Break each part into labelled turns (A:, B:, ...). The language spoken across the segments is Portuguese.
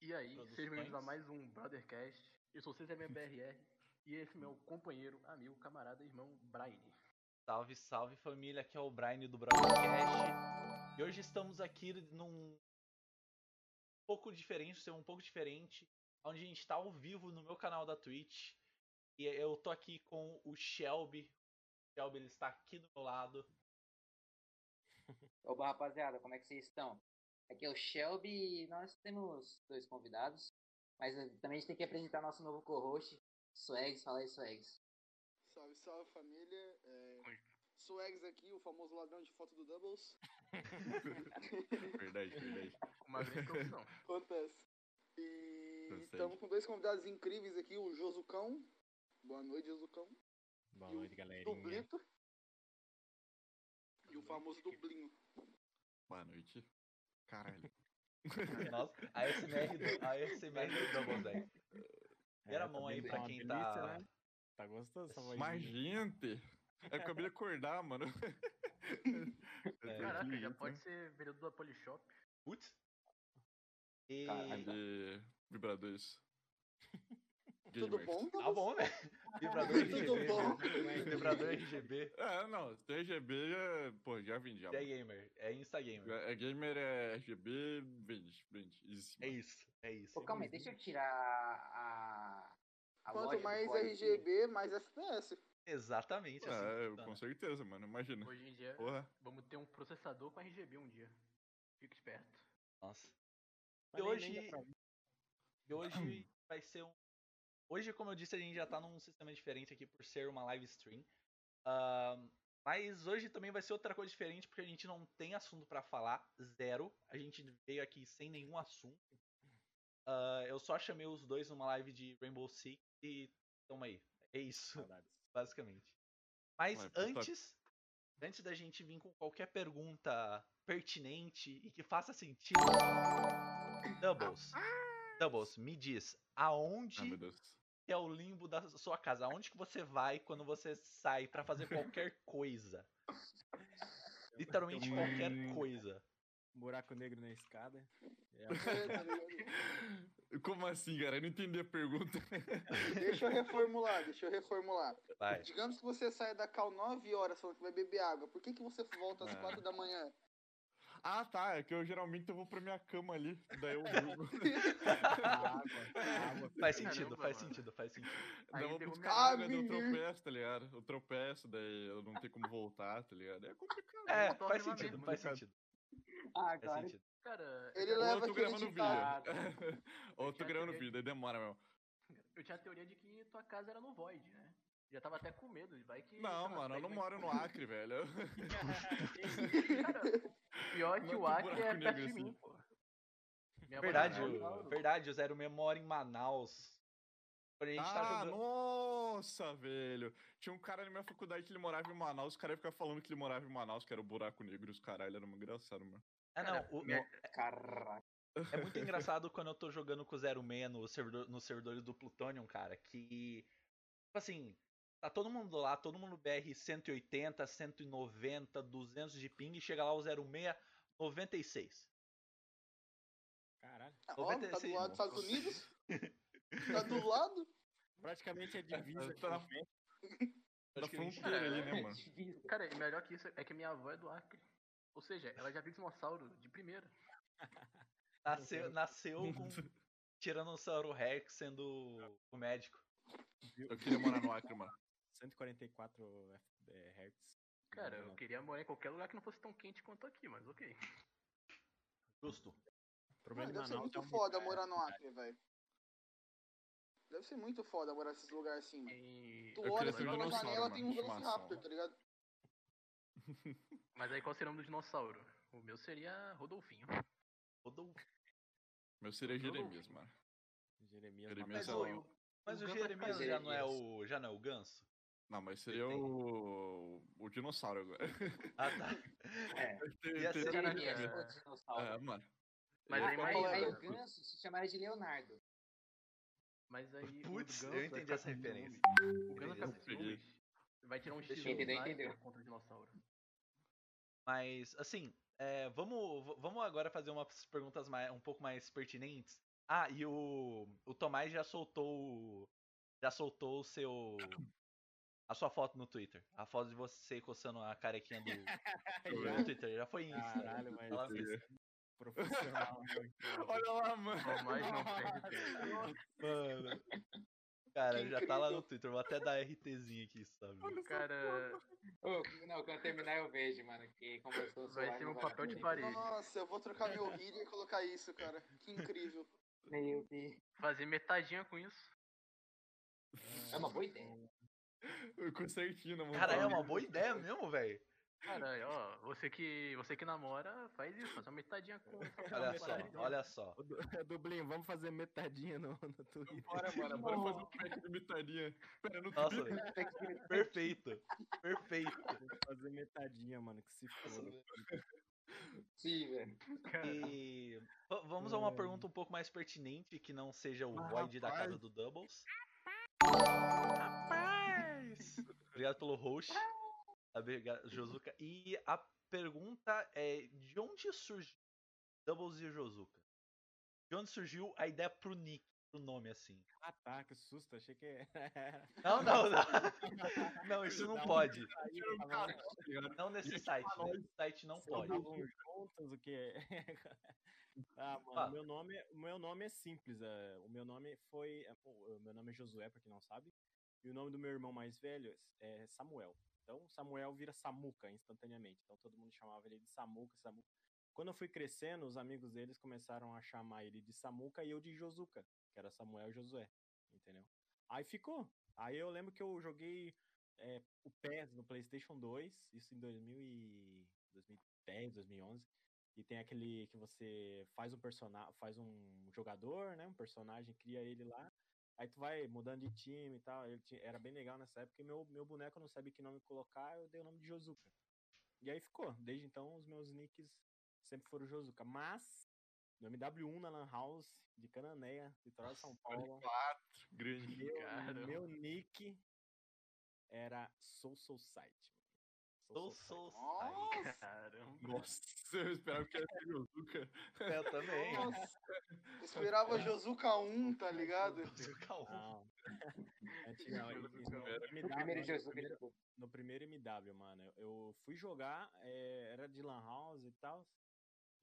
A: E aí,
B: Produções.
A: sejam bem-vindos a mais um Brothercast. Eu sou é CCMBRR e esse é meu companheiro, amigo, camarada, irmão Brian.
B: Salve, salve família, aqui é o Brian do Broadcast. E hoje estamos aqui num pouco diferente, ser um pouco diferente, onde a gente está ao vivo no meu canal da Twitch. E eu tô aqui com o Shelby. O Shelby ele está aqui do meu lado.
C: Oba, rapaziada, como é que vocês estão? Aqui é o Shelby e nós temos dois convidados, mas eh, também a gente tem que apresentar nosso novo co-host, Swags, fala aí, Swags.
D: Salve, salve família. É...
A: Oi.
D: Swags aqui, o famoso ladrão de foto do Doubles.
E: Verdade, verdade.
A: Uma grande profissão.
D: Acontece. é E
E: Consegue.
D: estamos com dois convidados incríveis aqui, o Josucão. Boa noite, Josucão.
F: Boa
D: E o
F: noite, galerinha.
D: Dublito. E o famoso Dublinho.
E: Boa noite. Caralho.
B: Nossa, a SMR do, a SMR do Double Deck. Primeira
F: É,
B: mão
F: tá
B: aí
F: bem-
B: pra
F: tá uma
B: quem
F: delícia,
B: tá.
F: né? Tá gostoso essa vozinha?
E: Mas, gente! É que eu acabei de acordar, mano.
B: É.
A: Caraca, já
E: né?
A: pode ser vendedor da Polishop.
B: Putz. E...
C: Caralho.
E: De vibradores.
D: Tudo
E: Gamers.
D: bom,
B: Tá bom, né? Vibrador
D: Tudo
B: RGB.
D: bom?
B: né? Vibrador RGB.
E: Ah, não. RGB já. Pô, já vendi. Já,
B: É gamer, é instagamer.
E: É gamer é RGB, vende, vende. Isso.
B: É isso, é isso.
C: Pô, calma aí, deixa eu tirar a. a loja
D: Quanto
C: do
D: mais
C: código aqui.
D: RGB, mais FPS.
B: Exatamente assim.
E: Ah,
B: que
E: eu-
B: funciona.
E: com certeza, mano. Imagina.
A: Hoje em dia,
E: Porra.
A: vamos ter um processador com RGB um dia. Fica esperto.
B: Nossa.
F: Mas
B: E
F: nem-
B: hoje-
F: nem dá pra ver.
B: E hoje vai ser um. Hoje, como eu disse, a gente já tá num sistema diferente aqui por ser uma live stream. Ahn, mas hoje também vai ser outra coisa diferente, porque a gente não tem assunto pra falar, zero. A gente veio aqui sem nenhum assunto. Ah, eu só chamei os dois numa live de Rainbow Six e toma aí. É isso.
F: Saudades.
B: basicamente. Mas
E: Ué, pessoal-
B: antes, antes da gente vir com qualquer pergunta pertinente e que faça sentido, Doubles, Doubles, me diz,
E: Ah, meu
B: aonde
E: Deus.
B: que é o limbo da sua casa? Aonde que você vai quando você sai pra fazer qualquer coisa? Literalmente
E: Hum.
B: qualquer coisa.
F: Buraco negro na escada. É,
D: É, tá ligado?
E: Como assim, cara? Eu não entendi a pergunta.
D: deixa eu reformular, deixa eu reformular.
B: Vai.
D: Digamos que você sai da Cal 9 horas falando que vai beber água. Por que, que você volta às
E: Ah.
D: 4 da manhã?
E: Ah, tá. É que eu geralmente eu vou pra minha cama ali. Daí eu jogo.
F: a água, a água.
B: Faz sentido,
A: Caramba,
B: faz
A: mano.
B: sentido, faz sentido.
A: Aí
E: Daí eu vou
A: derruba
E: buscar
D: a
E: água, daí eu
D: menina.
E: tropeço, tá ligado? Eu tropeço, daí eu não tenho como voltar, tá ligado? É complicado.
B: É,
A: Tô
B: faz
A: animado,
B: sentido,
E: mano,
B: faz
E: cara.
B: sentido,
C: Ah,
B: faz
C: agora.
B: sentido.
A: Cara,
D: Ele
A: eu,
E: Ou
D: leva
E: eu tô
D: aquele
E: gravando
D: ditado.
E: vídeo. Ou eu tô gravando vídeo, daí demora, meu.
A: eu tinha a teoria de que tua casa era no Void, né? Já tava até com medo, vai que...
E: Não,
A: sei lá,
E: mano, eu
A: pega
E: não
A: um-
E: moro no Acre, velho.
A: Cara, o pior é que
E: Não
A: o
E: tem
A: Acre é
E: buraco
A: perto
E: negro
A: de mim,
E: assim.
A: pô. Minha
B: Verdade,
A: mãe- é
B: o, verdade, o Zero Memória em Manaus. Quando a gente
D: tá
B: tava
E: Ah,
B: jogando-
E: nossa, velho. Tinha um cara na minha faculdade que ele morava em Manaus, os caras ficavam falando que ele morava em Manaus, que era o buraco negro, os caralho, era uma engraçado, mano.
B: Ah,
A: Cara,
B: não, o-
A: minha-
B: o-
C: Caraca.
B: é muito engraçado quando eu tô jogando com o Zero Man no servidor, nos servidores do Plutonium, cara, que. Tipo assim, tá todo mundo lá, todo mundo BR 180, 190, 200 de ping, e chega lá o 06, 96.
F: Caralho.
D: Ó, tá do lado
B: 96.
D: dos Estados Unidos? Tá do lado?
F: Praticamente é divisa.
E: Tá na-
F: com o México.
E: Da
B: Praticamente-
E: fronteira ali,
D: é.
E: né, mano?
C: Divisa.
A: Cara, e melhor que isso é que minha avó é do Acre. Ou seja, ela já viu dinossauro de primeira.
B: Nasceu, nasceu com Tiranossauro Rex sendo o médico.
E: Eu queria morar no Acre, mano.
F: 144 F- é, Hz.
A: Cara,
F: Não,
A: eu
F: não.
A: queria morar em qualquer lugar que não fosse tão quente quanto aqui, mas ok.
B: Justo.
F: O
D: Mano,
F: problema de
D: deve ser
F: Manaus é
D: muito
F: um
D: foda morar no Acre, velho. Deve ser muito foda morar nesses lugares assim, mano.
A: E...
D: Tu
E: É, Eu
D: olha
E: queria
D: assim
E: ser um
D: pela
E: dinossauro,
D: janela,
E: mano,
D: tem um
E: de estimação.
D: Velociraptor, tá ligado?
A: Mas aí qual seria o nome do dinossauro? O meu seria Rodolfinho.
B: Todo-
E: Meu seria
A: Tudo
E: Jeremias, mano.
F: Jeremias, um
E: Jeremias
F: Jeremias
E: é
B: o-
E: o.
B: Mas o
A: Ganso é
B: Jeremias já não é
C: Jeremias.
B: o. já não é o ganso?
E: Não, mas seria o. O dinossauro agora.
B: Ah, tá.
C: É,
B: Ia ser-
C: Jeremias,
A: né, Cara, Ah,
C: pô, dinossauro.
E: É, mano.
A: Mas
E: Eu-
A: aí
C: Aí,
A: imagina,
C: aí o
A: né?
C: Ganso se chamaram de Leonardo.
A: Mas aí. o
B: Putz,
A: Ganso é
B: eu
A: vai
B: entendi
A: ficar
B: essa
A: com
B: referência.
A: ciúmes. O Ganso é
B: Entendi
A: vai
B: essa
A: ficar com ciúmes. Vai tirar um
C: Deixa eu
A: estilo
C: entender, entendeu?
A: contra o dinossauro.
B: Mas, assim, é, vamos, v- vamos agora fazer umas perguntas mai- um pouco mais pertinentes. Ah, e o, o Tomás já soltou o- já soltou o seu a sua foto no Twitter. A foto de você coçando a carequinha do,
E: Já?
B: do Twitter, já foi em Insta.
F: Caralho, mas
B: Ela
E: Twitter.
A: assim.
B: fez.
F: profissional.
E: Olha lá, mano.
A: Tomás não perde tempo.
B: Mano. Cara,
D: Que
B: já tá lá
D: incrível.
B: no Twitter, vou até dar RTzinho aqui, sabe?
A: Cara,
C: Ô, não, quando eu terminar eu vejo, mano. Que como eu sou
A: vai
C: celular,
A: ser
C: não
A: um
C: vale a
A: papel de
C: pena.
E: É.
A: parede.
D: Nossa, eu vou trocar meu vídeo e colocar isso, cara. Que incrível.
C: Meu Deus.
A: Fazer metadinha com isso.
C: É uma boa ideia.
E: Com certeza, mano.
B: Cara, é uma boa ideia mesmo, velho.
A: Caralho, ó, você que, você que namora, faz isso, faz uma metadinha com essa
B: Olha
A: parada aí.
B: só, olha só.
F: Dublinho, É vamos fazer metadinha no, no Twitter.
E: Bora, bora, bora fazer um pack de mitadinha. Pera, no
B: Nossa,
E: Twitter.
B: velho. Perfeito. Perfeito.
F: Vamos fazer metadinha, mano, que se foda.
C: Sim, velho.
A: Cara,
B: E va- vamos a uma pergunta um pouco mais pertinente, que não seja o
E: Ah,
B: Void da casa
E: rapaz.
B: do Doubles. Rapaz! Obrigado pelo host. Obrigado, Josuka. E a pergunta é: de onde surgiu Doubles e Josuka? De onde surgiu a ideia pro nick, pro nome assim?
F: Ah tá, que susto, achei que
B: Não, não, não. Não, isso não pode.
E: Tira o cara, tá ligado?
B: Não nesse site. né? Nesse site não pode.
F: Estavam juntas, o que é? ah, mano,
B: Ah.
F: Meu, nome, é- o meu nome é simples. é, o meu nome foi. é, o meu nome é Josué, pra quem não sabe. E o nome do meu irmão mais velho é Samuel. Então, Samuel vira Samuca instantaneamente. Então, todo mundo chamava ele de Samuca, Samuca. Quando eu fui crescendo, os amigos deles começaram a chamar ele de Samuca e eu de Josuca, que era Samuel Josué, entendeu? Aí ficou. Aí eu lembro que eu joguei é, o PES no PlayStation 2, isso em 2000 e... 2010, 2011. E tem aquele que você faz um personagem, faz um jogador, né? Um personagem, cria ele lá. Aí tu vai mudando de time e tal. Ele ti- era bem legal nessa época. E meu, meu boneco não sabia que nome colocar, eu dei o nome de Josuka. E aí ficou. Desde então, os meus nicks sempre foram Josuka. Mas, no MW1 na Lan House, de Cananéia, Vitória São Paulo,
E: Grande.
F: meu,
A: Caramba.
F: meu nick era Soul Society.
B: Sou, sou, sou.
D: Nossa,
A: caramba.
E: Nossa, eu esperava que era ser Yozuka.
B: Eu também.
D: nossa. Eu
E: É.
D: esperava Josuka 1, tá ligado?
B: um.
F: Não. Antes
A: Jogo
F: não, e-
A: do
F: e
A: Cão.
F: no,
C: O primeiro
F: MW,
C: Jesus que ele jogou.
F: no primeiro MW, mano. eu- Eu fui jogar, eh, era de Lan House e tal.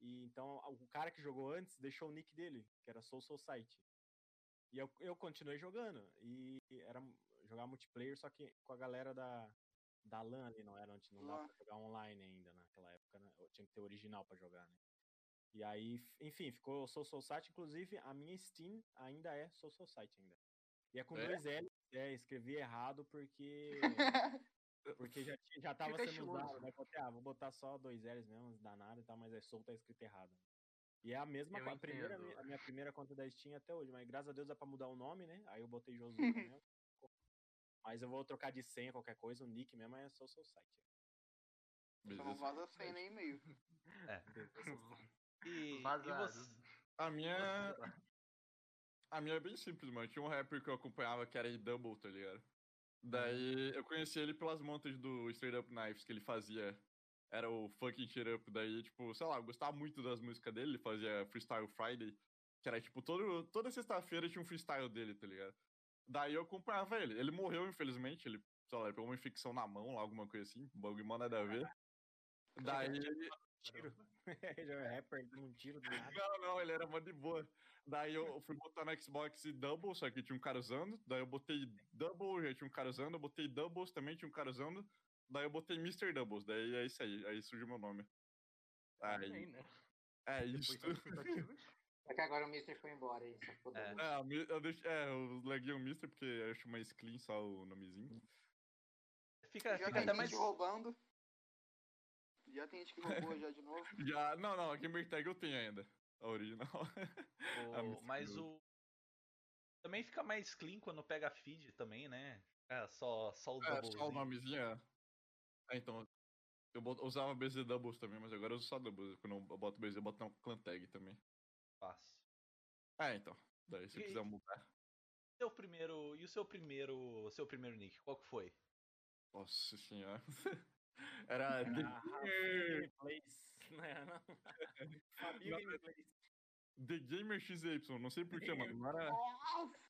F: E então a- o cara que jogou antes deixou o nick dele, que era Soul Society. E eu, eu continuei jogando. E era mu- jogar multiplayer, só que com a galera da, da LAN ali, não era? Antes não dava
D: Lan.
F: pra jogar online ainda naquela época, né? Eu tinha que ter o original pra jogar, né? E aí, f- enfim, ficou Soul Society. Inclusive, a minha Steam ainda é Soul Society ainda. E é com
E: É?
F: dois L. É, escrevi errado porque. Porque já, tinha- já tava
A: Fica
F: sendo
A: estiloso,
F: usado. Né? Botei, ah, vou botar só dois L's mesmo, danado e tal, mas é solto, tá escrito errado. E é a mesma
A: Eu
F: co- a primeira,
A: entendo.
F: a minha primeira conta da Steam até hoje, mas graças a Deus dá pra mudar o nome, né? Aí eu botei Josuca mesmo. Mas eu vou trocar de senha, qualquer coisa, o nick mesmo é só o seu site.
D: Só não vaza sem nem e-mail.
B: E, e
A: Vazado.
B: você-
E: A minha. é A minha é bem simples, mano. Tinha um rapper que eu acompanhava que era de Double, tá ligado? Daí eu conheci ele pelas montas do Straight Up Knives que ele fazia. Era o fucking cheer up. Daí, tipo, sei lá, eu gostava muito das músicas dele. Ele fazia Freestyle Friday, que era tipo, todo, toda sexta-feira tinha um freestyle dele, tá ligado? Daí eu acompanhava ele. Ele morreu, infelizmente. Ele, sei lá, ele pegou uma infecção na mão lá, alguma coisa assim. Um bagulho mó nada a ver. Daí.
F: Tiro. Já é rapper, não tiro do nada.
E: Não, não, ele era mó de boa. Daí eu fui botar no Xbox Double, só que tinha um cara usando. Daí eu botei Double, já tinha um cara usando. Eu botei Doubles, também tinha um cara usando. Daí eu botei Mr. Doubles, daí é isso aí. Aí surgiu meu nome.
A: Aí,
E: Aí,
A: né?
E: é
A: Depois
E: isso.
A: das tentativas.
C: Só É que agora o Mister foi embora aí. Só ficou
B: É.
C: doido.
E: É, o mi- eu deixei, é, eu laguei o Mr. porque eu acho mais clean só o nomezinho. É,
B: Fica,
D: já
B: fica
D: tem
B: até
D: gente
B: mais.
D: roubando. Já tem gente que roubou já de novo.
E: Já, não, não, a Gamer Tag eu tenho ainda. A original.
B: O-
E: Ah, muito
B: mas Tá
E: curioso.
B: o. Também fica mais clean quando pega feed também, né? É, só, só o
E: É, só o
B: doublezinho.
E: nomezinho é. É, então. Eu bot- eu usava BZ Doubles também, mas agora eu uso só Doubles. Quando eu boto BZ, eu boto um clan tag também.
B: fácil.
E: É, então. Daí se
B: E-
E: quiser mudar.
B: Seu primeiro, e o seu primeiro, seu primeiro nick, qual que foi?
E: Nossa senhora. Era. The
F: Ah, Rafinha Gameplays. né, Não, não. Fabinho
E: Não,
F: Gameplays.
E: The Gamer XY, não sei porquê, mano. Não era,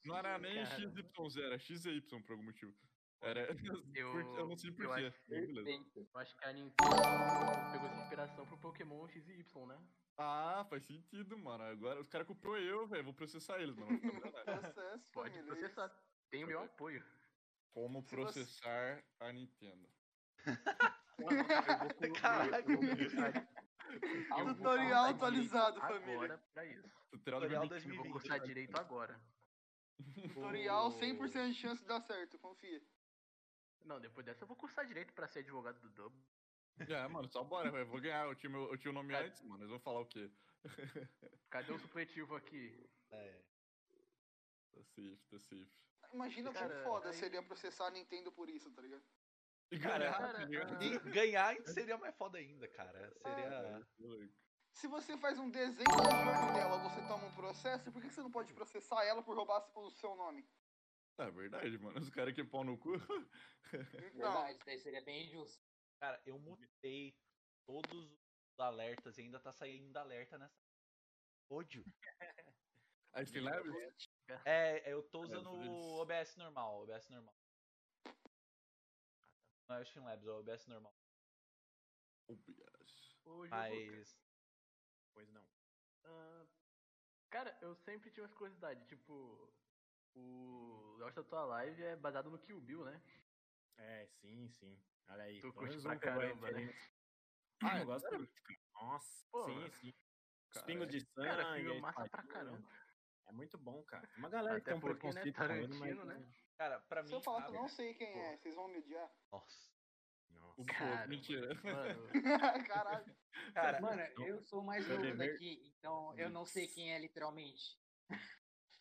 E: não era nem
A: Cara.
E: XYZ, era XY por algum motivo. Era, eu, eu não sei
A: eu
E: porquê.
A: acho-
E: Beleza.
C: Perfeito.
A: Eu acho que a Nintendo pegou essa inspiração pro Pokémon X e Y, né?
E: Ah, faz sentido, mano. Agora os caras comprou eu, velho. Vou processar eles, mano. Vou ficar
D: é
E: milionário.
D: Processo,
A: Pode
D: família.
A: processar. Tem o meu apoio.
E: Como
D: Se você-
E: processar a Nintendo?
B: Caralho.
A: Eu vou
D: Tutorial
A: cortar direito
D: atualizado,
A: Agora
D: família.
A: pra isso.
E: Tutorial
B: Tutorial
E: do
A: Eu vou
B: 2020.
A: cortar direito agora.
D: Tutorial
F: Hum.
D: 100% de chance de dar certo, confia.
A: Não, depois dessa eu vou cursar direito pra ser advogado do Double.
E: É, mano, só bora, velho. Vou ganhar. Eu tinha, meu, eu tinha o nome
A: Cara.
E: antes, mano. Eles vão falar o quê?
A: Cadê o supletivo aqui?
B: É.
E: Tá safe, tá safe.
D: Imagina o
A: Cara,
D: quão foda
A: aí-
D: seria processar a Nintendo por isso, tá ligado?
E: E
B: Cara,
E: ganhar,
A: cara,
E: tá ligado?
B: E ganhar seria mais foda ainda, cara. Seria.
D: Se você faz um desenho do jogo dela, você toma um processo, por que que você não pode processar ela por roubar o seu nome?
E: É verdade, mano. Os caras que pau no cu.
D: Então,
C: Verdade, isso daí seria bem injusto.
B: Cara, eu mutei todos os alertas e ainda tá saindo alerta nessa. Ódio.
E: Aí você leva?
B: É, eu tô
E: Caralho,
B: usando
E: foi
B: o
E: isso.
B: OBS normal, o OBS normal. Ah, tá. Não é o Streamlabs, é o OBS normal.
E: OBS.
A: Hoje eu vou...
B: Mas.
F: Pois não.
A: Ah, Cara, eu sempre tinha umas curiosidades, tipo... O negócio da tua live é baseado no Kill Bill, né?
F: É, sim, sim. Olha aí.
A: Tu
F: pelo
A: curte
F: menos
A: pra
F: um que eu gosto
A: caramba, né?
F: diferente. Ah, eu gosto
E: sério?
F: muito, cara. Nossa,
A: Pô,
F: sim,
A: mano.
F: sim. Os
E: Cara,
F: pingos de sangue.
A: Cara, filme
F: a
A: massa pra
F: espadinha.
A: caramba.
F: É muito bom, cara. Tem uma galera
A: Até
F: que tem um
A: porque, né,
F: preconceito com ele, mas...
A: Tarantino, né?
B: Cara, pra
D: se
B: mim.
D: eu falar que eu
B: abre-
D: não sei quem é, vocês vão me odiar.
B: Nossa.
E: O
F: Nossa.
E: povo,
A: Cara,
E: mentira.
A: Mano,
D: Caralho.
B: Cara,
C: Mano,
E: Não.
C: eu sou o mais
F: Meu
C: novo
F: dever-
C: daqui, então eu não sei quem é literalmente.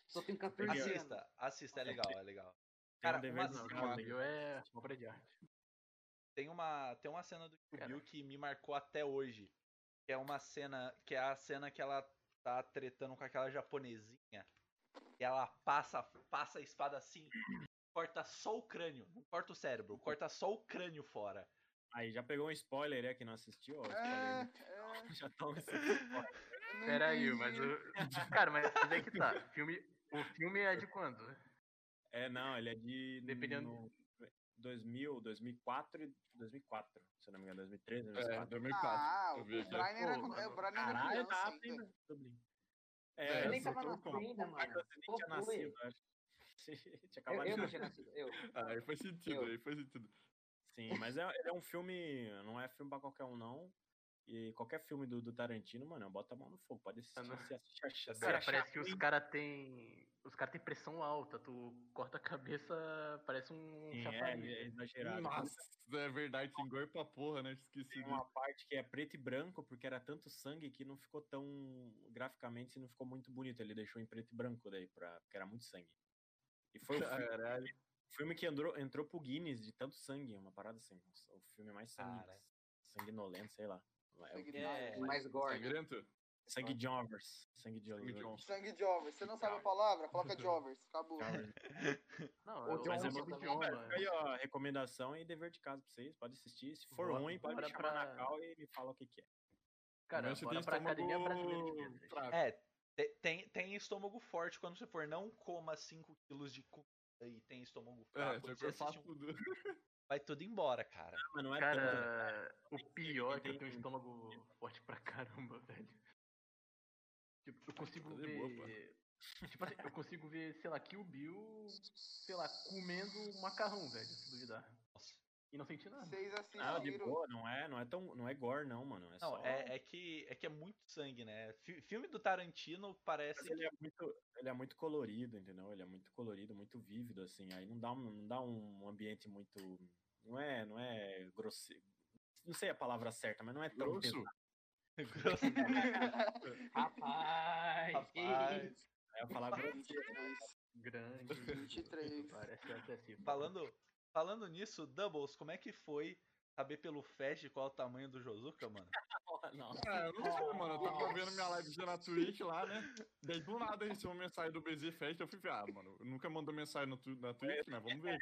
C: Só tenho 14 anos.
B: assista, assista, é legal, é legal.
F: Tem
B: Cara,
F: um dever
B: uma
F: de
A: não, Kill
B: cena-
A: Bill é obra de arte.
B: tem uma, tem uma cena do Kill Bill
A: Cara.
B: que me marcou até hoje. Que é uma cena. Que é a cena que ela tá tretando com aquela japonesinha. E ela passa, passa a espada assim, corta só o crânio. Não corta o cérebro, corta só o crânio fora.
F: Aí, já pegou um spoiler aí que não assistiu, ó. o
D: É,
F: spoiler, né?
D: é,
F: Já tá um...
D: eu não
A: Pera aí,
D: entendi.
A: mas o. Cara, mas é que tá. Filme... O filme é de quando?
F: É, não, ele é de...
A: Dependendo-
F: no- 2000, 2004 e 2004, se eu não me engano, 2013,
E: É,
F: 2004.
E: 2004.
D: Ah,
E: eu
D: o
E: vi aqui.
D: Brian era,
A: Pô,
D: é, o Brian era
F: Caralho,
D: criança
F: tá
D: ainda.
F: aprendendo.
E: É,
C: Eu nem
E: só
C: tava
E: tô
C: na
E: com-
C: prenda, mano.
F: Tá
C: Qual
F: tinha
C: foi?
F: nascido, eu acho. Tinha
C: Eu,
F: acabado
C: eu
F: de
C: não
F: nascer.
C: tinha nascido, eu.
E: Ah, aí faz sentido,
C: Eu.
E: aí faz sentido.
F: Sim, mas é, ele é um filme. Não é filme pra qualquer um, não. E qualquer filme do, do Tarantino, mano, bota a mão no fogo. Pode assistir,
A: Ah, não.
F: se assiste, acha- se
A: Cara,
F: achar
A: parece que os
F: ruim,
A: caras têm. Os caras têm pressão alta. Tu corta a cabeça, parece um
F: sim,
A: chafariz.
F: é, é exagerado.
E: Nossa, é verdade, tem gore pra porra, né? Esqueci
F: Tem
E: disso.
F: uma parte que é preto e branco, porque era tanto sangue que não ficou tão. graficamente não ficou muito bonito. Ele deixou em preto e branco daí, pra, porque era muito sangue. E foi o filme,
E: Caralho.
F: o filme que entrou, entrou pro Guinness de tanto sangue, uma parada assim. O filme mais sangue,
B: Cara.
F: sanguinolento, sei lá.
D: Tá
F: É o-
B: É.
C: Mais gordo.
E: Sangrento?
F: Sangue Jovers. Sangue
E: Sangue
F: Jovers.
E: Johnson.
D: Sangue Jovers. Você não sabe a palavra? Coloca Jovers. Acabou.
A: Não,
C: Ou
A: eu- tá
F: Mas é
A: eu-
F: muito
A: eu-
F: bom, velho.
A: eu-
B: então.
F: Fica aí, ó, recomendação e dever de casa pra vocês. Pode assistir. Se for
A: Bora-
F: ruim, pode me
A: bora
F: chamar
A: pra-
F: na cal e me fala o que, que é.
A: Cara,
E: Mas você
A: bora
E: tem
A: pra Academia
E: estômago
A: Brasileira de Letras.
E: fraco.
B: É, te- tem, tem estômago forte quando você for. Não coma 5 quilos de comida e tem estômago
E: É,
B: fraco.
E: só que
B: você
E: eu
B: assiste
E: faço
B: um-
E: tudo.
B: Vai tudo embora, cara.
F: Mas não é tanto. né?
A: Cara, o pior é que eu tenho um
F: Tem-
A: estômago forte pra caramba, velho. Tipo, eu consigo
E: Tá de boa, pô.
A: ver. Tipo assim, eu consigo ver, sei lá, Kill Bill, sei lá, comendo macarrão, velho, se duvidar.
B: Nossa.
A: E não senti nada.
D: Vocês
F: Ah, de
D: assistiram.
F: boa, não é, não é tão, não é gore não, mano. É
B: Não,
F: só...
B: é, é que, é que é muito sangue, né? Fi- filme do Tarantino parece
F: Mas
B: assim que
F: ele é muito, ele é muito colorido, entendeu? Ele é muito colorido, muito vívido assim. Aí não dá um, não dá um ambiente muito, não é, não é grosseiro. Não sei a palavra certa, mas não é tão
E: Grosso?
F: pesado.
B: grosso.
C: Rapaz, que
B: Rapaz.
C: isso.
F: É a palavra
D: 23.
A: Grande.
D: 23.
A: Parece é acessível.
B: falando, falando nisso, Doubles, como é que foi saber pelo Fast qual é o tamanho do Josuka, mano?
F: não.
E: Ah, eu não sei, mano. Eu tava vendo minha live já na Twitch lá, né? Daí do nada eu recebi uma mensagem do BZ Fest. Eu fui ver, ah, mano, nunca mandou mensagem no tu- na Twitch, né? Vamos ver.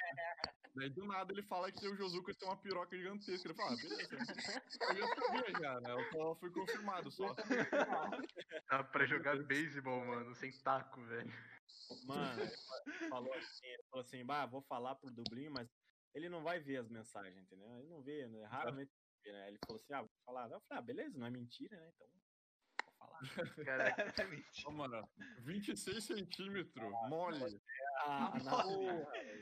E: Daí do nada ele fala que o Josuka tem uma piroca gigantesca. Ele fala, ah, beleza. Eu já sabia já, né? Eu só fui confirmado só.
A: Dá pra jogar beisebol, mano, sem taco, velho.
F: Mano, ele fa- falou assim, ele falou assim, bah, vou falar pro Dublinho, mas ele não vai ver as mensagens, entendeu? Ele não vê, né? Raramente vê, né? Ele falou assim, ah, vou falar. Eu falei, ah, beleza, não é mentira, né? Então, vou falar.
A: Cara,
B: É mentira.
E: Ó, mano, 26 centímetros, mole.
F: Ah, na boa. Ali,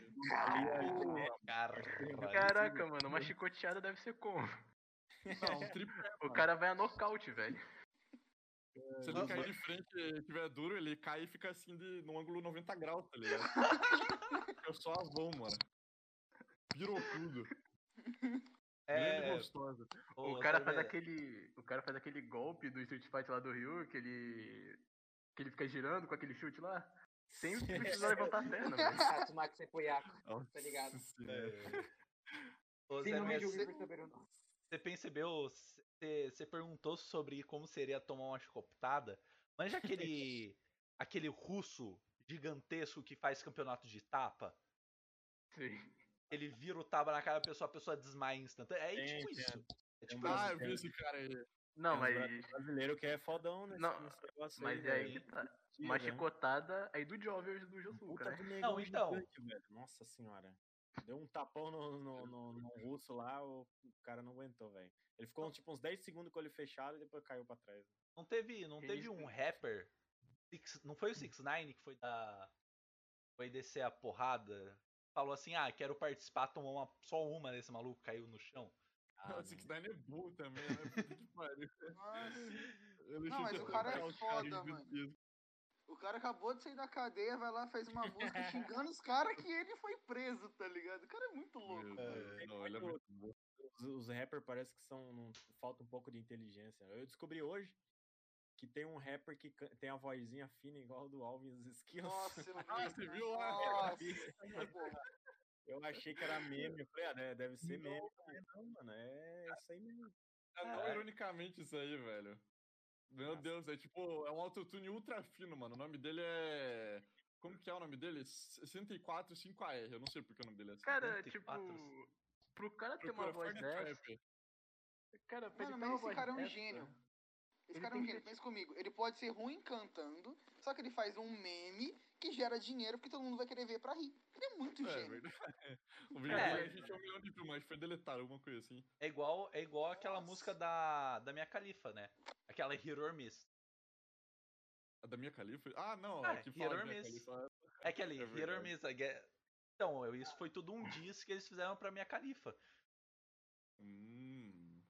F: aí, né?
B: Caralho.
A: caraca, mano, uma chicoteada deve ser como?
E: Não, um tripé.
A: O cara vai a nocaute, velho.
E: Se ele cair de frente e tiver duro, ele cai e fica assim de, num ângulo 90 graus, tá ligado? Eu sou avão, mano. Virou tudo. Grande e
B: É,
E: gostosa.
A: O cara tá faz aquele. O cara faz aquele golpe do Street Fighter lá do Ryu, que ele. que ele fica girando com aquele chute lá. Sem precisar levantar a perna, velho.
C: Tatsumaki Sepuyaku, tá ligado?
B: Ô,
C: Sim,
B: É. Zé,
C: não me
B: mas
C: julgue
B: você,
C: por saber o nome.
B: você percebeu, você, você perguntou sobre como seria tomar uma chicotada. Mas já aquele, aquele russo gigantesco que faz campeonato de tapa,
A: Sim.
B: ele vira o tapa na cara da pessoa, a pessoa desmaia instante. É
F: Tem,
B: tipo
F: tem.
B: isso. É tipo
F: um
B: isso.
E: Ah, eu vi esse cara aí.
A: Não,
F: É, os
A: mas.
F: bra- brasileiro que é fodão nesse,
A: Não,
F: nesse negócio
A: Mas é
F: aí,
A: aí que
F: velho.
A: tá.
F: Mentira,
A: Uma
F: né?
A: chicotada aí do Jovem do Josuka,
F: Puta
A: né?
F: do negão
B: Não, então.
F: gigante, velho. Nossa senhora. Deu um tapão no, no, no, no russo lá, o cara não aguentou, velho. Ele ficou tipo uns 10 segundos com o olho fechado e depois caiu pra trás.
B: Não teve, não
A: Que
B: teve
A: isso,
B: um rapper. Six- não
E: Hum.
B: foi o 6 9 que foi da. Foi descer a porrada. Falou assim, ah, quero participar, tomou uma, só uma desse maluco, caiu no chão.
E: Ah, o 69 é burro também, né? Puta que pariu.
D: Nossa.
E: Ele
D: Não, mas
E: chuta-
D: o cara é
E: Ah, o
D: foda,
E: cara é
D: mano.
E: gigantesco.
D: O cara acabou de sair da cadeia, vai lá, fez uma música xingando os caras que ele foi preso, tá ligado? O cara é muito louco.
E: Meu Deus,
F: É,
E: não, ele é
F: muito-
E: muito bom.
F: Os, os rappers parece que são. não- falta um pouco de inteligência. Eu descobri hoje que tem um rapper que can- tem a vozinha fina igual a do Alves Esquilos.
D: Nossa, eu não
E: Ah,
D: vi.
E: você viu lá?
D: Nossa, é
F: Eu achei que era meme. Eu falei, ah, de- deve ser meme. Não, não, mano, é isso aí mesmo.
E: É não
B: Caralho.
E: ironicamente isso aí, velho. Meu Deus, é tipo, é um autotune ultra fino, mano. O nome dele é. Como que é o nome dele? 645AR. Eu não sei porque o nome dele é assim.
A: Cara,
B: 74.
A: tipo. Pro cara ter uma
E: Procura
A: voz
F: é
E: Fortnite
A: dessa.
E: Trap.
A: Cara, pra ele
D: Mano,
A: ter
D: mas
A: uma
D: esse
A: voz
D: cara é um
A: dessa,
D: gênio. Esse
A: Ele
D: cara é
A: tem
D: um
A: que
D: gênio,
A: ter-
D: pensa comigo. Ele pode ser ruim cantando, só que ele faz um meme que gera dinheiro porque todo mundo vai querer ver pra rir. Ele é muito
E: É,
D: gênio.
E: verdade. O vídeo
B: É.
E: dele a gente é um milhão de filmes, foi deletado, alguma coisa assim.
B: É igual, é igual aquela
D: Nossa.
B: música da, da minha califa, né? Aquela Hero or Miss.
E: A da minha Califa? Ah, não,
B: Ah,
E: é que fala da
B: Hieronymus.
E: minha Califa.
B: É aquele
E: É
B: Hero or
E: verdade. Ah.
B: Miss. I guess- Então, eu- isso foi tudo um disco que eles fizeram pra minha califa.
E: Hum.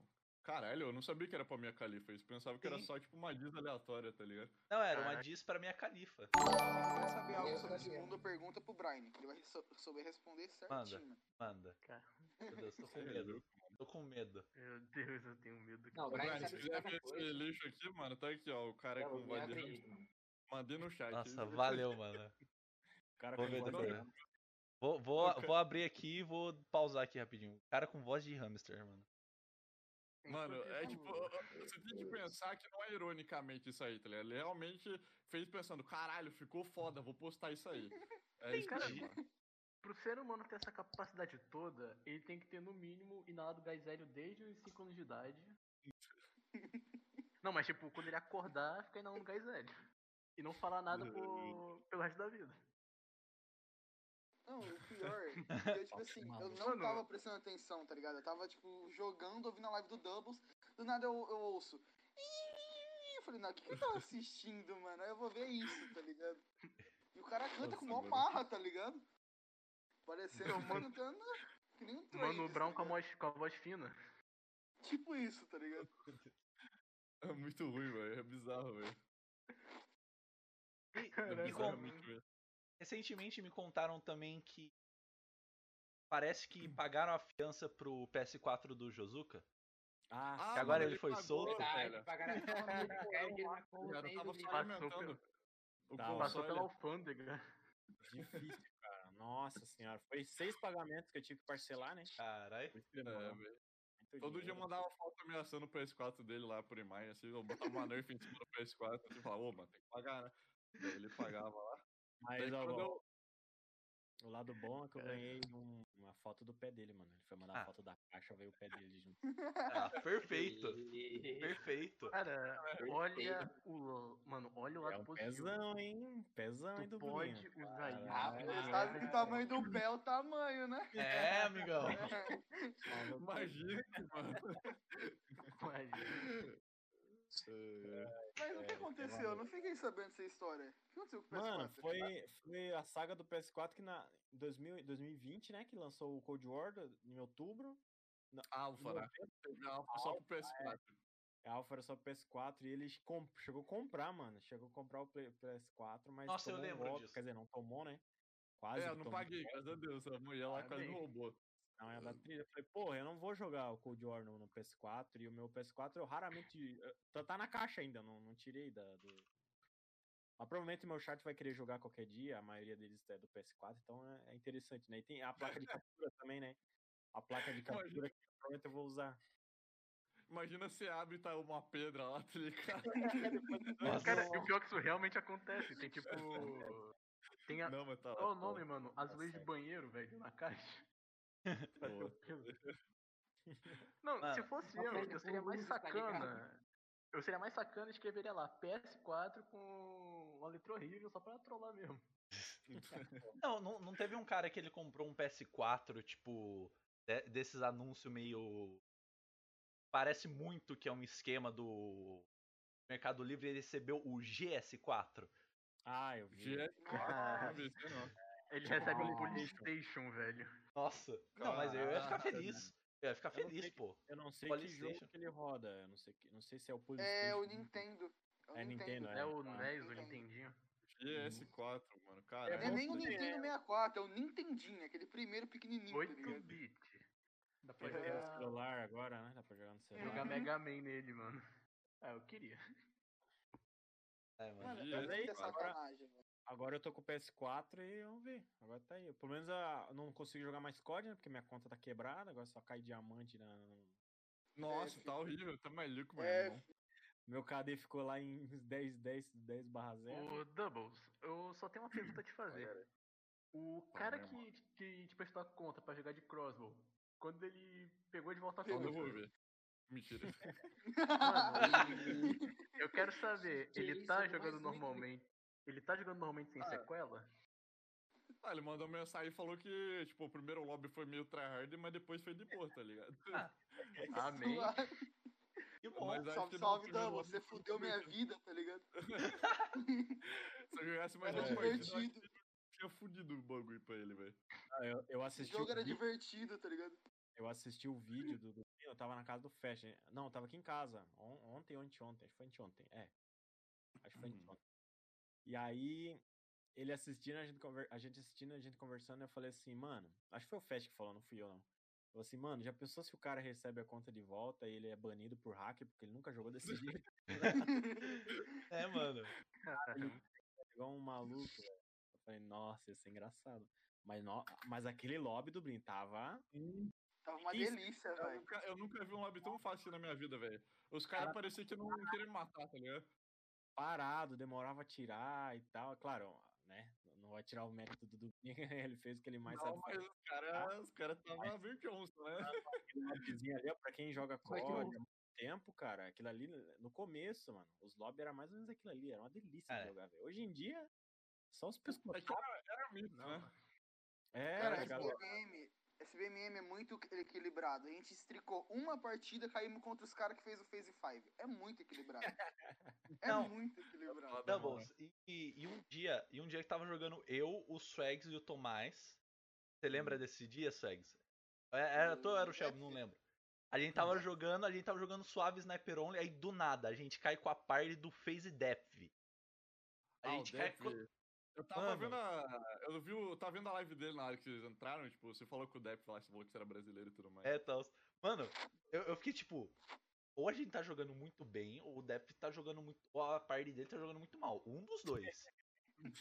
E: Caralho, eu não sabia que era pra minha Califa. Eles pensavam que era
B: Sim.
E: só tipo uma diz aleatória, tá ligado?
B: Não, era uma
A: Caraca.
B: diz pra minha califa.
D: Quer saber algo
C: Eu
D: sobre esse
C: sabia.
D: mundo? Pergunta pro Brian. que Ele vai sou- souber responder certinho.
B: Manda.
A: Cara.
B: Meu Deus, tô com
E: Você é
B: medo. Tô com medo.
A: Meu Deus, eu tenho medo.
C: Não, o
E: Ô, Brian,
C: Brian
E: se
C: sabe de
E: quiser ver
C: cada
E: esse
C: coisa.
E: lixo aqui, mano, tá aqui, ó. O cara
C: Eu
E: com
C: não
E: vadeira.
C: acredito, mano.
E: Mandei no chat.
B: Nossa,
E: ele-
B: valeu, mano.
F: O cara
B: Vou
F: com
B: ver
F: voz
E: depois.
F: de-
B: Vou, vou,
E: Nunca.
B: vou abrir aqui e vou pausar aqui rapidinho. Cara com voz de hamster, mano.
E: Mano, é
A: Enquanto
E: tipo,
A: isso,
E: você tem que pensar que não é ironicamente isso aí, tá ligado? Ele realmente fez pensando, caralho, ficou foda, vou postar isso aí. É isso aí,
A: Entendi.
E: mano.
A: Pro ser humano ter essa capacidade toda, ele tem que ter no mínimo inalado gás hélio desde os 5 anos de idade. Não, mas tipo, quando ele acordar, fica inalando gás hélio. E não falar nada pro- pelo resto da vida.
D: Não, o pior, eu, tipo assim, eu não
A: Mano.
D: tava prestando atenção, tá ligado? Eu tava, tipo, jogando, ouvindo a live do Doubles, do nada eu, eu ouço. "Ih", Eu falei, não, o que, que eu tava assistindo, mano? Aí eu vou ver isso, tá ligado? E o cara canta com mó
E: mano.
D: marra, tá ligado? Parecendo
A: Não,
D: que tá
A: mano.
D: cantando que nem um Travis,
A: Mano, o Brown
D: tá
A: com a
D: ligado?
A: voz, com a voz fina.
D: Tipo isso, tá ligado?
E: É muito ruim, velho. É bizarro, velho.
B: E-
E: É
A: Caralho,
E: bizarro, é
B: como?
E: muito ruim.
B: Recentemente me contaram também que parece que pagaram a fiança pro PS4 do Josuka.
F: Ah,
E: Ah,
B: que agora
E: mano,
B: ele foi
E: pagou,
B: solto?
E: velho.
C: Verdade, pagaram a família, caiu de uma conta,
E: Cara,
C: nem
E: tava
C: do livro.
E: fragmentando. O
F: Tá,
E: console.
A: Passou pela alfândega.
F: é difícil, cara. Nossa senhora. Foi seis pagamentos que eu tive que parcelar, né?
B: Caralho.
F: Por isso que
E: É,
F: demorou
E: velho.
F: muito
E: Todo dia
F: dinheiro.
E: eu mandava foto ameaçando o PS4 dele lá por imagem, assim, eu botava uma nerf em cima do PS4 e falava, ô, mano, tem que pagar, né? Daí ele pagava lá. Daí
F: Mas, ó,
E: quando
F: ó,
E: eu,
F: O lado bom é que eu ganhei um- uma foto do pé dele, mano. Ele foi mandar
B: Ah.
F: a foto da caixa, veio o pé dele junto.
B: Ah, perfeito.
C: E-
B: Perfeito.
A: Cara, olha o. Mano, olha o
F: É
A: lado
F: um
A: positivo.
F: pezão, hein? Pezão, hein,
A: Tu
F: do
A: pode
F: Bruninho. Ah,
A: usar isso. pra
C: Caralho.
D: Você sabe que o
A: ganhar-
D: tamanho tá do pé é o tamanho, né?
B: É, amigão.
F: Salva pra ele.
E: Imagina, mano. é,
A: Mas,
D: Mas o que
F: É,
D: aconteceu?
F: pelo
D: Eu não fiquei sabendo dessa história. O que aconteceu com o PS4?
F: Mano, foi, foi a saga do PS4 que na em 2000, 2020, né? Que lançou o Cold War do- em outubro.
E: Alpha, né? Teve Alpha só pro PS4.
F: A Alpha era só pro PS4 e ele com- chegou a comprar, mano. Chegou a comprar o Play- PS4, mas
B: Nossa, eu
F: tomou um
B: lembro
F: golpe,
B: disso.
F: Quer dizer, não tomou, né?
E: É,
F: Quase. que
E: eu não
F: tomou.
E: paguei, graças a Deus. A mulher lá quase me
A: Parabéns.
E: roubou.
F: Não, é da trilha. Eu falei, porra, eu não vou jogar o Cold War no, no PS4. E o meu PS4 eu raramente. eh, Tá, tá na caixa ainda, não, não tirei da, do. Mas provavelmente meu chat vai querer jogar qualquer dia, a maioria deles é do PS4, então é, é interessante, né? E tem a placa de captura também, né? A placa de
E: Imagina.
F: captura que provavelmente eu vou usar.
E: Imagina você abre e tá uma pedra lá, tá ligado?
B: Nossa,
A: cara, e o pior é que isso realmente acontece. Tem tipo. Tem a.
E: Não, mas tá.
A: É. Qual o nome, mano? Azulejo de
F: certo.
A: banheiro, velho, na caixa. Pra ter
E: Boa.
A: o pelo. Não, se
B: Mano,
A: fosse
C: uma
A: eu,
C: coisa
A: eu
C: que
A: seria
C: eu
A: mais
C: uso, tá
A: sacana. Eu seria mais sacana e escreveria lá PS4 com uma letra horrível só pra trollar mesmo.
B: Não, não, não teve um cara que ele comprou um PS4, tipo, de- desses anúncios meio. Parece muito que é um esquema do Mercado Livre e ele recebeu o GS4.
F: Ah, eu vi.
E: Gente,
A: Ah.
E: não vi isso, não.
A: Ele recebe um
F: Nossa.
A: PlayStation, velho.
B: Nossa. Não, mas eu ia ficar
E: Caraca,
B: feliz. Eu ia ficar
F: Eu não
B: feliz,
F: sei
B: pô.
F: Eu não sei que
B: Polystation.
F: jogo que ele roda. Eu não sei, que- não sei se é o PlayStation.
D: É o
F: né?
D: Nintendo. né?
F: É Nintendo,
A: É o
F: tá.
A: NES, o
D: Entendo.
A: Nintendinho.
E: GS4, mano, cara.
D: Não é nem o
F: Nossa,
D: Nintendo 64, é o Nintendinho, aquele primeiro pequenininho. tá
A: 8
D: ligado?
A: bit. Dá pra
F: Tem que jogar no
A: jogar,
F: celular agora, né? Dá pra jogar no celular.
A: jogar Mega Man nele, mano. Ah, eu queria.
B: É, mano.
D: Mano,
E: Yes,
D: olha que
E: cara.
D: sacanagem, velho.
F: Agora eu tô com o PS4 e vamos ver. Agora tá aí. Pelo menos a, eu não consigo jogar mais COD, né? Porque minha conta tá quebrada, agora só cai diamante na. no-
E: Nossa,
D: É,
E: tá horrível, tá maluco, mano.
D: É,
E: irmão.
F: Meu KD ficou lá em 10, 10, 10 barra 0.
A: O Doubles, eu só tenho uma pergunta a te fazer. O cara
E: né,
A: que, que te prestou a conta pra jogar de crossbow, quando ele pegou de volta a
E: Eu
A: conta,
E: não vou ver. Mentira.
A: mano, eu quero saber,
C: Que
A: ele
C: isso,
A: tá
C: mais
A: jogando
C: um
A: normalmente. Ele tá jogando normalmente sem sequela?
E: Ah, ele mandou mensagem e falou que, tipo, o primeiro lobby foi meio tryhard, mas depois foi de boa, tá ligado?
B: Ah,
A: Amém.
B: Que bom.
E: Mas acho
D: é Salve,
E: que não,
D: salve,
E: primeiro
D: Dan,
E: lobby
D: você
E: foi
D: fudeu minha
E: tranquilo.
D: vida, tá ligado?
E: Se eu jogasse mais
D: Era
E: uma partida, eu acho
D: divertido.
E: que tinha fudido o bagulho pra ele, velho.
F: Ah, Eu, eu
D: O
F: assisti.
D: jogo
F: O
D: era
F: vi-
D: divertido, tá ligado?
F: eu assisti o vídeo do. do- Eu tava na casa do Fest. né? Não, eu tava aqui em casa. On, ontem, ontem, ontem. Acho que foi anteontem. É. Acho que foi
E: Hum.
F: anteontem. E aí, ele assistindo, a gente, conver- a gente assistindo, a gente conversando, eu falei assim, mano, acho que foi o Fest que falou, não fui eu não. Falou assim, mano, já pensou se o cara recebe a conta de volta e ele é banido por hacker, porque ele nunca jogou desse jeito?
B: É, mano.
F: Igual um maluco, velho. Eu falei, nossa, isso é engraçado. Mas, no... mas aquele lobby do Brin tava.
D: Tava uma
F: Isso,
D: delícia,
E: Eu
D: velho.
E: nunca, eu nunca vi um lobby tão fácil na minha vida, velho. Os caras
F: Cara,
E: pareciam que não queriam me matar, tá ligado?
F: parado, demorava a tirar e tal. Claro, né? Não vai tirar o mérito do Dubinho, ele fez o que ele mais
E: Não,
F: sabe.
E: mas os caras os cara tava meio que onça, né?
F: Aquele lobbyzinho ali, ó, pra quem joga
C: Foi
E: é
F: COD
C: aquilo-
F: há muito tempo, cara, aquilo ali né, no começo, mano, os lobby era mais ou menos aquilo ali, era uma delícia
B: É.
F: de jogar, velho. Hoje em dia, só os
E: É que
F: pescoços.
E: era, era mito, né?
F: É,
D: Cara,
E: tipo,
F: cara,
D: SBMM, SBMM é muito equi- equilibrado. A gente estricou uma partida, caímos contra os caras que fez o Phase 5. É muito equilibrado. É
B: Não.
D: muito equilibrado.
E: Tá bom,
B: Doubles, e, e- e um dia, e um dia que tava jogando eu, o Swags e o Tomás. Você
E: Hum.
B: lembra desse dia, Swags? É- Era tu ou era o
D: Hum,
B: Shelby?
D: é
B: Não
D: sim.
B: lembro. A gente
E: Hum.
B: tava jogando, a gente tava jogando suave Sniper Only, aí do nada a gente cai com a party do Phase Depth. A
E: Ah, o
B: gente cai
E: Depp,
B: com...
E: Eu tava
B: Mano.
E: vendo a. Eu vi o- tava vendo a live dele na hora que vocês entraram, tipo, você falou com o Depp lá, você falou que você era brasileiro e tudo mais.
B: É, tal. Mano, eu, eu fiquei tipo. Ou a gente tá jogando muito bem, ou o Depth tá jogando muito. Ou a party dele tá jogando muito mal. Um dos dois.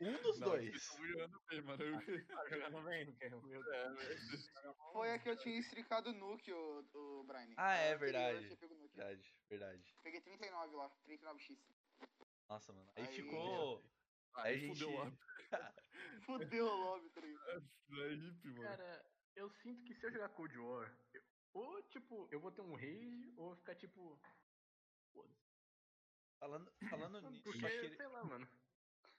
B: Um dos
E: Não, vocês
B: dois.
E: tão jogando bem, mano. Eu-
F: tá jogando bem, não quer- meu Deus.
E: É, velho.
D: Foi a que eu tinha estricado o Nuke, o, o Brian.
B: Ah, é
D: A anterior eu
B: verdade.
D: tinha pego o
E: é
D: Nuke.
B: Verdade, verdade.
D: Peguei 39 lá, 39x.
B: Nossa, mano. Aí
D: Aí-
B: ficou.
E: Aí
B: Aí a gente-
E: fudeu o up.
D: Fudeu o lobby, tá ligado?
E: É hippie, mano.
A: Cara, eu sinto que se eu jogar Cold War, eu- ou tipo, eu vou ter um rage, ou eu vou ficar tipo. foda-se.
B: Falando, falando nisso,
A: Porque,
B: eu queria-
A: sei lá, mano.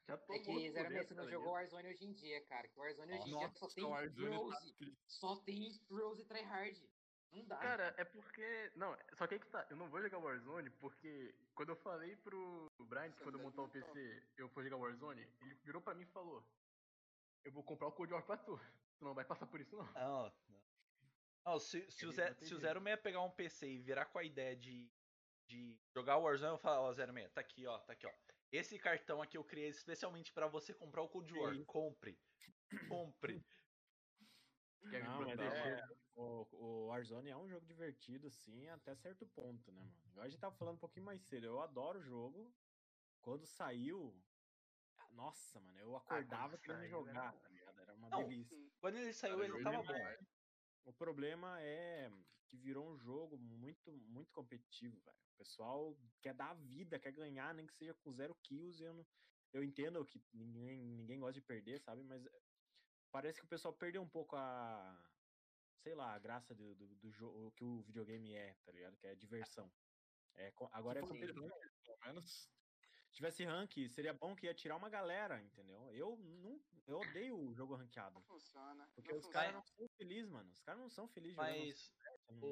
A: Já tô
C: É
A: morto
C: que
A: por
C: Zero
A: dentro,
C: Messi
A: tá
C: não
A: ligado?
C: jogou Warzone hoje em dia, cara. Que Warzone hoje em dia só tem
E: Warzone tá
C: Rose.
E: triste.
C: Só tem Rose e tryhard. Não dá.
A: Cara, é porque. Não, só que aí que tá. Eu não vou jogar Warzone porque quando eu falei pro Brian que
D: Você
A: quando eu
D: não
A: montar o
D: deve montar.
A: PC eu for jogar Warzone, ele virou pra mim e falou: Eu vou comprar o Cold War pra tu. Tu não vai passar por isso, não.
B: Não, Ah, não. Não, se, se, o
A: Ele
B: Zé,
A: não tem
B: se o
A: jeito.
B: Zero Meia pegar um PC e virar com a ideia de, de jogar o Warzone, eu falo, ó, Zero Meia, tá aqui, ó, tá aqui, ó. Esse cartão aqui eu criei especialmente pra você comprar o Cold War. Compre. Compre.
A: Quer me
F: Não, mas
A: proteger?
F: é- O, o Warzone é um jogo divertido, sim, até certo ponto, né, mano? Igual a gente tava falando um pouquinho mais cedo, eu adoro o jogo. Quando saiu. ah, Nossa, mano, eu acordava querendo
A: saiu era
F: jogar,
A: bom.
F: tá ligado? Era uma
B: Não,
F: delícia.
B: Quando ele saiu,
E: Cara,
B: ele
E: jogo
B: tava
F: demais.
B: bom.
F: O problema é que virou um jogo muito, muito competitivo, velho. O pessoal quer dar a vida, quer ganhar, nem que seja com zero kills. e Eu, não, eu entendo que ninguém, ninguém gosta de perder, sabe? Mas eh, parece que o pessoal perdeu um pouco a. Sei lá, a graça do, do, do jogo que o videogame é, tá ligado? Que é diversão. É, co- agora é
E: Tipo,
F: competição.
E: Pelo menos.
F: Se tivesse rank, seria bom que ia tirar uma galera, entendeu? Eu, não, eu odeio o jogo ranqueado.
D: Não funciona.
F: Porque
D: não
F: os
D: funciona.
F: caras não são felizes, mano. Os caras não são felizes jogando
B: um Mas
F: certo,
E: Uhum.
F: não-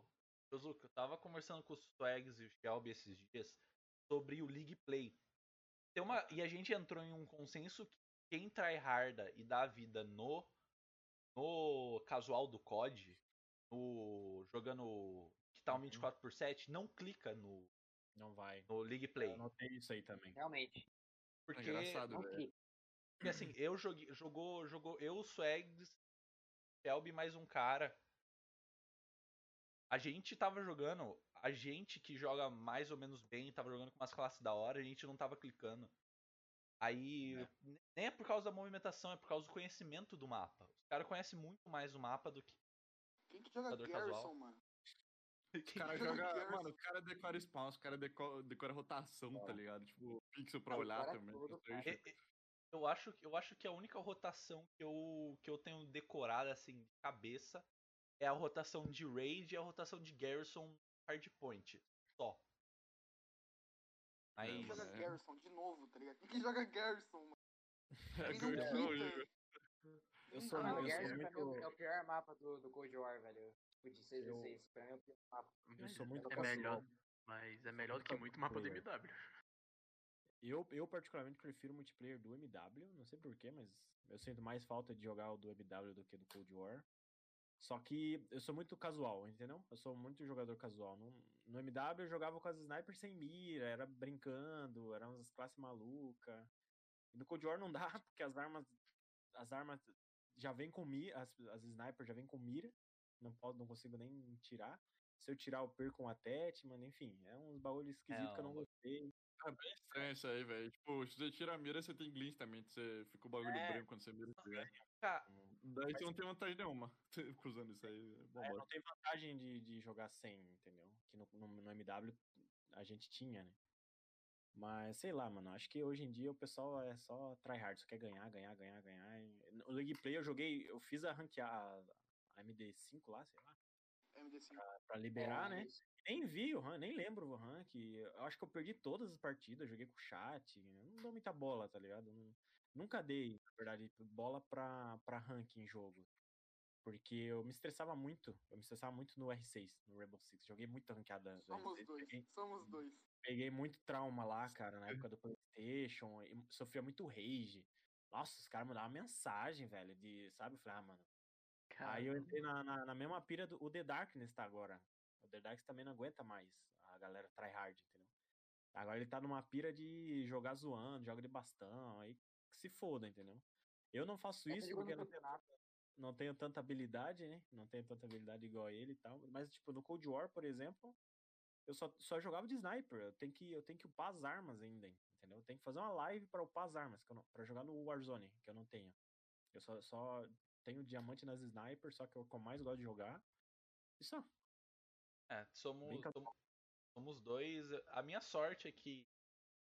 B: o. Josuke, eu tava conversando com os Swags e o Shelby esses dias sobre o League Play. Tem uma, e a gente entrou em um consenso que quem tryharda e dá a vida no no casual do COD, no jogando que tá tal
F: Uhum.
B: 24x7, não clica no,
F: Não vai.
B: no League
F: Eu
B: Play.
F: anotei isso aí também.
C: Realmente.
E: É
B: Porque,
E: engraçado,
C: Não
E: velho.
C: clica.
B: porque, assim, eu joguei, jogou, jogou eu, o Swags, Shelby mais um cara. A gente tava jogando, a gente que joga mais ou menos bem, tava jogando com umas classes da hora, a gente não tava clicando. Aí, n- nem é por causa da movimentação, é por causa do conhecimento do mapa. Os caras conhecem muito mais o mapa do que
D: Quem que joga
B: Jogador
D: Garrison,
B: casual.
D: mano?
E: Os caras
D: Jogo
E: jogam.
D: Gears.
E: Mano, os caras decoram spawn, os caras deco- decoram rotação, tá ligado? Tipo, pixel pra
C: Não,
E: olhar
C: fora
E: também.
C: tudo,
E: pra
B: E- e- É, Eu acho, que- eu acho que a única rotação que eu, que eu tenho decorada assim de cabeça é a rotação de Raid e a rotação de Garrison Hardpoint. Só.
E: É,
B: Aí,
D: Quem joga
E: mano, é.
D: Garrison de novo, tá ligado? Quem que joga Garrison, mano?
E: É,
D: Quem não
E: Garrison é horrível.
D: quita?
F: Eu sou,
D: Ah,
C: Não,
F: eu
C: o
F: sou
C: Garrison pra mim é
F: muito.
C: o pior mapa do, do Cold War, velho. Tipo, de 6 v
F: Eu-
C: 6 Pra mim é o pior mapa.
F: Eu sou muito
A: É
F: casual.
A: melhor, mas é melhor do que muito mapa do MW.
F: Eu, eu particularmente prefiro o multiplayer do MW, não sei porquê, mas eu sinto mais falta de jogar o do MW do que do Cold War. Só que eu sou muito casual, entendeu? Eu sou muito jogador casual. No, no MW eu jogava com as snipers sem mira, era brincando, era umas classes maluca. E no Cold War não dá, porque as armas. As armas já vêm com mira, as, as snipers já vêm com mira. Não, posso, não consigo nem tirar. Se eu tirar, eu perco um atete, mano, enfim. É uns bagulho esquisito que eu
B: um
F: não gostei.
E: É bem estranho isso aí, velho. Tipo, se você tira a mira, você tem glitch também. Você fica o bagulho
B: É.
E: branco quando você mira. tá ligado?
B: ca-
E: Daí você não tem vantagem nenhuma. Fico usando isso aí. é
F: É,
E: Bom,
F: não tem vantagem de, de jogar sem, entendeu? Que no, no, no MW a gente tinha, né? Mas sei lá, mano. Acho que hoje em dia o pessoal é só tryhard, só quer ganhar, ganhar, ganhar, ganhar. E No League Play eu joguei, eu fiz a ranquear a MD5 lá, sei lá,
D: MD5.
B: Ah,
F: pra liberar,
C: É,
F: né?
C: isso.
F: Nem vi o rank, nem lembro o rank. Eu acho que eu perdi todas as partidas, joguei com chat. né? Não dou muita bola, tá ligado? Não- nunca dei, na verdade, bola pra, pra rank em jogo. Porque eu me estressava muito. Eu me estressava muito no R6, no Rainbow Six. Joguei muito ranqueada. do
D: Somos
F: R6,
D: dois.
F: Peguei,
D: Somos dois.
F: peguei muito trauma lá, cara, na época do Playstation. e sofria muito rage. Nossa, os caras mandavam mensagem, velho, de, sabe? Eu falei, ah, mano, Aí eu entrei na, na, na mesma pira do o The Darkness tá agora. O The Darkness também não aguenta mais a galera tryhard, entendeu? Agora ele tá numa pira de jogar zoando, joga de bastão, aí que se foda, entendeu? É, Eu não faço
C: Essa
F: isso
C: jogou no
F: porque não,
C: campeonato.
F: não tenho tanta habilidade, né? Não tenho tanta habilidade igual a ele e tal. Mas, tipo, no Cold War, por exemplo, eu só, só jogava de sniper. Eu tenho, que, eu tenho que upar as armas ainda, entendeu? Eu tenho que fazer uma live pra upar as armas, que eu não, pra jogar no Warzone, que eu não tenho. Eu só, só tenho diamante nas snipers, só que é o que eu mais gosto de jogar. E só.
B: é, somos,
F: Bem ca-
B: somos, somos dois. A minha sorte é que,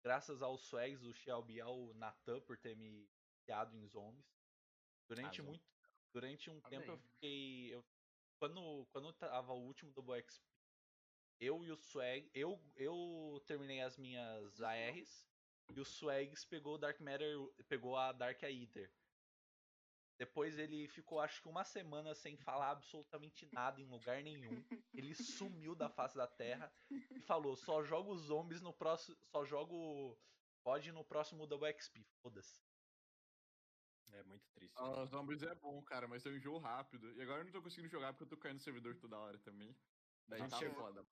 B: graças aos Swags, o Shelby e ao Natan por ter me viciado em zombies. Durante
F: Ah, zombies.
B: muito. Durante um
A: Tá
B: tempo eu
A: bem.
B: fiquei. eu- quando, quando tava o último do XP, eu e o Swag. Eu, eu terminei as minhas
F: Uhum.
B: ARs e o Swags pegou o Dark Matter. pegou a Dark Aether. Depois ele ficou acho que uma semana sem falar absolutamente nada em lugar nenhum. Ele sumiu da face da terra e falou: só jogo os zombies no próximo. Só jogo. Pode no próximo Double XP, foda-se.
F: É muito triste.
E: Ah, zombies é bom, cara, mas eu enjoo rápido. E agora eu não tô conseguindo jogar porque eu tô caindo no servidor toda hora também. Daí
F: Tá
E: tá
F: certo.
E: foda.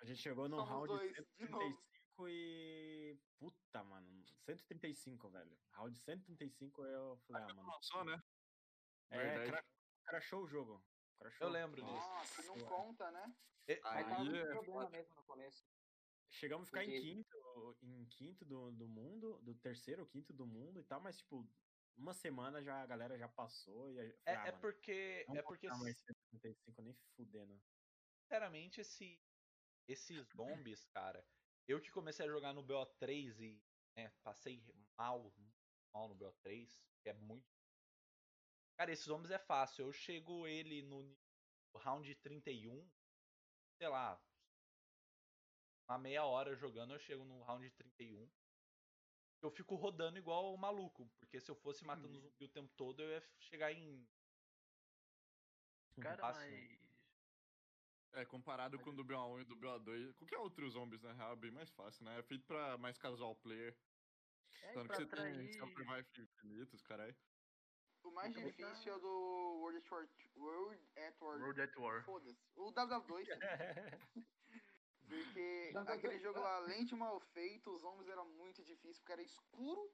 F: A gente chegou no
D: Somos
F: round
D: dois, de
F: 135 e. Puta, mano. 135, velho. Round 135 eu falei, ah, mano.
E: Não só, né?
F: É,
E: Verdade.
F: cra crashou o jogo. Crashou.
B: Eu lembro
D: Ah,
B: disso.
D: Nossa, não conta, né?
C: Mas tava
E: Aí
C: com
E: é
C: problema
E: foda.
C: mesmo no começo.
F: Chegamos a ficar em
C: Porque-
F: quinto, em quinto do, do mundo, do terceiro ou quinto do mundo e tal, mas tipo, uma semana já a galera já passou e a- eu
B: É,
F: falei, ah,
B: é
F: mano,
B: porque,
F: não
B: é
F: vou
B: porque
F: botar mais 135 nem fudendo.
B: sinceramente, esse, esses zombies, cara. Eu que comecei a jogar no BO3 e né, passei mal, mal no BO3, que é muito. Cara, esses zombies é fácil. Eu chego ele no ni- round 31, sei lá, uma meia hora jogando, eu chego no round 31. Eu fico rodando igual o maluco, porque se eu fosse matando zumbi o tempo todo, eu ia chegar em
A: Cara,
E: assim,
B: Fácil. né?
A: mas.
E: É, comparado com o do BO1 e do BO2, qualquer outro zombies, na real, é bem mais fácil, né? É feito pra mais casual player.
A: É,
E: Tanto
A: pra
E: que você
A: atrair.
E: tem self-revive infinitos, caralho.
D: O mais
A: Então,
D: difícil é o do World at War. World at War.
A: World at War.
D: Foda-se. O WW2. Porque
C: WW2,
A: é
D: aquele jogo lá, além de mal feito, os zombies era muito difícil, porque era escuro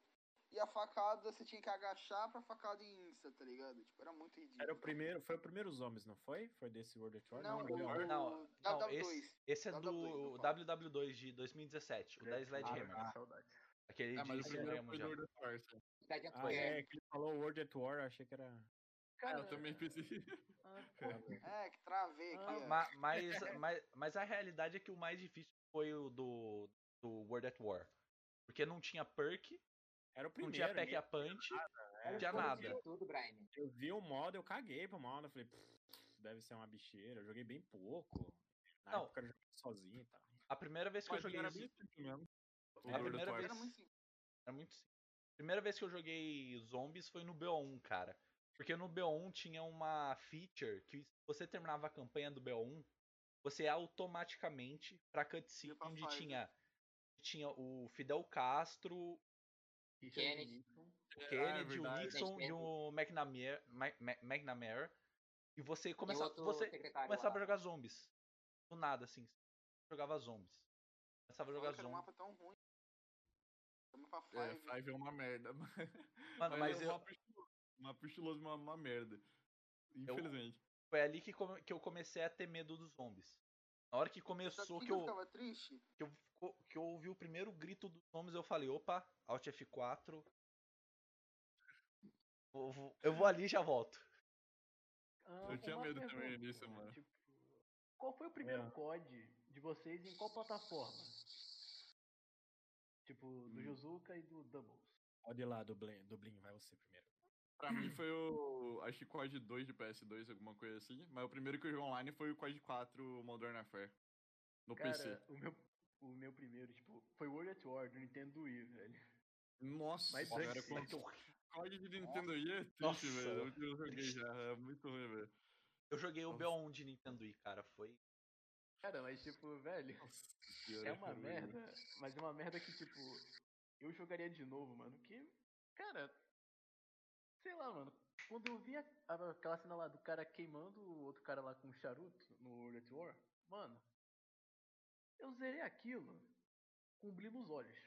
D: e a facada você tinha que agachar pra facada em insta, tá ligado? Tipo, era muito ridículo.
F: Era o primeiro, foi o primeiro zombies, não foi? Foi desse World at War?
D: Não,
F: do
D: o-
F: War.
B: Não,
D: O
B: não,
D: WW2.
B: esse, esse é
D: WW2,
B: do
D: não fala.
B: WW2 de 2017, o da Sledgehammer.
A: Ah, saudade.
B: Aquele
E: É,
B: de
E: mas o
B: Segunda Guerra
E: primeiro foi do
B: Mundial.
E: World of Warcraft.
C: Cidade
F: Ah,
C: Antwerp.
F: é, que ele falou World at War, eu achei que era.
E: Cara, eu também fiz
A: ah,
D: É, que travei aqui. ó.
B: Ma- Mas, mas, mas a realidade é que o mais difícil foi o do, do World at War. Porque não tinha perk,
F: Era o
B: não
F: primeiro.
B: tinha pack a
E: né?
B: punch, não
F: É.
B: tinha
C: Todo dia
B: nada.
C: Tudo, Brian.
F: Eu vi o modo, eu caguei pro modo, eu falei, "Pff, deve ser uma bicheira, eu joguei bem pouco. Na
B: Não.
F: época eu joguei sozinho e tal.
B: A primeira vez que eu
E: Mas
B: joguei
E: era
B: esse-
E: bem simples mesmo. O
B: A
E: World
B: primeira
E: of
B: vez-
D: Era muito simples.
B: Era É muito simples. Primeira vez que eu joguei zombies foi no BO1, cara. Porque no BO1 tinha uma feature que se você terminava a campanha do BO1, você ia automaticamente pra cutscene
D: Ia pra
B: onde
D: fase.
B: tinha tinha o Fidel Castro,
A: Richard
C: Kennedy.
A: Nixon.
B: o
E: é
B: Kennedy, o
E: verdade.
B: Nixon e o McNamara, Ma- Ma- McNamara e você começava,
C: outro
B: você
C: secretário
B: começava a
C: lá.
B: jogar zombies. Do nada assim, jogava zombies. Começava a jogar
D: Coloca um
B: zombies.
D: mapa tão ruim. O mapa
E: É,
D: Five.
E: Five é uma merda.
B: Mano, mas
E: é
B: eu,
E: um mapa estiloso. Um mapa estiloso é uma, uma merda. Infelizmente.
B: Foi ali que, come- que eu comecei a ter medo dos zombies. Na hora que
D: Sabe
B: começou,
D: por
B: que eu,
D: ficava triste?
B: que, eu, fico- que eu ouvi o primeiro grito dos zombies, eu falei, opa, Alt F4. Eu vou, eu vou ali e já volto.
A: Ah,
E: Eu tinha
A: uma
E: medo também
A: pergunta,
E: nisso, mano. É.
A: Tipo, qual foi o primeiro COD de vocês em qual plataforma? Tipo, do
E: Hum.
A: Juzuka e do Doubles.
F: Pode ir lá, Dublin, Dublin, vai você primeiro.
E: Pra mim foi o. Acho que COD 2 de PS2, alguma coisa assim. Mas o primeiro que eu joguei online foi o COD 4 Modern Warfare. No PC.
A: Cara, o meu, o meu primeiro, tipo, foi World at War, do Nintendo Wii, velho.
E: Nossa,
A: Mas
E: cara,
A: antes-
E: com-
A: mas eu-
E: COD de Nintendo Wii é triste,
B: Nossa,
E: velho. Eu eu joguei
B: triste.
E: já, é muito ruim, velho.
B: Eu joguei o
E: Nossa.
B: BO1 de Nintendo Wii, cara. Foi.
A: Cara, mas tipo, velho, é uma merda, mas é uma merda que, tipo, eu jogaria de novo, mano, que, cara, sei lá, mano, quando eu vi a- a- aquela cena lá do cara queimando o outro cara lá com um charuto no World at War, mano, eu zerei aquilo com um brilho nos olhos.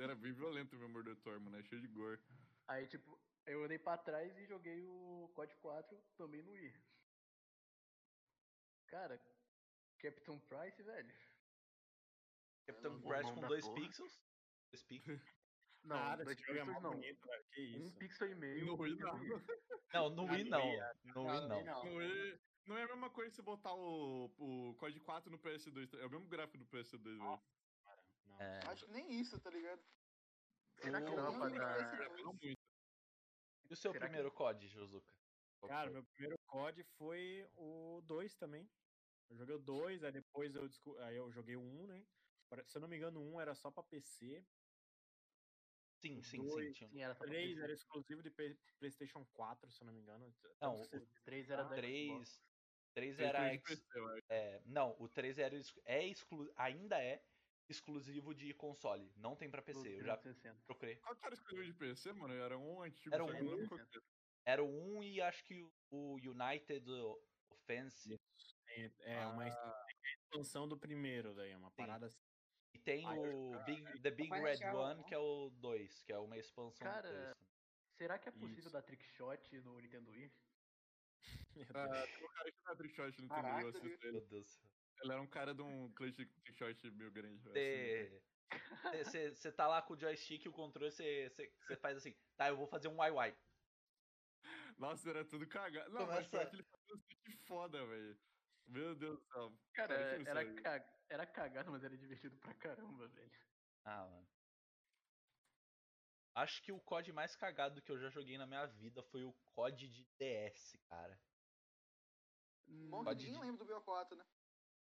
E: Era bem violento o meu Mordotor, mano. É cheio de gore.
A: Aí, tipo, eu andei pra trás e joguei o COD 4 também no Wii. Cara, Captain Price, velho.
B: Captain
D: não vou
B: Crash
A: mão
B: com
A: da
B: dois
A: porra.
B: pixels. Dois pixels.
A: Não,
F: Nada,
A: dois
F: esse jogo é
A: pixels
F: mó
A: não.
F: bonito, velho. Que
A: Um
F: isso.
A: pixel e meio.
E: No Wii,
A: no
E: não.
B: Não, no
F: Ah,
B: Wii
F: no
B: não.
F: Wii,
B: No Wii não.
C: Não,
E: Não é, não é a mesma coisa você botar o, o COD 4 no PS2. tá? É o mesmo gráfico do PS2, velho.
F: Não.
B: É.
D: Acho que nem isso, tá ligado?
A: Será que
D: Eu
A: dava
D: não
A: pra
D: lembro desse
A: dar.
D: jogo.
B: E o seu
A: Será que-
B: primeiro COD, Josuka? Qual que
F: Cara,
B: foi?
F: meu primeiro COD foi o 2 também. Eu joguei o 2, aí depois eu, descu- aí eu joguei o 1, né? Pra- Se eu não me engano, o 1 era só pra PC.
B: Sim, sim, sim.
F: dois,
B: tinha um.
A: Sim, era
F: O
A: só pra
F: 3
A: PC.
F: era exclusivo de P- PlayStation 4, se eu não me engano.
B: Não,
F: Tanto
B: o
F: que-
A: 3 era da Xbox.
B: 3. 3
E: Era
B: era.
E: de
B: ex-
E: PC, eu acho.
B: é, não, o 3 era, exclu- é exclu, ainda é exclusivo de console. Não tem pra PC. Eu já
A: 360.
B: procurei.
E: Qual que era o exclusivo de PC, mano? Era um antigo.
B: Era
E: só que
B: um
E: eu não
A: antigo.
E: encontrei.
B: Era o 1 e acho que o- o United Offense.
F: É, é uma ex- expansão do primeiro daí, é uma parada assim.
B: E tem
F: Ah, eu
B: o Big- The Big
C: Mas
B: Red
C: achava
B: One,
C: bom.
B: que é o 2, que é uma expansão né?
A: Cara,
B: do 2.
A: Será que é possível
F: Isso.
A: dar trickshot no Nintendo Wii?
F: Meu Deus.
E: Ah, tem um cara que dá trickshot no
D: Caraca,
E: Caraca,
D: viu?
E: dele.
B: Meu Deus. do céu.
E: Ele era um cara de um clutch trickshot meio grande. velho, assim.
B: Você tá lá com o joystick e o controle, você faz assim, tá, eu vou fazer um YY.
E: Nossa, era tudo cagado. Não, mas
B: Começa-
E: pior que ele fazia um stick foda, velho. Meu Deus do céu.
A: Cara, é,
E: Cara, que
A: era,
E: absurdo.
A: ca- era cagado, mas era divertido pra caramba, velho.
B: Ah, mano. Acho que o COD mais cagado que eu já joguei na minha vida foi o COD de DS, cara.
D: Bom que
B: Pode
D: ninguém
B: ir.
D: lembra do BO4, né?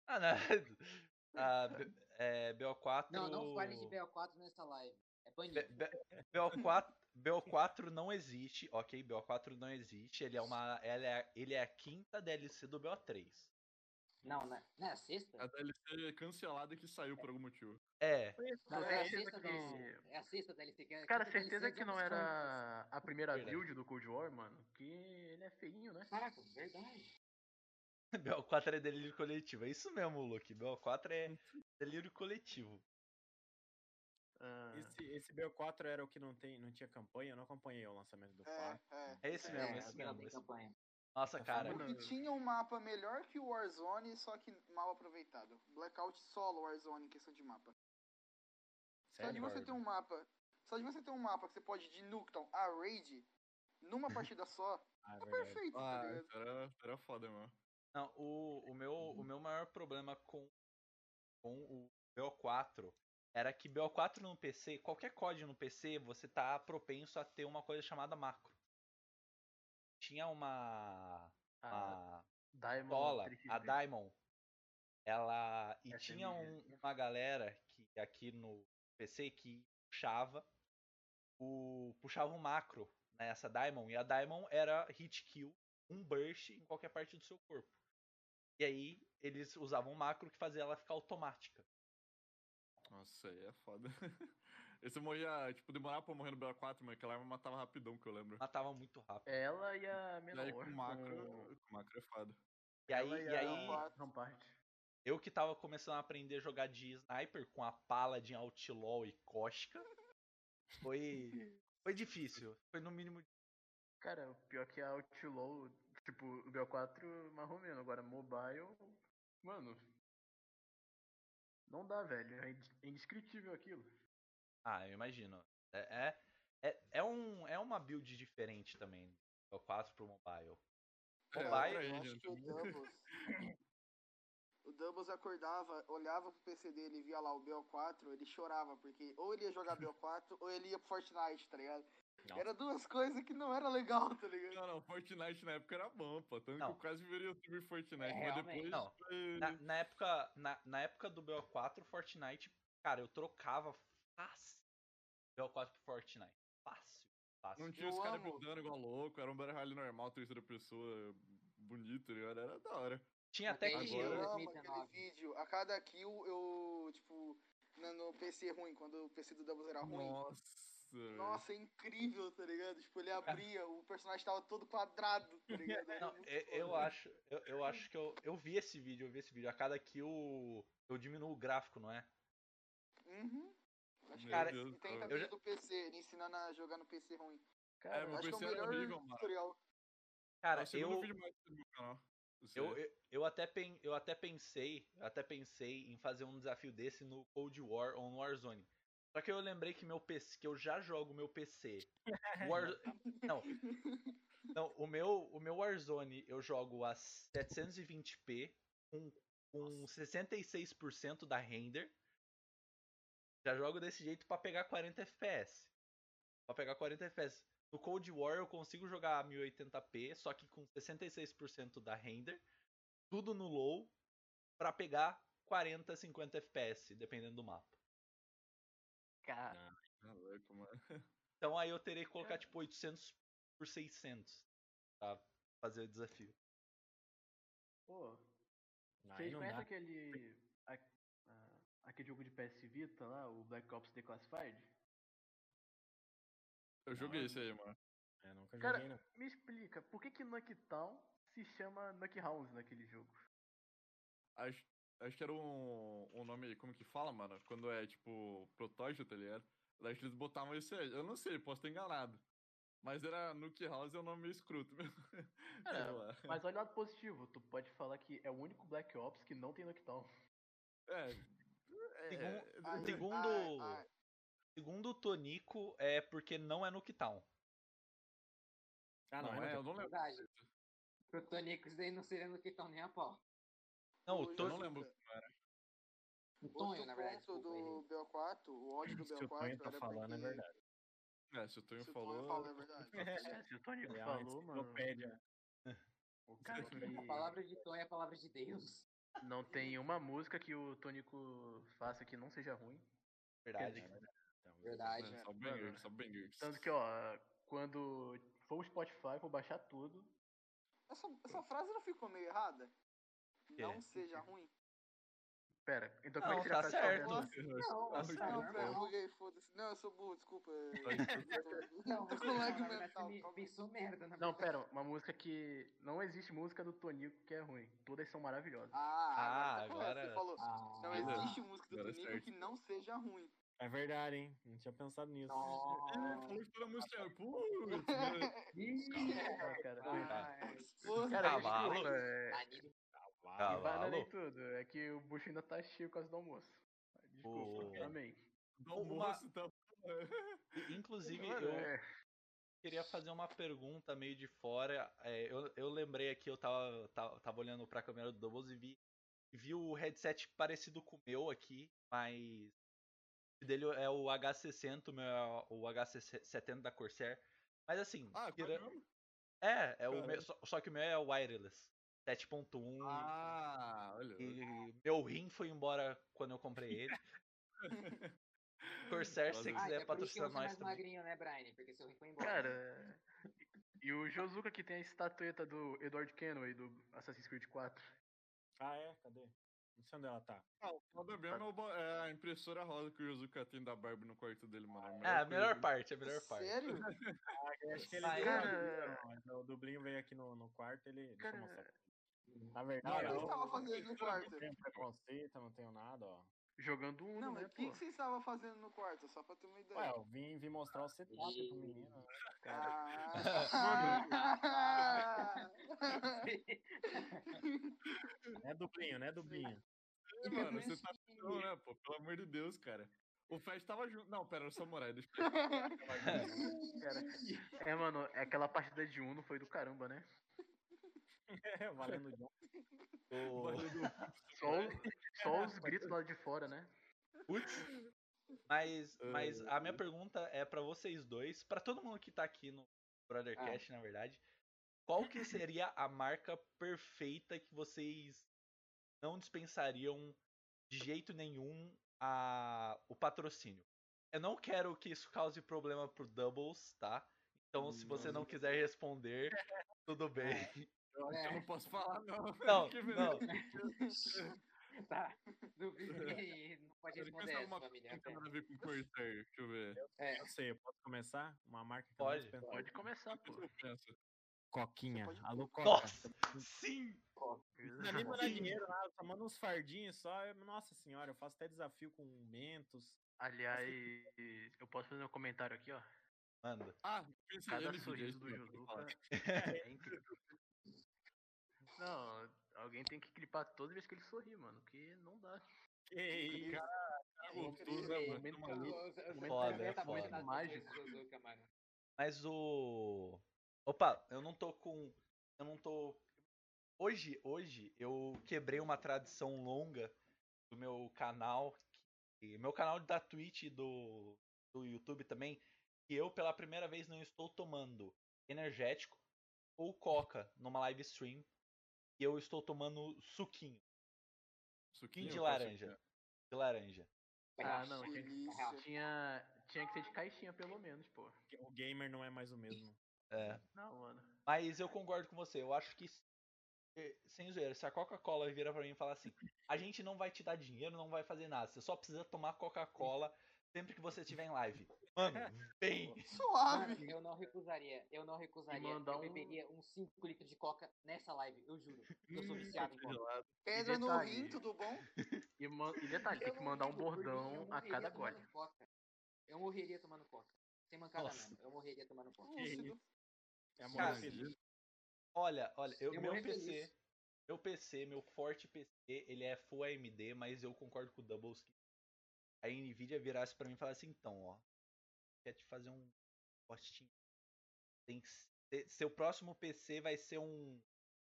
B: Ah, não. Ah, B- é, BO4.
C: Não, não fale de BO4 nessa live. É banido.
B: B- B- BO4, BO4 não existe, ok? BO4 não existe. Ele é uma. Ele é, ele é a quinta DLC do BO3.
C: Não, na, na sexta?
E: A DLC cancelada que saiu por algum motivo.
B: É,
C: Não,
A: é
C: é a
A: certeza
C: sexta
A: que-
C: não. É a sexta da LC. que é-
A: Cara,
C: que é a
A: certeza
C: DLC
A: que não
C: dos Contos.
A: era a primeira
B: Verdade.
A: build do Cold War, mano. Que ele é feinho, né?
C: Caraca, verdade.
B: BO4 é delírio coletivo. É isso mesmo, Luke. BO4 é delírio coletivo.
A: Ah,
F: Esse, esse BO4 era o que não, tem, não tinha campanha, eu não acompanhei o lançamento do 4.
D: É, é.
B: É esse mesmo,
C: é,
B: esse
C: ela
B: mesmo.
C: tem
B: esse-
C: campanha.
B: Nossa, cara.
A: falando-
D: Porque tinha um mapa melhor que o Warzone, só que mal aproveitado. Blackout solo Warzone em questão de mapa. Só de
B: Sério?
D: você ter um mapa. Só de você ter um mapa que você pode ir de Nuketown a Raid numa partida só,
F: Ah, é
D: tá
F: verdade.
D: perfeito, tá ligado?
E: Era, era foda, mano.
B: Não, o, o, meu, o meu maior problema com, com o BO4 era que BO4 no PC, qualquer código no PC, você tá propenso a ter uma coisa chamada macro. Tinha uma.
A: Ah, a
B: uma
A: Diamond é
B: pistola,
A: 3x3.
B: Ah, a Diamond, ela. E
A: Essa é minha.
B: tinha um- uma galera que aqui no PC que puxava o. puxava o macro nessa Diamond. E a Diamond era hit kill, um burst em qualquer parte do seu corpo. E aí eles usavam um macro que fazia ela ficar automática.
E: Nossa, aí é foda. Esse eu morria, tipo, demorava pra morrer no BA4, mas aquela arma matava rapidão, que eu lembro.
B: Matava muito rápido.
A: Ela e a
E: E aí é com
A: Menor.
E: o macro, com o macro é foda.
B: E aí, e aí
A: Rampart.
B: eu que tava começando a aprender a jogar de sniper com a pala de Outlaw e Koshka, foi. Foi difícil. Foi no mínimo
A: Cara, o pior que a Outlaw, tipo, o BO4 marromeno, agora mobile, mano. Não dá, velho. É ind- é indescritível aquilo.
B: Ah, eu imagino. É, é, é, é um, é uma build diferente também. É o 4 pro mobile.
E: É,
B: Mobile,
E: outra
D: eu
E: engine,
D: acho que o
E: né?
D: Doubles. o Doubles acordava, olhava pro PC dele e via lá o BO4, ele chorava, porque ou ele ia jogar BO4 ou ele ia pro Fortnite, tá ligado?
F: Nossa.
D: Era duas coisas que não era legal, tá ligado?
E: Não, não, Fortnite na época era bom, pô. Tanto
B: Não.
E: que eu quase virei youtuber Fortnite,
C: É,
E: mas
C: realmente.
E: depois.
B: Não.
E: foi-
B: Na, na época, na, na época do BO4, Fortnite, cara, eu trocava fácil BO4 pro Fortnite. Fácil, fácil.
E: Não tinha
D: Eu
E: os caras
D: amo.
E: buildando igual louco, era um Battle Royale normal, terceira pessoa, bonito, tá ligado? Era da hora.
B: Tinha até
C: Tem
B: que.
E: Agora-
D: eu amo
C: 2019.
D: aquele vídeo. A cada kill eu, tipo, na- no PC ruim, quando o PC do Doubles era Tá ruim.
E: Nossa. velho.
D: Nossa, é incrível, tá ligado? Tipo, ele abria, o personagem tava todo quadrado, tá ligado? Era
B: Não,
D: muito
B: eu, eu
D: foda.
B: acho, eu, eu acho que eu, eu vi esse vídeo, eu vi esse vídeo. A cada que eu, eu diminuo o gráfico, não é?
D: Uhum. Acho que
B: Cara,
D: é isso. E tem
E: eu
D: também
B: já-
D: do PC, ele ensinando a jogar no PC ruim.
E: É,
A: Cara,
E: meu
D: acho que é o
E: PC era
D: melhor
E: horrível, mano.
D: tutorial. Ah,
B: Cara,
E: É o segundo
B: eu.
E: vídeo mais do meu canal. é Isso
B: Eu,
E: aí.
B: eu, eu até pen, eu até pensei, eu até pensei em fazer um desafio desse no Cold War ou no Warzone. Só que eu lembrei que meu PC, que eu já jogo meu PC. War- não. Não, o meu, o meu Warzone eu jogo a 720p com, com 66% da render. Já jogo desse jeito pra pegar 40 FPS. pra pegar 40 FPS. No Cold War eu consigo jogar 1080p, só que com 66% da render, tudo no low, pra pegar 40, 50 FPS, dependendo do mapa.
A: Cara,
E: Tá louco, mano.
B: Então aí eu terei que colocar tipo 800 por 600 pra fazer o desafio.
A: pô,
F: Aí
A: vocês
F: não
A: conhecem
F: dá.
A: aquele. a- a- aquele jogo de PS Vita lá, o Black Ops Declassified?
E: Eu joguei isso aí, mano.
F: É, nunca
A: Cara,
F: joguei, não.
A: Me explica, por que que Nuck Town se chama Nuck Hounds naquele jogo?
E: Acho, acho que era um, um nome, como que fala, mano? Quando é, tipo, protótipo, tá ligado? Eu Acho que eles botavam isso aí. Eu não sei, posso ter enganado. Mas era Nuke House, é um nome meio escroto mesmo.
A: Cara,
E: Sei lá.
A: Mas olha o lado positivo, tu pode falar que é o único Black Ops que não tem Nuck Town.
E: É.
B: Segundo-
E: é-
D: Ai,
B: segundo-
D: ai, ai.
B: Segundo o Tonico, é porque não é no Town.
F: Ah, não,
E: não, é,
F: é,
E: eu não lembro.
C: Verdade. Pro Tonico, isso daí não seria no que tão nem a pau.
B: Não, o
D: Hoje
E: Eu não
B: Tonico.
E: lembro.
C: Um Tonho,
D: Outro
C: na verdade.
D: ponto
C: desculpa, errei.
D: do BO4, o ódio do
F: Se o
D: BO4
F: Tonho
D: era
F: tá falando, é
D: porque-
F: verdade.
E: É, se o Tonho
D: Se o
E: falou.
D: Tonho fala, é verdade.
A: É, se o Tonico
F: É uma
A: falou, mano,
F: enciclopédia.
A: o cara que
C: A palavra de Tonho é a palavra de Deus.
A: não tem uma música que o Tonico faça que não seja ruim. é
B: Verdade.
F: Então,
C: Verdade.
E: É,
C: né?
E: só bangers, só bangers.
A: Tanto que, ó, quando for o Spotify, vou baixar tudo.
D: Essa, essa frase não ficou meio errada? Não
B: É.
D: seja ruim.
A: Pera, então
B: Não,
A: como é que você já
B: tá
A: tá
B: certo.
A: descobrindo?
C: Não,
E: Tá
C: não,
E: muito
D: Não,
E: bom.
D: pera, eu
C: não.
D: buguei, foda-se. Não, eu sou burro, desculpa.
C: Não,
D: eu- eu tô
C: você
D: com
C: não,
D: lag
C: na verdade,
D: mental,
C: você me
D: calma.
C: pensou merda na
A: Não,
C: verdade.
A: pera, uma música que. Não existe música do Tonico que é ruim. Todas são maravilhosas.
D: Ah,
B: Ah,
D: agora, tá
B: agora-
D: correto, você falou.
C: Ah,
D: Não existe música do
E: Agora
D: Tonico
E: certo.
D: que não seja ruim.
F: É verdade, hein? Não tinha pensado nisso.
E: Ele
C: Nossa.
E: falou que toda música é. Putz, mano.
C: Ih,
A: Ah, cara.
C: rapaz.
D: Foda-se.
A: Cara,
B: Cavalo.
A: desculpa, é,
C: Danilo,
B: Ah,
F: Cavalo.
A: não vai nem
B: Cavalo.
A: tudo. É que o bucho ainda tá cheio por causa do almoço. Desculpa,
B: Ô.
A: amém.
E: Do
B: Uma-
E: almoço, tá.
B: E, Inclusive,
A: Mano,
B: eu
A: é,
B: queria fazer uma pergunta meio de fora. É, eu, eu lembrei aqui, eu tava, tava, tava olhando pra câmera do Doubles e vi, e vi o headset parecido com o meu aqui, mas. O dele é o H60, o meu é o H70 da Corsair. Mas assim,
E: Ah,
B: tira-
E: qual é o nome?
B: é, é o
E: Cara.
B: meu, só, só que o meu é wireless 7.1.
E: Ah, olha.
B: E meu rim foi embora quando eu comprei ele. Corsair, se
E: Prazer.
B: quiser
C: Ah, é por isso que
B: patrocinar
C: você é mais
B: nós também.
C: magrinho, né, Brian? Porque seu rim foi embora.
A: cara. E o Josuka que tem a estatueta do Edward Kenway do Assassin's Creed 4.
F: Ah, é? Cadê? Não sei onde ela tá.
E: Ah, o foda mesmo é, o ba- é a impressora rosa que o Yuzuka tem da Barbie no quarto dele, mano. É,
B: É, a melhor
E: coisa.
B: parte, a melhor parte.
D: Sério?
F: Eu acho que ele
B: Mas,
F: deu
A: cara-
F: uma- mas o Dublinho veio aqui no, no quarto, ele. Deixa eu
A: Cara-
F: mostrar. Na verdade,
D: O que
E: Mano, eu-
D: você
F: eu
D: tava fazendo no quarto?
F: não tenho preconceito, eu não tenho nada, ó.
A: Jogando um,
D: Não,
A: né,
D: mas
A: pô?
D: o que que você estava fazendo no quarto? Só pra ter uma ideia.
F: Ué, eu vim, vim mostrar o setup pro menino. né?
A: Cara,
D: Ah.
F: Né, Dublinho, né, Dublinho?
E: Ih, Mano, você tá ficando, né, pô? Pelo amor de Deus, cara. O Fred tava junto. Não, pera, era o Samurai. Deixa eu
A: cara. É, mano, aquela partida de Uno foi do caramba, né?
F: É, valendo John.
B: O-
A: Só, o- só os gritos lá de fora, né?
B: Putz. Mas, mas a minha pergunta é pra vocês dois, pra todo mundo que tá aqui no Brothercast, na verdade, qual que seria a marca perfeita que vocês não dispensariam de jeito nenhum a o patrocínio? Eu não quero que isso cause problema pro Doubles, tá? Então, se você não quiser responder, tudo bem.
E: Eu não posso falar, não.
B: Não,
E: Que
B: não.
E: beleza.
C: Tá. Duvido que não pode
E: Deixa eu
C: responder
E: pensar
C: essa,
E: uma
C: família.
E: Não tem nada a ver com o Corsair. Deixa eu ver.
C: É,
F: Eu sei, eu posso começar? Uma marca que
B: Pode,
F: eu não dispenso.
A: Pode começar, pô.
E: Eu penso.
F: Coquinha.
D: Você pode-
F: Alô, Coca.
B: Nossa! Sim!
F: Não precisa nem mandar dinheiro, nada. Só manda uns fardinhos só. eu- Nossa senhora, eu faço até desafio com mentos.
A: Aliás, eu posso fazer um comentário aqui, ó.
B: Manda.
E: Ah, pensei
A: Cada
E: ele
A: sorriso do Jujuba é incrível. Não, alguém tem que clipar toda vez que ele sorri, mano, que não dá.
F: Que isso?
E: tá né,
C: tipo,
A: maluco.
B: Foda,
C: Foda,
B: é foda.
A: Mágico.
B: Mas o. Opa, eu não tô com. Eu não tô. Hoje, hoje, eu quebrei uma tradição longa do meu canal. que- Meu canal da Twitch e do, do YouTube também. que eu, pela primeira vez, não estou tomando energético ou coca numa live stream e eu estou tomando suquinho. Suquinho
E: Suquinho
B: de
E: com
B: laranja.
E: suquinho.
B: De laranja.
D: Tá
A: Ah, não, tinha,
D: delícia.
A: tinha, tinha que ser de caixinha pelo menos, pô.
F: O gamer não é mais o mesmo.
B: É.
A: Não, mano.
B: Mas eu concordo com você. Eu acho que. se- eh, Sem zoeira, se a Coca-Cola virar pra mim e falar assim: a gente não vai te dar dinheiro, não vai fazer nada. Você só precisa tomar Coca-Cola sempre que você estiver em live. Mano, vem!
D: Suave.
C: Mano, eu não recusaria. Eu não recusaria.
A: E mandar
C: Eu
A: um-
C: beberia uns 5 litros de coca nessa live, eu juro. Eu sou viciado em coca.
D: Pedra no
A: detalhe.
D: rim, tudo bom?
A: E, man- e detalhe, tem
C: Eu
A: que
C: não
A: mandar um
C: digo por mim, eu
A: bordão a
C: morreria
A: cada
C: tomando
A: gole.
C: coca. Eu morreria tomando coca. Sem mancada
B: Nossa.
C: mesmo. Eu morreria tomando coca.
D: Lúcido.
F: É amor
B: Cara,
F: feliz.
B: Olha, olha, eu,
C: Eu
B: meu
C: morri feliz.
B: PC. Meu PC, meu forte PC, ele é full AMD, mas eu concordo com o Doubles que a Nvidia virasse pra mim e falasse, então, ó, quer te fazer um postinho. Tem que ser- seu próximo PC vai ser um,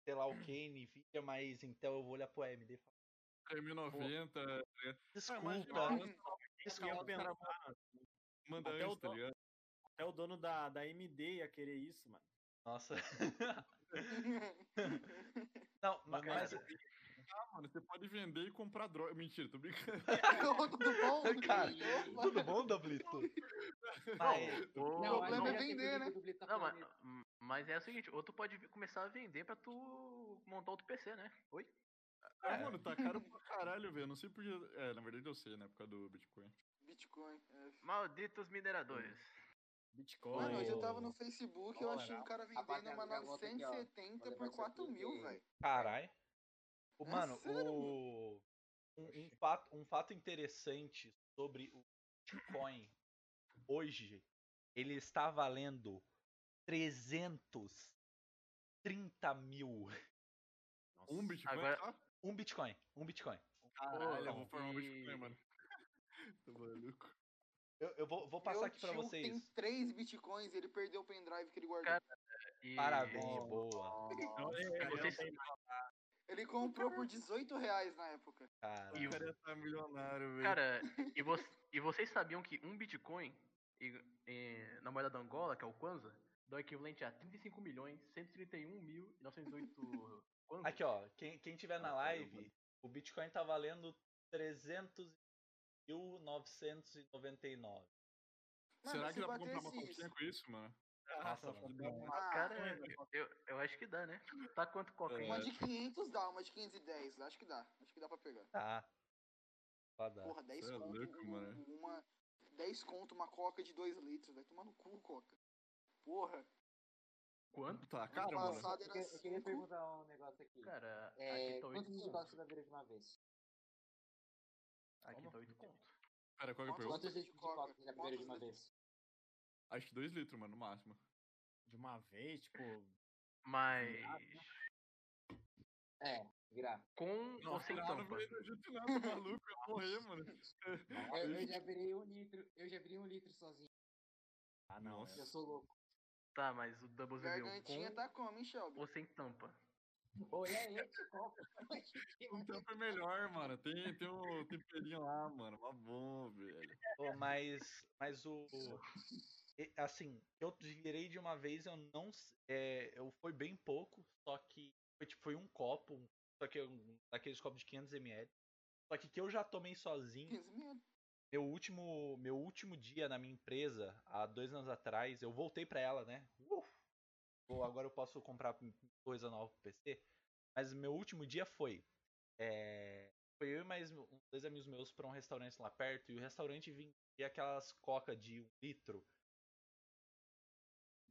B: sei lá o que, Nvidia, mas então eu vou olhar pro AMD e falar,
E: M90,
B: desculpa,
F: Eu ia
B: desculpa.
F: pensar,
E: manda
F: Até
E: antes,
F: o
E: tá
F: dó-
E: ligado?
F: até o dono da, da MD ia querer isso, mano.
B: Nossa. Não, ma-
F: Cara,
B: mas,
E: Ah, mano, você pode vender e comprar droga. Mentira, tô brincando.
D: Ô, tudo bom?
B: Cara,
D: Opa.
B: tudo bom, Doublito? Mas,
A: Ou-
D: O problema
A: não,
D: é vender, né?
C: tá
A: não, mas, mas é o seguinte, ou tu pode vi- começar a vender pra tu montar outro PC, né? Oi?
E: Ah, mano, tá caro pra caralho, velho. Não sei porque. É, na verdade eu sei, né? Por causa do Bitcoin.
D: Bitcoin. é.
A: Malditos mineradores.
F: Bitcoin.
D: Mano, hoje eu tava no Facebook eu
C: Olha,
D: achei um cara vendendo
C: rapaziada,
D: uma
C: já volto aqui, ó.
D: 970
C: Vou
D: por
C: levar isso
D: 4
C: aqui,
D: mil,
C: que-
D: velho.
B: Carai. O,
D: É
B: mano,
D: sério,
B: o... Um, um fato, um fato interessante sobre o Bitcoin hoje, ele está valendo 330 mil.
F: Nossa.
E: Um Bitcoin?
A: Agora-
E: tá?
B: Um Bitcoin, um Bitcoin.
E: Caralho, eu
A: Pô,
E: vou formar um
A: e-
E: Bitcoin, mano. Tô maluco.
B: Eu, eu vou, vou passar
D: Meu
B: aqui pra
D: tio
B: vocês.
D: um, Tem 3 bitcoins, ele perdeu o pendrive que ele guardou.
A: E-
B: Parabéns,
F: Nossa.
B: boa.
E: Nossa,
F: é,
A: eu não
E: cara,
A: sei
D: Ele comprou por 18 reais na época.
B: Cara.
E: o cara tá milionário, velho.
A: Cara, e, vo e vocês sabiam que um Bitcoin e- e- na moeda da Angola, que é o Kwanza, dá o equivalente a 35 milhões, 131.908 Kwanza.
B: Aqui, ó, quem, quem tiver na live, o Bitcoin tá valendo 300.999.
D: Mano,
E: Será que
D: se
E: dá pra
D: bater
E: comprar uma
D: esse-
E: coquinha com isso, mano?
B: Nossa,
E: Dá
B: mano.
E: pra-
D: Ah, É.
A: Cara, eu, eu acho que dá, né? Tá quanto cocaína?
D: Uma de 500 dá, uma de 510, acho que dá. Acho que dá pra pegar.
B: Tá. Vai dar.
D: Porra, 10
E: cê é
D: conto,
E: louco,
D: um-
E: mano.
D: uma 10 conto, uma coca de 2 litros, vai tomar no cu, coca. Porra,
A: Quanto?
E: Tá caro,
D: Passado.
E: mano.
D: Passada
C: eu,
D: era
C: queria- eu queria
D: cinco.
C: perguntar um negócio aqui.
A: Cara,
C: é,
A: aqui tá 8
C: quantos de coca
A: conto.
C: você beberia de uma vez?
A: Aqui tá 8 conto.
E: Cara, qual que é
D: Quanto-
E: a pergunta?
C: Quantos litros de coca você já beberia de uma vez?
E: Acho que 2 litros, mano, no máximo.
F: De uma vez, tipo.
A: Mas.
C: É, virar.
A: Com então, ou sem
E: cara, não
A: tampa?
E: vai ajudar nada, tá maluco. Eu vou morrer, mano.
C: Eu, eu já virei um litro, eu já virei um litro sozinho.
F: Ah, não.
E: Nossa.
C: Eu sou louco.
A: Tá, mas o Double bebeu
D: gargantinha
A: com
D: tá como, hein, Shelby?
A: ou sem tampa?
C: Olha aí, que coca.
E: Um tampo é melhor, mano. Tem, tem um temperinho lá, mano. Mó bom, velho.
B: Pô, mas, mas o. e- Assim, eu virei de uma vez, eu não. s- É, eu foi bem pouco, só que. Foi, tipo, foi um copo, um- só que um, daqueles copos de 500ml. Só que que eu já tomei sozinho.
D: 15 mil.
B: Meu último, meu último dia na minha empresa, há dois anos atrás, eu voltei pra ela, né? Uh! Pô, agora eu posso comprar um, coisa nova pro PC. Mas meu último dia foi. é, foi eu e mais um- dois amigos meus pra um restaurante lá perto. E o restaurante vendia aquelas coca de um litro,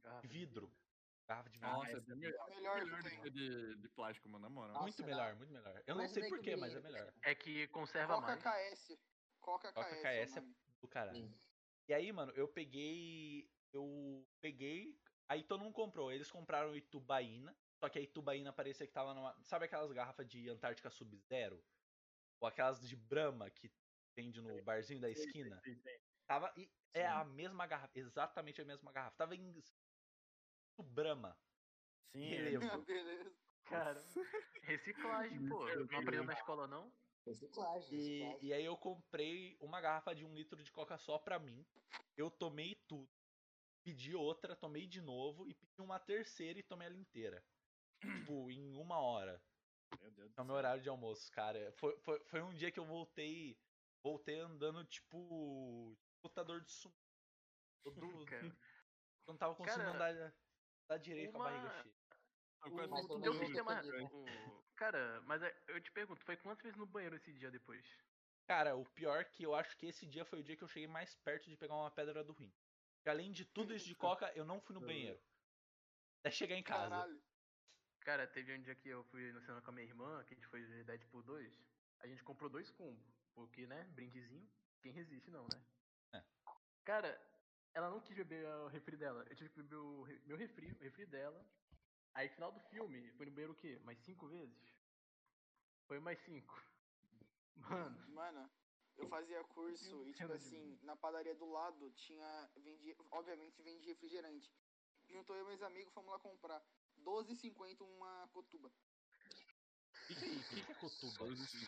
A: Ah,
B: de vidro. Garrafa de vidro.
E: Nossa, é bem melhor,
D: É melhor que
E: melhor do que
D: tem.
E: de, de plástico, mano, na moral.
C: Nossa,
B: muito
C: dá.
B: melhor, muito melhor. Eu não
C: Mas
B: sei
C: daí que
B: porquê, mas é
C: brilha,
B: melhor.
A: É que conserva
D: Coca
A: mais.
D: KS. Coca KS.
B: Coca
D: é o
B: KS é
D: nome.
B: do caralho.
C: Sim.
B: E aí, mano, eu peguei. Eu peguei. Aí todo mundo comprou. Eles compraram Itubaína. Só que a Itubaína parecia que tava numa. Sabe aquelas garrafas de Antártica Sub-Zero? Ou aquelas de Brahma que vende no barzinho da esquina? Tava. E é a mesma garrafa. Exatamente a mesma garrafa. Tava em. tipo, Brahma.
F: Sim,
B: Relevo.
D: Ah, Beleza.
A: Cara, reciclagem, pô. Não aprendeu na escola, não?
C: Reciclagem,
B: E,
C: reciclagem.
B: e aí eu comprei uma garrafa de um litro de coca só pra mim. Eu tomei tudo. pedi outra, tomei de novo e pedi uma terceira e tomei ela inteira. tipo, em uma hora.
F: Meu Deus do
B: É o meu horário de almoço, cara. Foi, foi, foi um dia que eu voltei. Voltei andando, tipo. Lutador de sumo. Todo,
A: Cara,
B: não tava conseguindo
A: Cara,
B: andar, andar direito
A: uma-
B: com a barriga cheia.
E: quase
A: o,
C: Mas
E: todo
A: o
C: pelo
A: teu
E: mundo-
C: menos
A: sistema.
C: eu tô
A: o- cara, mas é, eu te pergunto, foi quantas vezes no banheiro esse dia depois?
B: Cara, o pior é que eu acho que esse dia foi o dia que eu cheguei mais perto de pegar uma pedra do rim. Porque além de tudo isso de coca, eu não fui no banheiro. Até chegar em casa.
D: Caralho.
A: Cara, teve um dia que eu fui no cinema com a minha irmã, que a gente foi ver Deadpool 2. A gente comprou dois combos, porque, né, brindezinho, quem resiste não, né?
B: É.
A: Cara, ela não quis beber o refri dela. Eu tive que beber o re- meu refri, o refri dela. Aí, final do filme, foi no banheiro o quê? Mais cinco vezes? Foi mais cinco. Mano,
D: Mano, eu fazia curso e, tipo
A: Entendo de
D: assim, na padaria do lado tinha. Vendia, obviamente vendia refrigerante. Juntou eu e meus amigos, fomos lá comprar. 12,50 uma cotuba.
A: é
B: Fica aí, fica cotuba.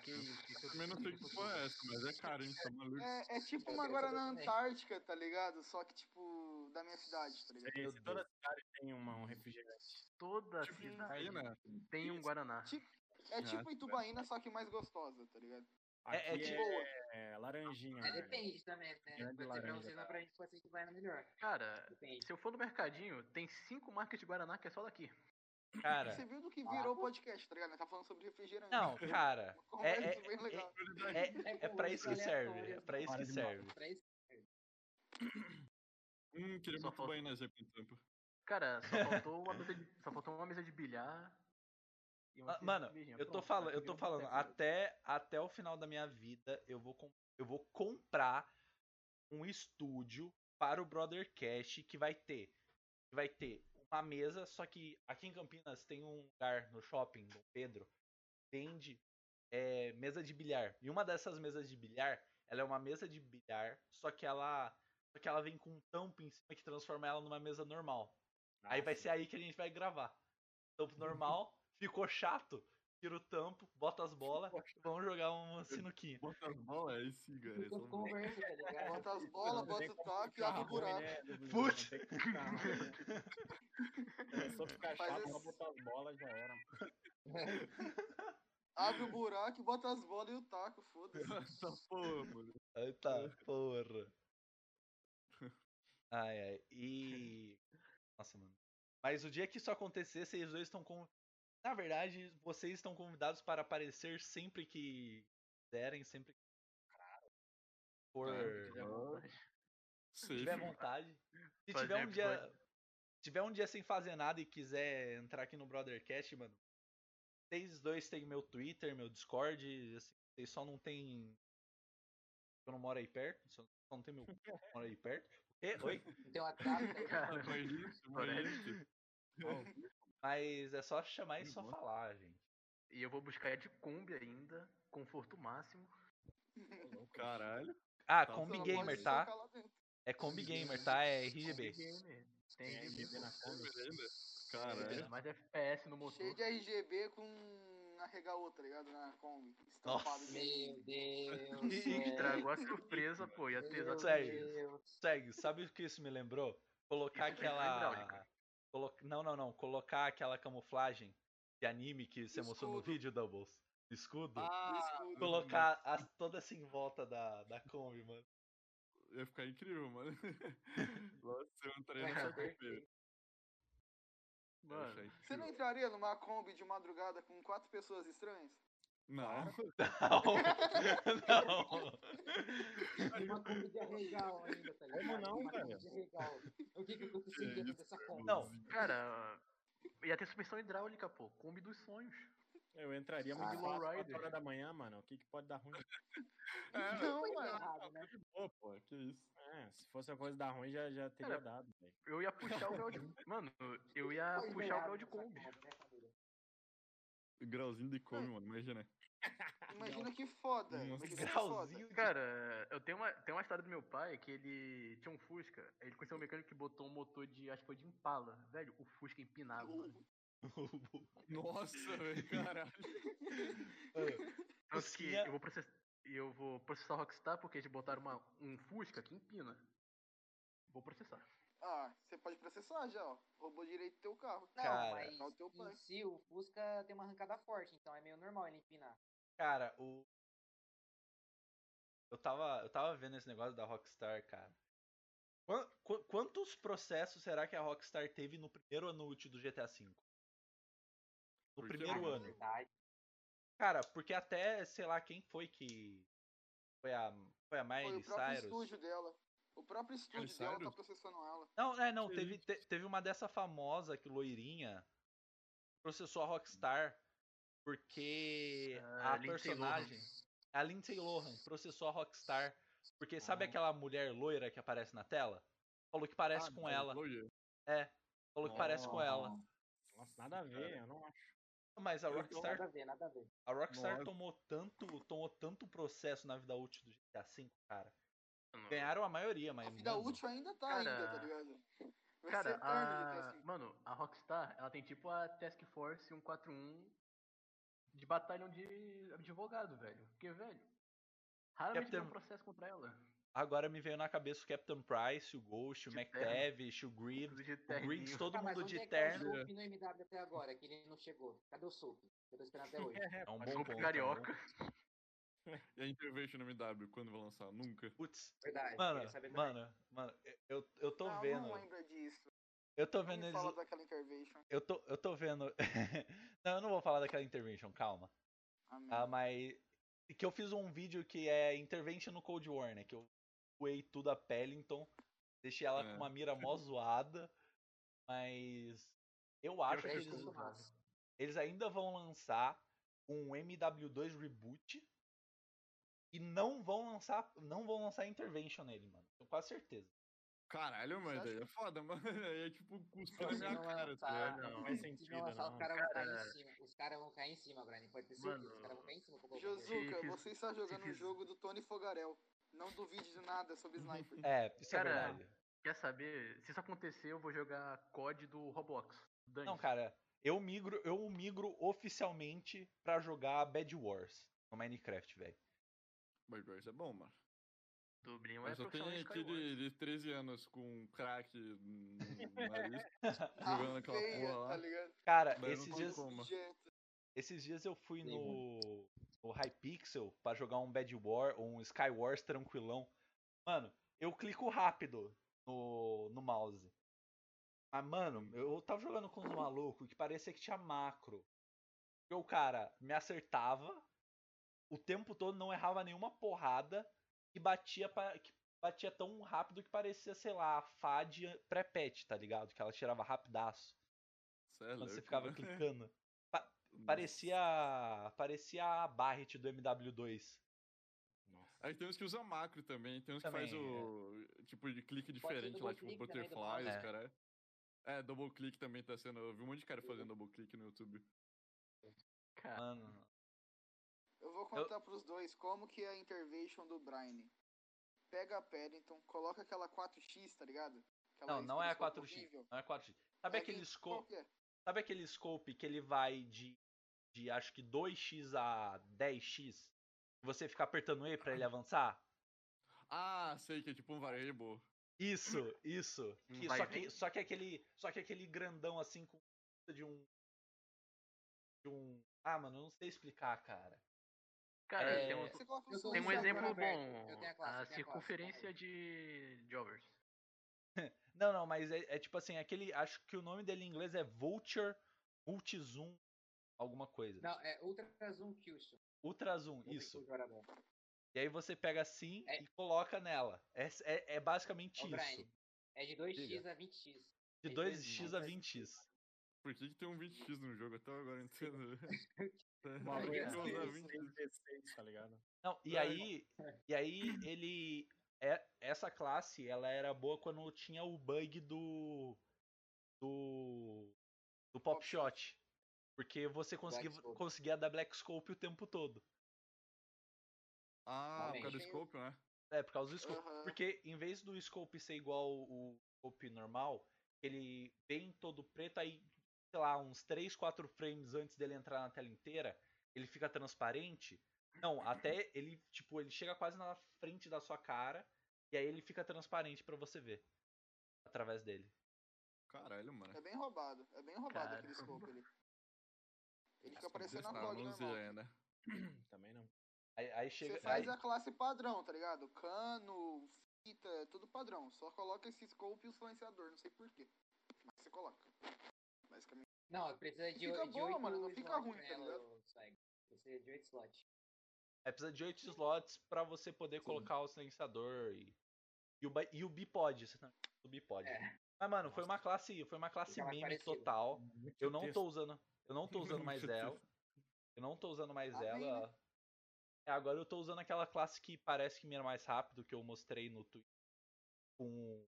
A: que é isso?
E: Eu também não sei que porra é essa, mas é caro, hein? Tá maluco.
D: É, é tipo
C: Eu
D: uma
C: queria
D: Guaraná
C: saber também.
D: Antártica, tá ligado? Só que, tipo, da minha cidade, tá ligado?
F: céu.
B: Meu
F: Se toda cidade tem uma, um refrigerante.
A: Toda
D: Tipo,
A: cidade
E: Aí, né?
A: tem um Guaraná.
D: É tipo
E: Ah,
D: Itubaína, só que mais gostosa, tá ligado? Tipo,
F: Aqui
B: é
F: é,
B: de
D: boa.
F: é laranjinha.
C: É,
F: velho.
C: depende também, né?
F: Grande
C: Pode ser pra
F: laranja,
C: vocês,
F: cara.
C: mas pra gente pode ser que vai na melhor.
A: Cara,
C: Depende.
A: se eu for no mercadinho, tem cinco marcas de Guaraná que é só daqui.
B: Cara, Ah.
D: Você viu do que virou o podcast, tá ligado? Nós Tá falando sobre refrigerante.
B: não, cara.
D: Uma
B: É,
D: conversa
B: é,
D: bem legal.
B: é, é, é pra isso que serve. É pra isso que serve.
C: né? Pra isso,
E: Hum, queria
A: Só
E: muito
A: falta-
E: banho na Zepa em tampa.
A: Cara, só faltou uma mesa de, só faltou uma mesa de bilhar. e uma
B: Ah,
A: cerveja
B: mano,
A: virgem.
B: Eu tô
A: Pronto,
B: falando,
A: acho
B: eu
A: que
B: tô
A: virou um
B: falando,
A: boteco.
B: até, até o final da minha vida eu vou, com- eu vou comprar um estúdio para o Brother Cash que vai ter. que vai ter uma mesa, só que aqui em Campinas tem um lugar no shopping, Dom Pedro, que vende é, mesa de bilhar. E uma dessas mesas de bilhar, ela é uma mesa de bilhar, só que ela. Só que ela vem com um tampo em cima que transforma ela numa mesa normal. Aí vai ser aí que a gente vai gravar. Tampo normal, ficou chato, tira o tampo, bota as bolas, vamos jogar uma sinuquinha.
E: Bota as bolas aí, sim,
C: eu
E: cara.
C: tô conversa, tá
B: é,
C: ligado?
D: Bota as bolas, bota o toque e abre o buraco.
B: né? Putz.
F: É só ficar
D: Faz
F: chato,
D: esse-
F: só botar as bolas já era.
D: Abre o buraco, e bota as bolas e o taco, foda-se.
E: Essa porra, mano.
B: Eita porra. Ai, ai. E. Nossa, mano. Mas o dia que isso acontecer, vocês dois estão com. Na verdade, vocês estão convidados para aparecer sempre que quiserem, sempre que. Por.
A: tá
B: Se
E: Safe.
B: tiver vontade. Se
A: Fazer
B: tiver um dia.
A: episódio.
B: se tiver um dia sem fazer nada e quiser entrar aqui no Brothercast, mano. Vocês dois têm meu Twitter, meu Discord. Assim, vocês só não tem. Eu não moro aí perto. Só só não tem meu. moro aí perto. E, oi?
C: Tem uma tábua,
A: Cara,
E: Mas isso, mas isso.
B: Mas é só chamar e só
E: Nossa.
B: falar, gente.
A: e eu vou buscar a de Kombi ainda, conforto máximo.
E: Caralho.
B: Ah,
E: Tá.
B: Combi
D: Só não
B: Gamer,
D: pode
B: tá?
D: socar lá dentro.
B: É Combi Gamer, tá? É RGB.
A: RGB. Tem
F: Tem
A: RGB.
F: bebê na cama.
E: Caralho.
A: Mas é FPS no motor.
D: Cheio de RGB com arregaô, tá ligado? Na Kombi.
B: Nossa.
D: Estampado de-
C: Meu Deus.
B: E-
A: Estragou a surpresa, pô. Ia ter
C: Meu
A: exatamente.
B: Sérgio.
C: Deus.
B: Segue, sabe o que isso me lembrou? Colocar
A: Isso é
B: aquela.
A: hidráulica.
B: colo- Não, não, não. Colocar aquela camuflagem de anime que você mostrou no
D: Escudo.
B: vídeo, Doubles. Escudo.
D: Ah,
B: Colocar as... toda assim em volta da, da Kombi, mano.
E: Ia ficar incrível, mano. Nossa, eu
C: É.
E: entrei na sexta-feira.
A: Mano,
D: Você não entraria numa Kombi de madrugada com quatro pessoas estranhas?
E: Não.
B: Não. não.
C: Uma Kombi de arregal ainda, tá ligado?
F: Como não,
C: Uma Kombi
F: cara?
C: de arregal. O que que eu consegui dentro dessa Kombi?
B: Não.
A: cara, ia ter suspensão hidráulica, pô. Kombi dos sonhos.
F: Eu entraria
C: Ah,
F: muito fácil, 4
A: Lowrider.
F: horas da manhã, mano. O que, que pode dar ruim?
E: É,
D: Não,
C: Foi
D: mano.
C: errado, né?
E: pô, pô, que isso.
F: É, se fosse uma coisa dar ruim, já, já teria
A: Cara,
F: dado, velho.
A: Eu ia puxar o grau de. Mano, eu ia
C: Foi
A: Ah, puxar o
C: errado
A: grau de
C: essa
A: Kombi.
C: Kombi, né, família?
E: Grauzinho de come, mano, imagina.
D: Imagina que foda.
E: Nossa.
D: Imagina que é foda.
B: Ah, Grauzinho.
A: Cara, eu tenho uma, tem uma história do meu pai que ele tinha um Fusca, ele conheceu um mecânico que botou um motor de, acho que foi de Impala, velho, o Fusca é empinava.
B: Uh,
E: Nossa, velho, caralho.
B: É.
A: Tanto que
B: Fusquinha-
A: eu vou processar, eu vou processar a Rockstar porque eles botaram uma, um Fusca que empina. Vou processar.
D: Ah, você pode processar já, ó. Roubou direito do teu carro.
C: Não,
B: Cara.
C: mas
D: Só o teu pai.
C: em si o Fusca tem uma arrancada forte, então é meio normal ele empinar.
B: Cara, o. Eu tava, eu tava vendo esse negócio da Rockstar, cara. Quan- qu- Quantos processos será que a Rockstar teve no primeiro ano útil do GTA V? No
E: Por
B: primeiro
E: quê?
C: Ah,
B: ano.
C: verdade.
B: Cara, porque até, sei lá, quem foi que. Foi a. Foi a
D: Foi
B: Miley
D: o próprio
B: Cyrus?
D: estúdio dela. O próprio estúdio
E: Miley
D: dela tá
E: Cyrus?
D: processando ela.
B: Não, é, não,
F: Que
B: teve, te- teve uma dessa famosa que loirinha processou a Rockstar porque
A: Ah,
B: a
A: Lindsay Lohan.
B: personagem, a Lindsay Lohan, processou a Rockstar porque sabe
F: Ah.
B: aquela mulher loira que aparece na tela? Falou que parece
E: Ah,
B: com
E: não,
B: ela.
E: loira.
B: Falou que parece com ela.
F: Nossa, nada a ver, eu não acho.
B: Mas a
E: Eu tô-
B: Rockstar,
C: Nada a ver, nada a ver.
B: a Rockstar
E: Nossa.
B: tomou tanto, tomou tanto processo na vida útil do GTA V, cara.
A: Mano,
B: Ganharam a maioria, mas
D: A vida
B: mano,
D: útil ainda tá
A: Cara,
D: ainda, tá ligado? Vai ser
A: Cara,
B: tá ah,
D: eterno assim.
A: a...
B: assim.
D: GTA V.
A: Mano, a Rockstar, ela tem tipo a Task Force 141 de batalhão de advogado, velho. Porque, velho, raramente tem um
B: Captain-
A: processo contra ela.
B: agora me veio na cabeça o Captain Price, o Ghost, o
A: De
B: McTavish, o Greaves,
A: Tudo de
B: O Griggs,
A: terninho.
B: todo
C: Tá, mas
B: mundo
C: onde
B: de
C: é que tá o
B: terno.
C: Sup no MW até agora, que ele não chegou? Cadê o Sup? Eu tô esperando até hoje.
B: É um
A: Mas
B: bom
A: compra
B: ponto.
A: carioca.
E: E a Intervention no MW, quando vai lançar? Nunca.
B: Putz,
C: Verdade,
B: mano,
C: É, queria saber também.
B: mano, mano, eu, eu tô
D: Ah,
B: vendo.
D: não lembra disso.
B: Eu tô
D: Não
B: vendo
D: me
B: eles.
D: fala daquela intervention.
B: Eu tô, eu tô vendo. não, eu não vou falar daquela intervention, calma.
D: Amém.
C: Hum.
B: Ah, mas. Que eu fiz um vídeo que é Intervention no Cold War, né? Que eu voei tudo a Pellington. Deixei ela com
E: É.
B: uma mira mó zoada. Mas. Eu acho que
A: achei
B: eles,
A: tudo massa.
B: eles ainda vão lançar um MW2 reboot. E não vão lançar. Não vão lançar Intervention nele, mano. Tenho quase certeza.
E: Caralho, mano,
D: acha
E: daí é foda, mano. Aí é tipo cuspe na
C: Eles
E: minha
C: vão
E: cara, tá
C: lançar-
E: ligado?
A: Não,
F: Não faz
C: Se não
F: sentido,
C: lançar, os
F: não.
C: caras vão cair
A: Cara.
C: em cima. Os caras vão cair em cima, Brian. Pode ter
A: Mano.
C: certeza. Os caras vão cair em cima. com o Cold War.
D: Josuca,
A: fiz-
D: você está jogando um
A: fiz-
D: jogo do Tony Fogarel. Não duvide de nada sobre Sniper.
B: É, isso
A: Cara,
B: é verdade.
A: Quer saber? Se isso acontecer, eu vou jogar COD do Roblox. Dane.
B: Não, cara, eu migro, eu migro oficialmente pra jogar Bad Wars no Minecraft, velho.
E: Mas Grace é bom, mano.
A: Sobrinho é
E: Eu só
A: profissional
E: tenho
A: de
E: aqui
A: Skyward.
E: de, de 13 anos com um crack no nariz, jogando aquela
D: feia,
E: porra
D: tá
E: lá.
D: ligado?
B: Cara,
E: Mas
B: esses
E: não
B: dias,
E: tem como.
D: Gente,
B: esses dias eu fui
C: Sim.
B: no, no Hypixel pra jogar um Bad War ou um Sky Wars tranquilão. Mano, eu clico rápido no, no mouse. Ah, mano, eu tava jogando com uns
E: Uhum.
B: malucos que parecia que tinha macro. Porque o cara me acertava, o tempo todo não errava nenhuma porrada e batia pa- que batia tão rápido que parecia, sei lá, a Fad pré-pet, tá ligado? Que ela tirava rapidaço
E: Cê é
B: quando você
E: louco,
B: ficava
E: mano.
B: clicando. Parecia. Parecia a Barret do MW2.
F: Nossa.
E: Aí tem uns que usa macro também, tem uns que faz
B: Também, é.
E: o tipo de clique
C: Pode ser
E: diferente lá,
C: double
E: tipo
C: click também,
E: butterfly,
B: double
E: os
B: click.
E: cara. É, double click também tá sendo. Eu vi um monte de cara fazendo double click no YouTube.
A: Cara,
B: Mano.
D: eu vou contar pros dois como que é a intervention do Brian. Pega a Paddington, coloca aquela 4x, tá ligado? Aquela
B: Não, não é a
D: explosão
B: 4x.
D: horrível.
B: Não é 4x. Sabe
D: É
B: aquele
D: Qual
B: scope.
D: que é?
B: Sabe aquele scope que ele vai de. de acho que 2x a 10x? E Você fica apertando E pra ele avançar?
E: Ah, sei que é tipo um variable.
B: Isso, isso.
A: Um
B: Que-
A: vai
B: só,
A: e vem.
B: que, só que aquele. Só que aquele grandão assim com de um. De um. Ah, mano, eu não sei explicar, cara.
A: cara
B: é,
A: tem um,
D: Você coloca
C: eu
D: um
C: sou
A: tem um
C: Vamos jogar
A: exemplo
C: aberto.
A: bom.
C: Eu tenho a classe,
A: a
C: eu tenho a classe,
A: circunferência
C: calma aí.
A: de Jovers.
B: Não, não, mas é, é tipo assim, aquele. Acho que o nome dele em inglês é Vulture Multizoom, alguma coisa.
C: Não, é Ultra Zoom Kilson.
B: Ultra Zoom,
C: Ultra
B: isso.
C: Zoom né? Jorador.
B: E aí você pega assim
C: É.
B: e coloca nela. É, é, é basicamente
C: Ô, Brian,
B: isso.
C: é de 2x
B: Diga.
C: a 20x.
B: De
C: é
B: 2x a
C: dois-
B: 20x.
E: Por que, que tem um 20x no jogo até agora, eu não entendo?
F: Uma
C: Ai,
E: Por que que
F: vez
C: Deus.
E: usa
C: Deus.
E: 20?
F: 16, assim, tá ligado?
B: Não, e
E: É.
B: aí. E aí ele. é- essa classe, ela era boa quando tinha o bug do. Do. Do Pop
D: Pop
B: Shot. Porque você conseguia,
C: Scope.
B: conseguia dar Black Scope o tempo todo.
E: Ah, por
C: Realmente.
E: causa do scope, né?
B: É, por causa do scope.
D: Aham.
B: Porque em vez do scope ser igual o scope normal, ele vem todo preto, aí, sei lá, uns 3, 4 frames antes dele entrar na tela inteira, ele fica transparente. Não, até ele, tipo, ele chega quase na frente da sua cara, e aí ele fica transparente pra você ver. através dele.
E: Caralho, mano.
D: É bem roubado. É bem roubado
B: Cara.
D: aquele scope ali. Ele fica
F: Nossa,
D: aparecendo na
E: Não,
D: voz
E: não usei
D: normal.
E: Ah, ainda.
F: Também não.
B: Aí, aí chega.
D: Você faz
B: aí-
D: a classe padrão, tá ligado? Cano, fita, é tudo padrão. Só coloca esse scope e o silenciador, não sei porquê. Mas você coloca. Basicamente.
C: Não, precisa de,
D: Fica
C: o- de
D: boa,
C: oito
D: mano, não fica
C: slots
D: ruim,
C: pra
D: tá
C: ela,
D: ligado?
C: o Swag. Precisa de 8 slots.
B: Aí É, precisa de 8 slots pra você poder colocar o silenciador e. E o, ba- e o bipod, você também. O bipod.
C: É.
B: Mas, mano, foi uma classe. Foi uma classe
C: Aquela
B: meme
C: parecida.
B: total. Eu não
F: texto.
B: tô usando. Eu não tô usando mais ela. Eu não tô usando mais
D: Amém, né?
B: ela. É, agora eu tô usando aquela classe que parece que mira mais rápido, que eu mostrei no Twitter. Com.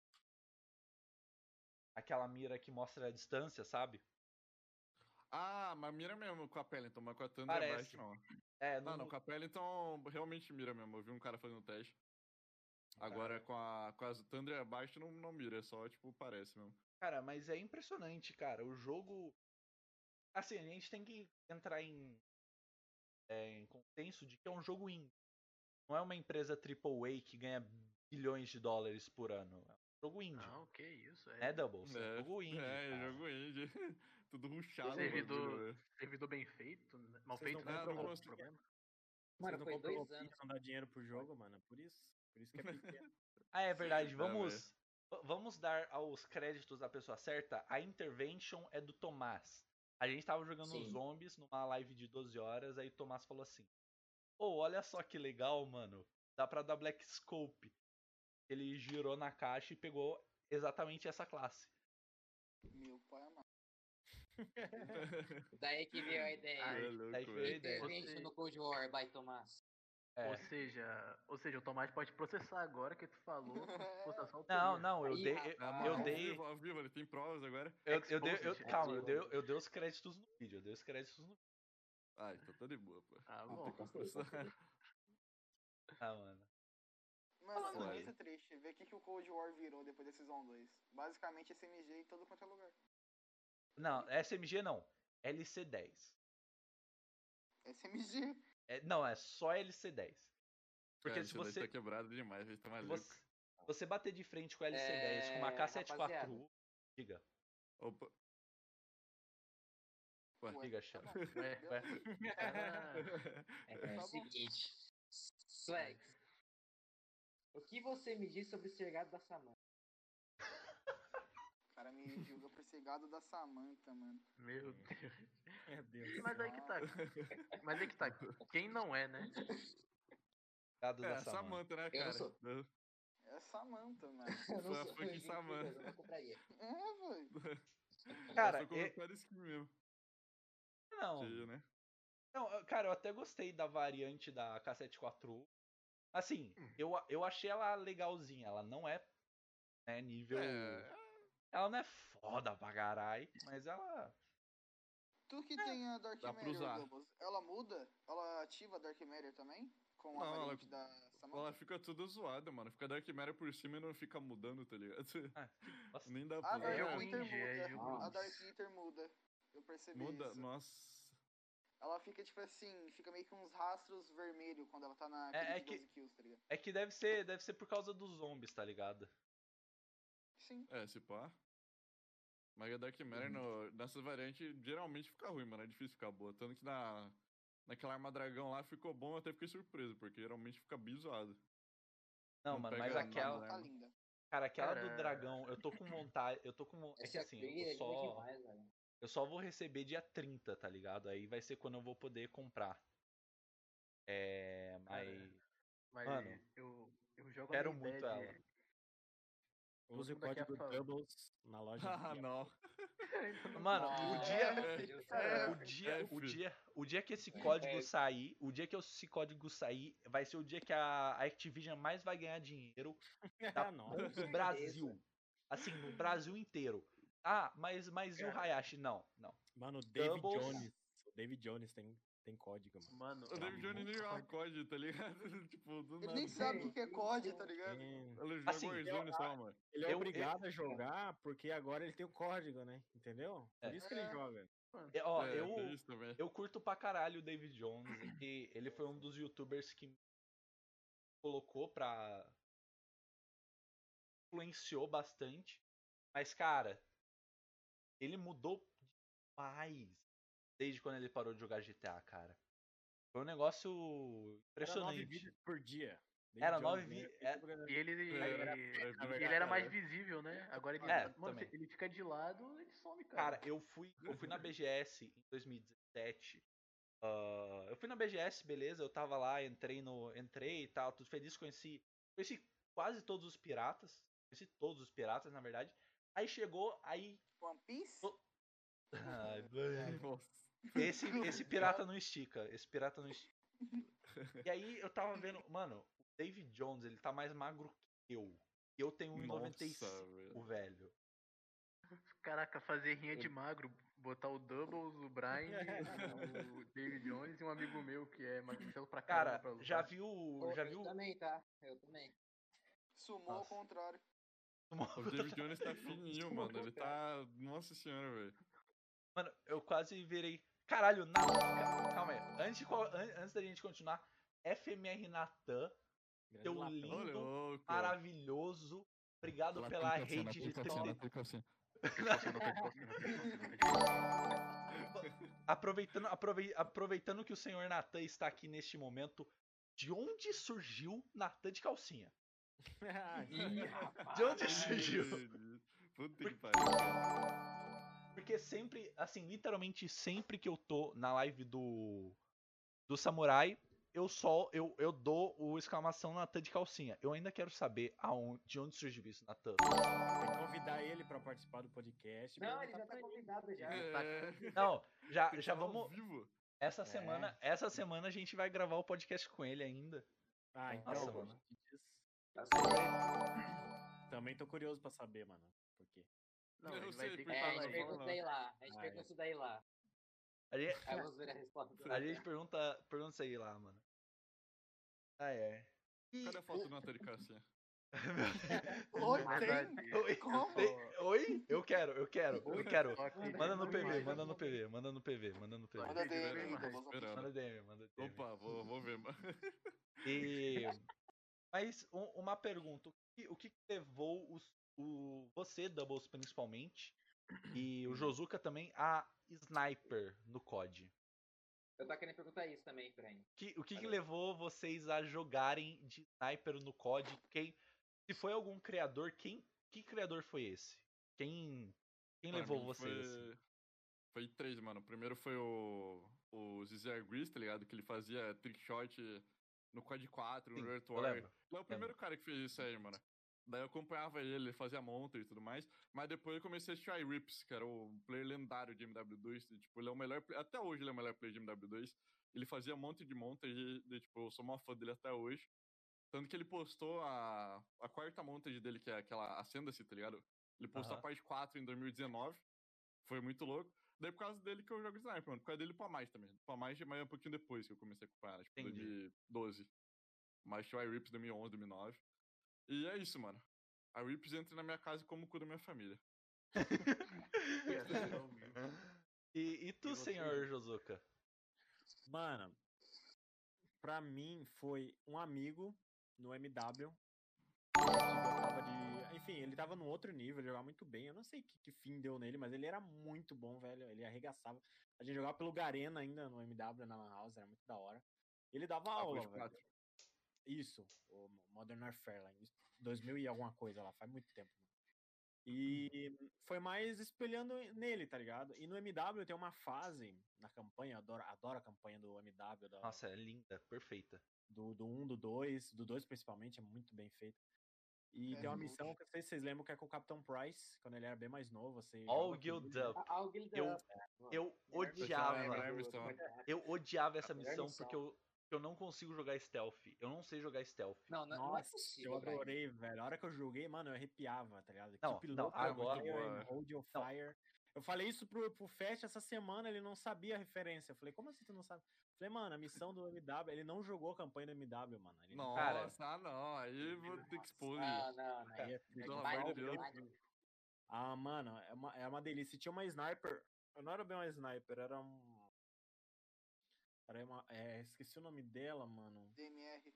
B: Aquela mira que mostra a distância, sabe?
E: Ah, mas mira mesmo com a Peloton, mas com a Thunder
B: Parece.
E: Bike não. Ah,
B: É,
E: Não,
B: no-
E: não, com a Peloton realmente mira mesmo. Eu vi um cara fazendo teste. Agora com a com as Thunder Bike não, não mira, é só tipo parece mesmo.
B: Cara, mas é impressionante, cara. O jogo. Assim, a gente tem que entrar em, é, em consenso de que é um jogo indie. Não é uma empresa AAA que ganha bilhões de dólares por ano. É um jogo indie.
A: Não, que isso.
B: É
A: É
B: Doubles, é,
E: Ah, É,
B: um jogo indie.
E: é,
B: cara.
E: jogo indie. Tudo ruchado. o
A: servidor-
E: bagulho, velho.
A: servidor bem feito, né? mal
F: Vocês
A: feito,
F: não
A: né?
E: compram
A: Qual o
E: outro.
A: problema?
C: Mano,
F: Vocês não
C: foi
F: compram
C: dois
F: roupinha,
C: anos.
F: não dá dinheiro pro jogo, mano. Por isso. Por isso que é pequeno.
B: Ah, é verdade.
E: Não,
B: Vamos, va- vamos dar aos créditos da pessoa certa. A intervention é do Tomás. A gente tava jogando
C: Sim.
B: zombies numa live de 12 horas, aí o Tomás falou assim: Ô, olha só que legal, mano. Dá pra dar Black Scope. Ele girou na caixa e pegou exatamente essa classe.
D: Meu pai amado.
C: Daí que veio a ideia.
E: É
A: Ai,
E: louco,
B: daí foi
E: velho.
B: a ideia.
C: Intervention no Cold War by Tomás.
B: É.
A: Ou seja, ou seja, o Tomás pode processar agora que tu falou. como
D: É,
A: se fosse só autoria.
B: Não, não, eu
C: Ih,
B: dei.
E: Ah,
B: Eu,
E: mas
B: eu
E: ao
B: dei.
E: vivo, Ao vivo, ele tem provas agora.
B: Eu, eu dei eu-
A: Exposed,
B: calma, eu dei,
A: exposed.
B: eu dei os créditos no vídeo. Eu dei os créditos no vídeo.
E: Ah, então tá de boa, pô.
A: Ah,
E: Não
A: bom.
E: tem construção.
B: Ah, mano.
D: Mano,
E: Falando
D: é
E: nisso.
D: muito triste ver o que, que o Cold War virou depois da Season 2. Basicamente SMG em todo quanto é lugar.
B: Não, SMG não. LC10.
D: SMG.
B: É, não, é só LC10. Porque
E: Cara,
B: se
E: isso daí
B: você,
E: tá quebrado demais, eles tá
B: se
E: maluco.
B: você. Você bater de frente com a LC10 com uma
C: É,
B: K74U.
C: rapaziada.
B: Diga,
E: Opa.
D: Ué,
B: diga,
D: tá
B: Shell.
D: bom.
A: Ué,
D: Deu-
B: ué.
A: Cara,
C: É
D: Tá
C: o
D: bom.
C: seguinte. Swag. O que você me diz sobre o cergado da Samanta?
D: O cara me julga por ser gado da Samantha, mano.
A: meu Deus.
F: Meu Deus.
A: Mas aí que tá. Mas aí que tá. Quem não é, né?
B: Dado
E: É,
B: da
E: a
B: Samantha.
E: Samanta, né,
C: Eu não
E: cara?
C: sou.
E: Eu-
D: É Samantha, mano.
C: Eu
E: Foi a
C: sou-
E: fucking
C: eu juro por
E: Samantha.
C: Deus, Eu não compraria.
D: É, velho.
B: Cara,
E: Só
B: é-
E: colocaram skin mesmo.
B: não,
E: Cheio, né?
B: não, eu- cara, eu até gostei da variante da K74U. Assim,
E: Hum.
B: eu, a- eu achei ela legalzinha. Ela não é né, nível.
E: É,
B: Ela não é foda pra caralho, mas ela.
D: Tu
B: É,
D: que tem a Dark
E: Dá pra usar.
D: Matter, Doubles, ela muda? Ela ativa a Dark Matter também? Com a
E: Não, ela-
D: variante da Samantha?
E: ela fica toda zoada, mano. Fica Dark Matter por cima e não fica mudando, tá ligado?
B: É, Nossa, Ah,
E: Nem dá
D: Ah, A
E: pra
A: velho,
D: Dark
A: é
E: usar.
A: ruim.
D: Winter
A: Windy, é
D: muda.
C: Windy.
D: A Dark Winter muda. Eu percebi
E: Muda,
D: isso.
E: nossa.
D: Ela fica tipo assim, fica meio com uns rastros vermelhos quando ela tá na
B: É- é
D: aquele de
B: que-
D: 12 kills, tá ligado?
B: é que deve ser, deve ser por causa dos zombies, tá ligado?
D: Sim.
E: É, se pá. Mas a Dark Matter
B: Uhum.
E: no- nessas variantes geralmente fica ruim, mano. É difícil ficar boa. Tanto que na, naquela arma dragão lá ficou bom, eu até fiquei surpreso, porque geralmente fica bizoado.
B: Não,
E: Não
B: mano,
E: pega
B: mas
E: nada,
B: aquela.
E: né?
D: Tá linda.
B: Cara, aquela do
A: Cara.
B: dragão, eu tô com vontade, eu tô com von- é que
C: Essa
B: assim,
C: Krieger é
B: eu
C: linda
B: só,
C: demais, velho.
B: eu só vou receber dia 30, tá ligado? Aí vai ser quando eu vou poder comprar. É, mas
A: Mas
B: Mano,
A: eu, eu jogo a
B: quero
A: minha
B: muito
A: ideia
B: ela.
A: de-
F: Use o
A: Tudo daqui a
F: código
A: pouco.
F: Doubles na loja.
E: Ah, não.
B: mano,
C: Ah,
B: o dia,
E: É,
A: Cara,
B: o dia, o
E: F.
B: dia, o dia que esse
E: É,
B: código sair, o dia que esse código sair, vai ser o dia que a a Activision mais vai ganhar dinheiro
F: Ah, não.
B: no Brasil. Assim, no Brasil inteiro. Ah, mas mas e o
E: É.
A: Cara.
B: Hayashi? Não, não.
F: Mano, o David
B: Doubles.
F: Jones. O David Jones tem, tem código, mano.
A: Mano,
E: O David Jones nem joga COD, tá ligado? tipo, do
D: Ele
E: nada.
D: nem sabe o que é COD, tá ligado?
F: É,
E: Ele joga
B: Assim,
E: Warzone só, mano.
F: Ele é
B: Eu-
F: obrigado a jogar porque agora ele tem o código, né? Entendeu? Por
B: É.
F: isso que ele
D: É.
F: joga.
B: É, Ó,
E: é,
B: eu
E: tem isso também.
B: Eu curto pra caralho o David Jones, que ele foi um dos youtubers que me colocou pra. influenciou bastante Mas, cara, ele mudou demais desde quando ele parou de jogar GTA, cara. Foi um negócio
F: Era nove
B: impressionante.
F: vídeos por dia.
B: Era nove
F: né?
B: vi- é-
A: E ele,
E: Era-
A: e
E: era-
A: ele era mais visível, né? Agora ele,
B: É,
A: mano,
B: também.
A: ele fica de lado, ele some, cara.
B: Cara, eu fui, eu fui na BGS em 2017. Ah, eu fui na BGS, beleza, eu tava lá, entrei no. Entrei e tal, tudo feliz, conheci. Conheci quase todos os piratas. Conheci todos os piratas, na verdade. Aí chegou, aí.
D: One Piece?
B: Oh. Ai,
E: Nossa.
B: Esse, esse pirata não estica. Esse pirata não estica. E aí eu tava vendo. Mano, o David Jones, ele tá mais magro que eu. um E eu tenho
E: Nossa,
B: 1,95,
E: velho.
B: velho.
A: Caraca, fazer rinha de magro, botar o Doubles, o Brian, o David Jones e um amigo meu que é magricelo pra
B: Cara,
A: caramba. pra lutar.
B: já viu.
C: Pô,
B: Já
C: eu
B: viu.
C: também, tá? Eu também.
D: Sumou ao
B: Nossa.
D: contrário.
E: O David Jones tá fininho,
C: Desculpa,
E: mano. Ele tá. Nossa senhora, velho.
B: Mano, eu quase virei. Caralho, na. ca- Calma aí. Antes, de qual- an- antes da gente continuar, FMR Natan,
F: Grande
B: teu
F: latão.
E: Ô,
B: lindo,
E: louco.
B: maravilhoso. Obrigado
E: Lá,
B: então, pela
E: clica assim,
B: rede de
E: clica assim,
B: 30.
E: clica assim.
B: Aproveitando, aprovei- aproveitando que o senhor Natan está aqui neste momento, de onde surgiu Natan de calcinha?
F: Ah,
C: Ih, rapaz.
B: De onde surgiu?
E: Puta que pariu.
B: Porque sempre, assim, literalmente sempre que eu tô na live do do samurai, eu só eu, eu dou o exclamação Natan de calcinha. Eu ainda quero saber aonde, de onde surgiu isso, Natan.
F: Tem que convidar ele pra participar do podcast.
C: Não, ele
F: perguntar
C: já
F: pra
C: tá convidado já.
A: É.
B: Não, já tá, já
E: tá Ao
B: vamos
E: vivo?
B: essa
F: É.
B: semana, essa semana a gente vai gravar o podcast com ele ainda.
F: Ah, então,
B: Nossa,
F: mano.
B: mano.
C: Tá certo.
F: Também tô curioso pra saber, mano. Por quê?
A: Não,
E: Eu
A: ele vai
E: sei,
A: ter que
E: porque
C: É,
A: falar
C: a gente
E: Fala aí,
A: aí.
E: pergunta-
C: pergunta aí lá. A gente
F: Ah,
C: pergunta
F: é.
C: isso daí lá.
B: A gente,
C: Aí vamos ver a resposta.
B: a gente pergunta, pergunta isso aí lá, mano. Ah, é. E
E: Cadê a foto do Natan de calcinha?
D: Oi, tem?
E: é
A: Verdade.
B: Oi?
D: Como?
B: Tem- Oi? Eu quero, eu quero, eu quero.
A: Só que-
B: Manda no PV,
A: Vai,
B: manda no PV, manda no PV, manda no PV.
D: Manda
E: é
A: Vai,
D: DM,
A: vai,
D: hein,
A: vai.
D: Douglas.
E: Esperando.
B: Manda DM, manda DM.
E: Opa, vou, vou ver, mano.
B: E... Mas um- uma pergunta, o que, o que que levou os, o, você, Doubles principalmente, e o Josuka também, a Sniper no COD?
C: Eu tava querendo perguntar isso também, Brian.
B: Que- o que, que
C: Valeu.
B: levou vocês a jogarem de Sniper no COD? Quem, se foi algum criador, quem, que criador foi esse? Quem, quem
E: Pra
B: levou
E: mim
B: vocês? assim?
E: Foi... foi três, mano. O primeiro foi o. O Zizia Gris, tá ligado? Que ele fazia trickshot no COD 4,
B: Sim,
E: no
B: eu
E: Earth War.
B: lembro.
E: Ele é o primeiro cara que fez isso aí, mano. Daí eu acompanhava ele, ele fazia monta e tudo mais. Mas depois eu comecei a assistir o Rips, que era o player lendário de MW2. e, tipo, ele é o melhor. play- Até hoje ele é o melhor player de MW2. Ele fazia um monte de monta e, e, tipo, eu sou mó fã dele até hoje. Tanto que ele postou a, a quarta montage dele, que é aquela Ascenda-se, tá ligado? Ele postou
B: Aham.
E: a parte 4 em 2019. Foi muito louco. Daí por causa dele que eu jogo Sniper, mano. Por causa dele pra mais também. Pra mais, mas é um pouquinho depois que eu comecei a acompanhar, tipo,
B: Entendi.
E: de 12. Mas tinha o iRips 2011, 2009. E é isso, mano. A Rips entra na minha casa como o cu da minha família.
A: é
B: E, e tu,
A: E você?
B: senhor Josuka?
F: Mano, pra mim foi um amigo no MW. que gostava de- Enfim, ele tava num outro nível, ele jogava muito bem. Eu não sei que, que fim deu nele, mas ele era muito bom, velho. Ele arregaçava. A gente jogava pelo Garena ainda no MW, na Lan House, era muito da hora. Ele dava
E: Ah,
F: aula,
E: COD
F: velho.
E: 4.
F: Isso, o Modern Warfare lá, em 2000 e alguma coisa lá, faz muito tempo. mano. E foi mais espelhando nele, tá ligado? E no MW tem uma fase na campanha, eu adoro, adoro a campanha do MW, da-
B: Nossa, é linda, perfeita.
F: do, do 1, do 2, do 2 principalmente, é muito bem feito. E
D: É,
F: tem uma
D: muito.
F: missão que eu não sei se vocês lembram que é com o Capitão Price, quando ele era bem mais novo, você.
B: All
F: joga com ele,
B: Guild Up.
C: A- Algo ele deu.
B: Eu- Eu
E: né?
B: odiava, eu odiava essa
C: A melhor
B: missão
C: missão.
B: porque eu, eu não consigo jogar stealth. Eu não sei jogar stealth.
C: Não, não, não é
F: Nossa, eu
C: possível. velho.
F: adorei, velho. A hora que eu joguei, mano, eu arrepiava, tá ligado?
B: Não,
F: Keep
B: não,
F: low profile
B: agora-
F: and Hold your
B: Não.
F: fire. Eu falei isso pro, pro Fest essa semana, ele não sabia a referência. Eu falei, como assim tu não sabe? Eu falei, mano, a missão do MW, ele não jogou a campanha do MW, mano. Ele não-
B: Cara.
E: Nossa, ah, não. Aí vou ter que expor.
C: Não, não, não.
F: Aí é
C: É
E: Pelo
F: é
E: amor
C: demais,
E: de
F: mal,
E: Deus.
F: viu? Ah, mano, é uma, é uma delícia. E Tinha uma sniper. Eu não era bem uma sniper, era um. Era uma. É, esqueci o nome dela, mano.
D: DMR.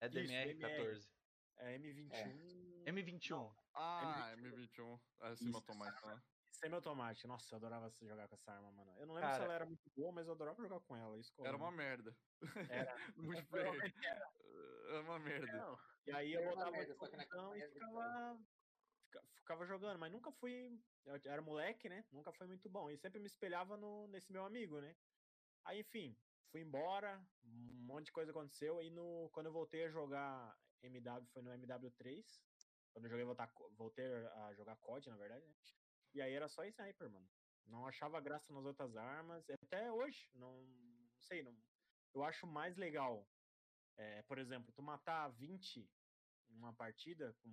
B: É
F: Isso,
B: DMR14.
F: É M21.
B: M21.
E: Ah, M21. Ah, se
F: Isso,
E: matou mais, tá?
F: Semi-automática. Nossa, eu adorava jogar com essa arma, mano. Eu não lembro se
B: Cara.
F: ela era muito boa, mas eu adorava jogar com ela. Isso que eu
E: Era
F: lembro.
E: uma merda.
F: Era.
E: Multiplayer. Era uma merda.
A: Não,
F: E aí eu
C: Era uma
F: rodava
C: merda, só que na
F: então, e
C: época-
F: ficava, fica- ficava jogando, mas nunca fui. Eu era moleque, né? Nunca foi muito bom. E sempre me espelhava no, nesse meu amigo, né? Aí, enfim, fui embora, um monte de coisa aconteceu. E no, quando eu voltei a jogar MW, foi no MW3. Quando eu joguei, voltar, voltei a jogar COD, na verdade, né? E aí era só sniper, mano. Não achava graça nas outras armas. e Até hoje, não, não sei. Não, eu acho mais legal, é, por exemplo, tu matar 20 numa partida com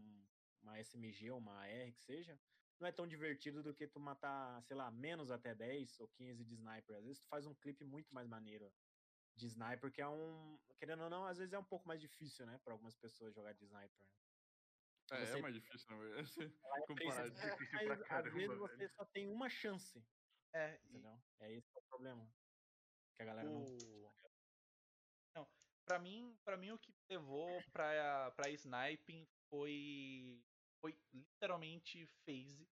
F: uma SMG ou uma AR que seja, não é tão divertido do que tu matar, sei lá, menos até 10 ou 15 de sniper. Às vezes tu faz um clipe muito mais maneiro de sniper, que é um. Querendo ou não, às vezes é um pouco mais difícil, né? Pra algumas pessoas jogar de sniper. né.
E: É,
F: Você-
E: é mais difícil, na verdade.
F: Ela é
E: Comparado.
F: três,
A: É difícil
F: mas
A: pra
F: às vezes
A: caramba,
F: você só tem uma chance,
B: É, e
F: entendeu? É esse que é o problema. Que a galera não.
B: o... tá Não, pra mim, pra mim o que me levou pra, pra sniping foi foi literalmente phase.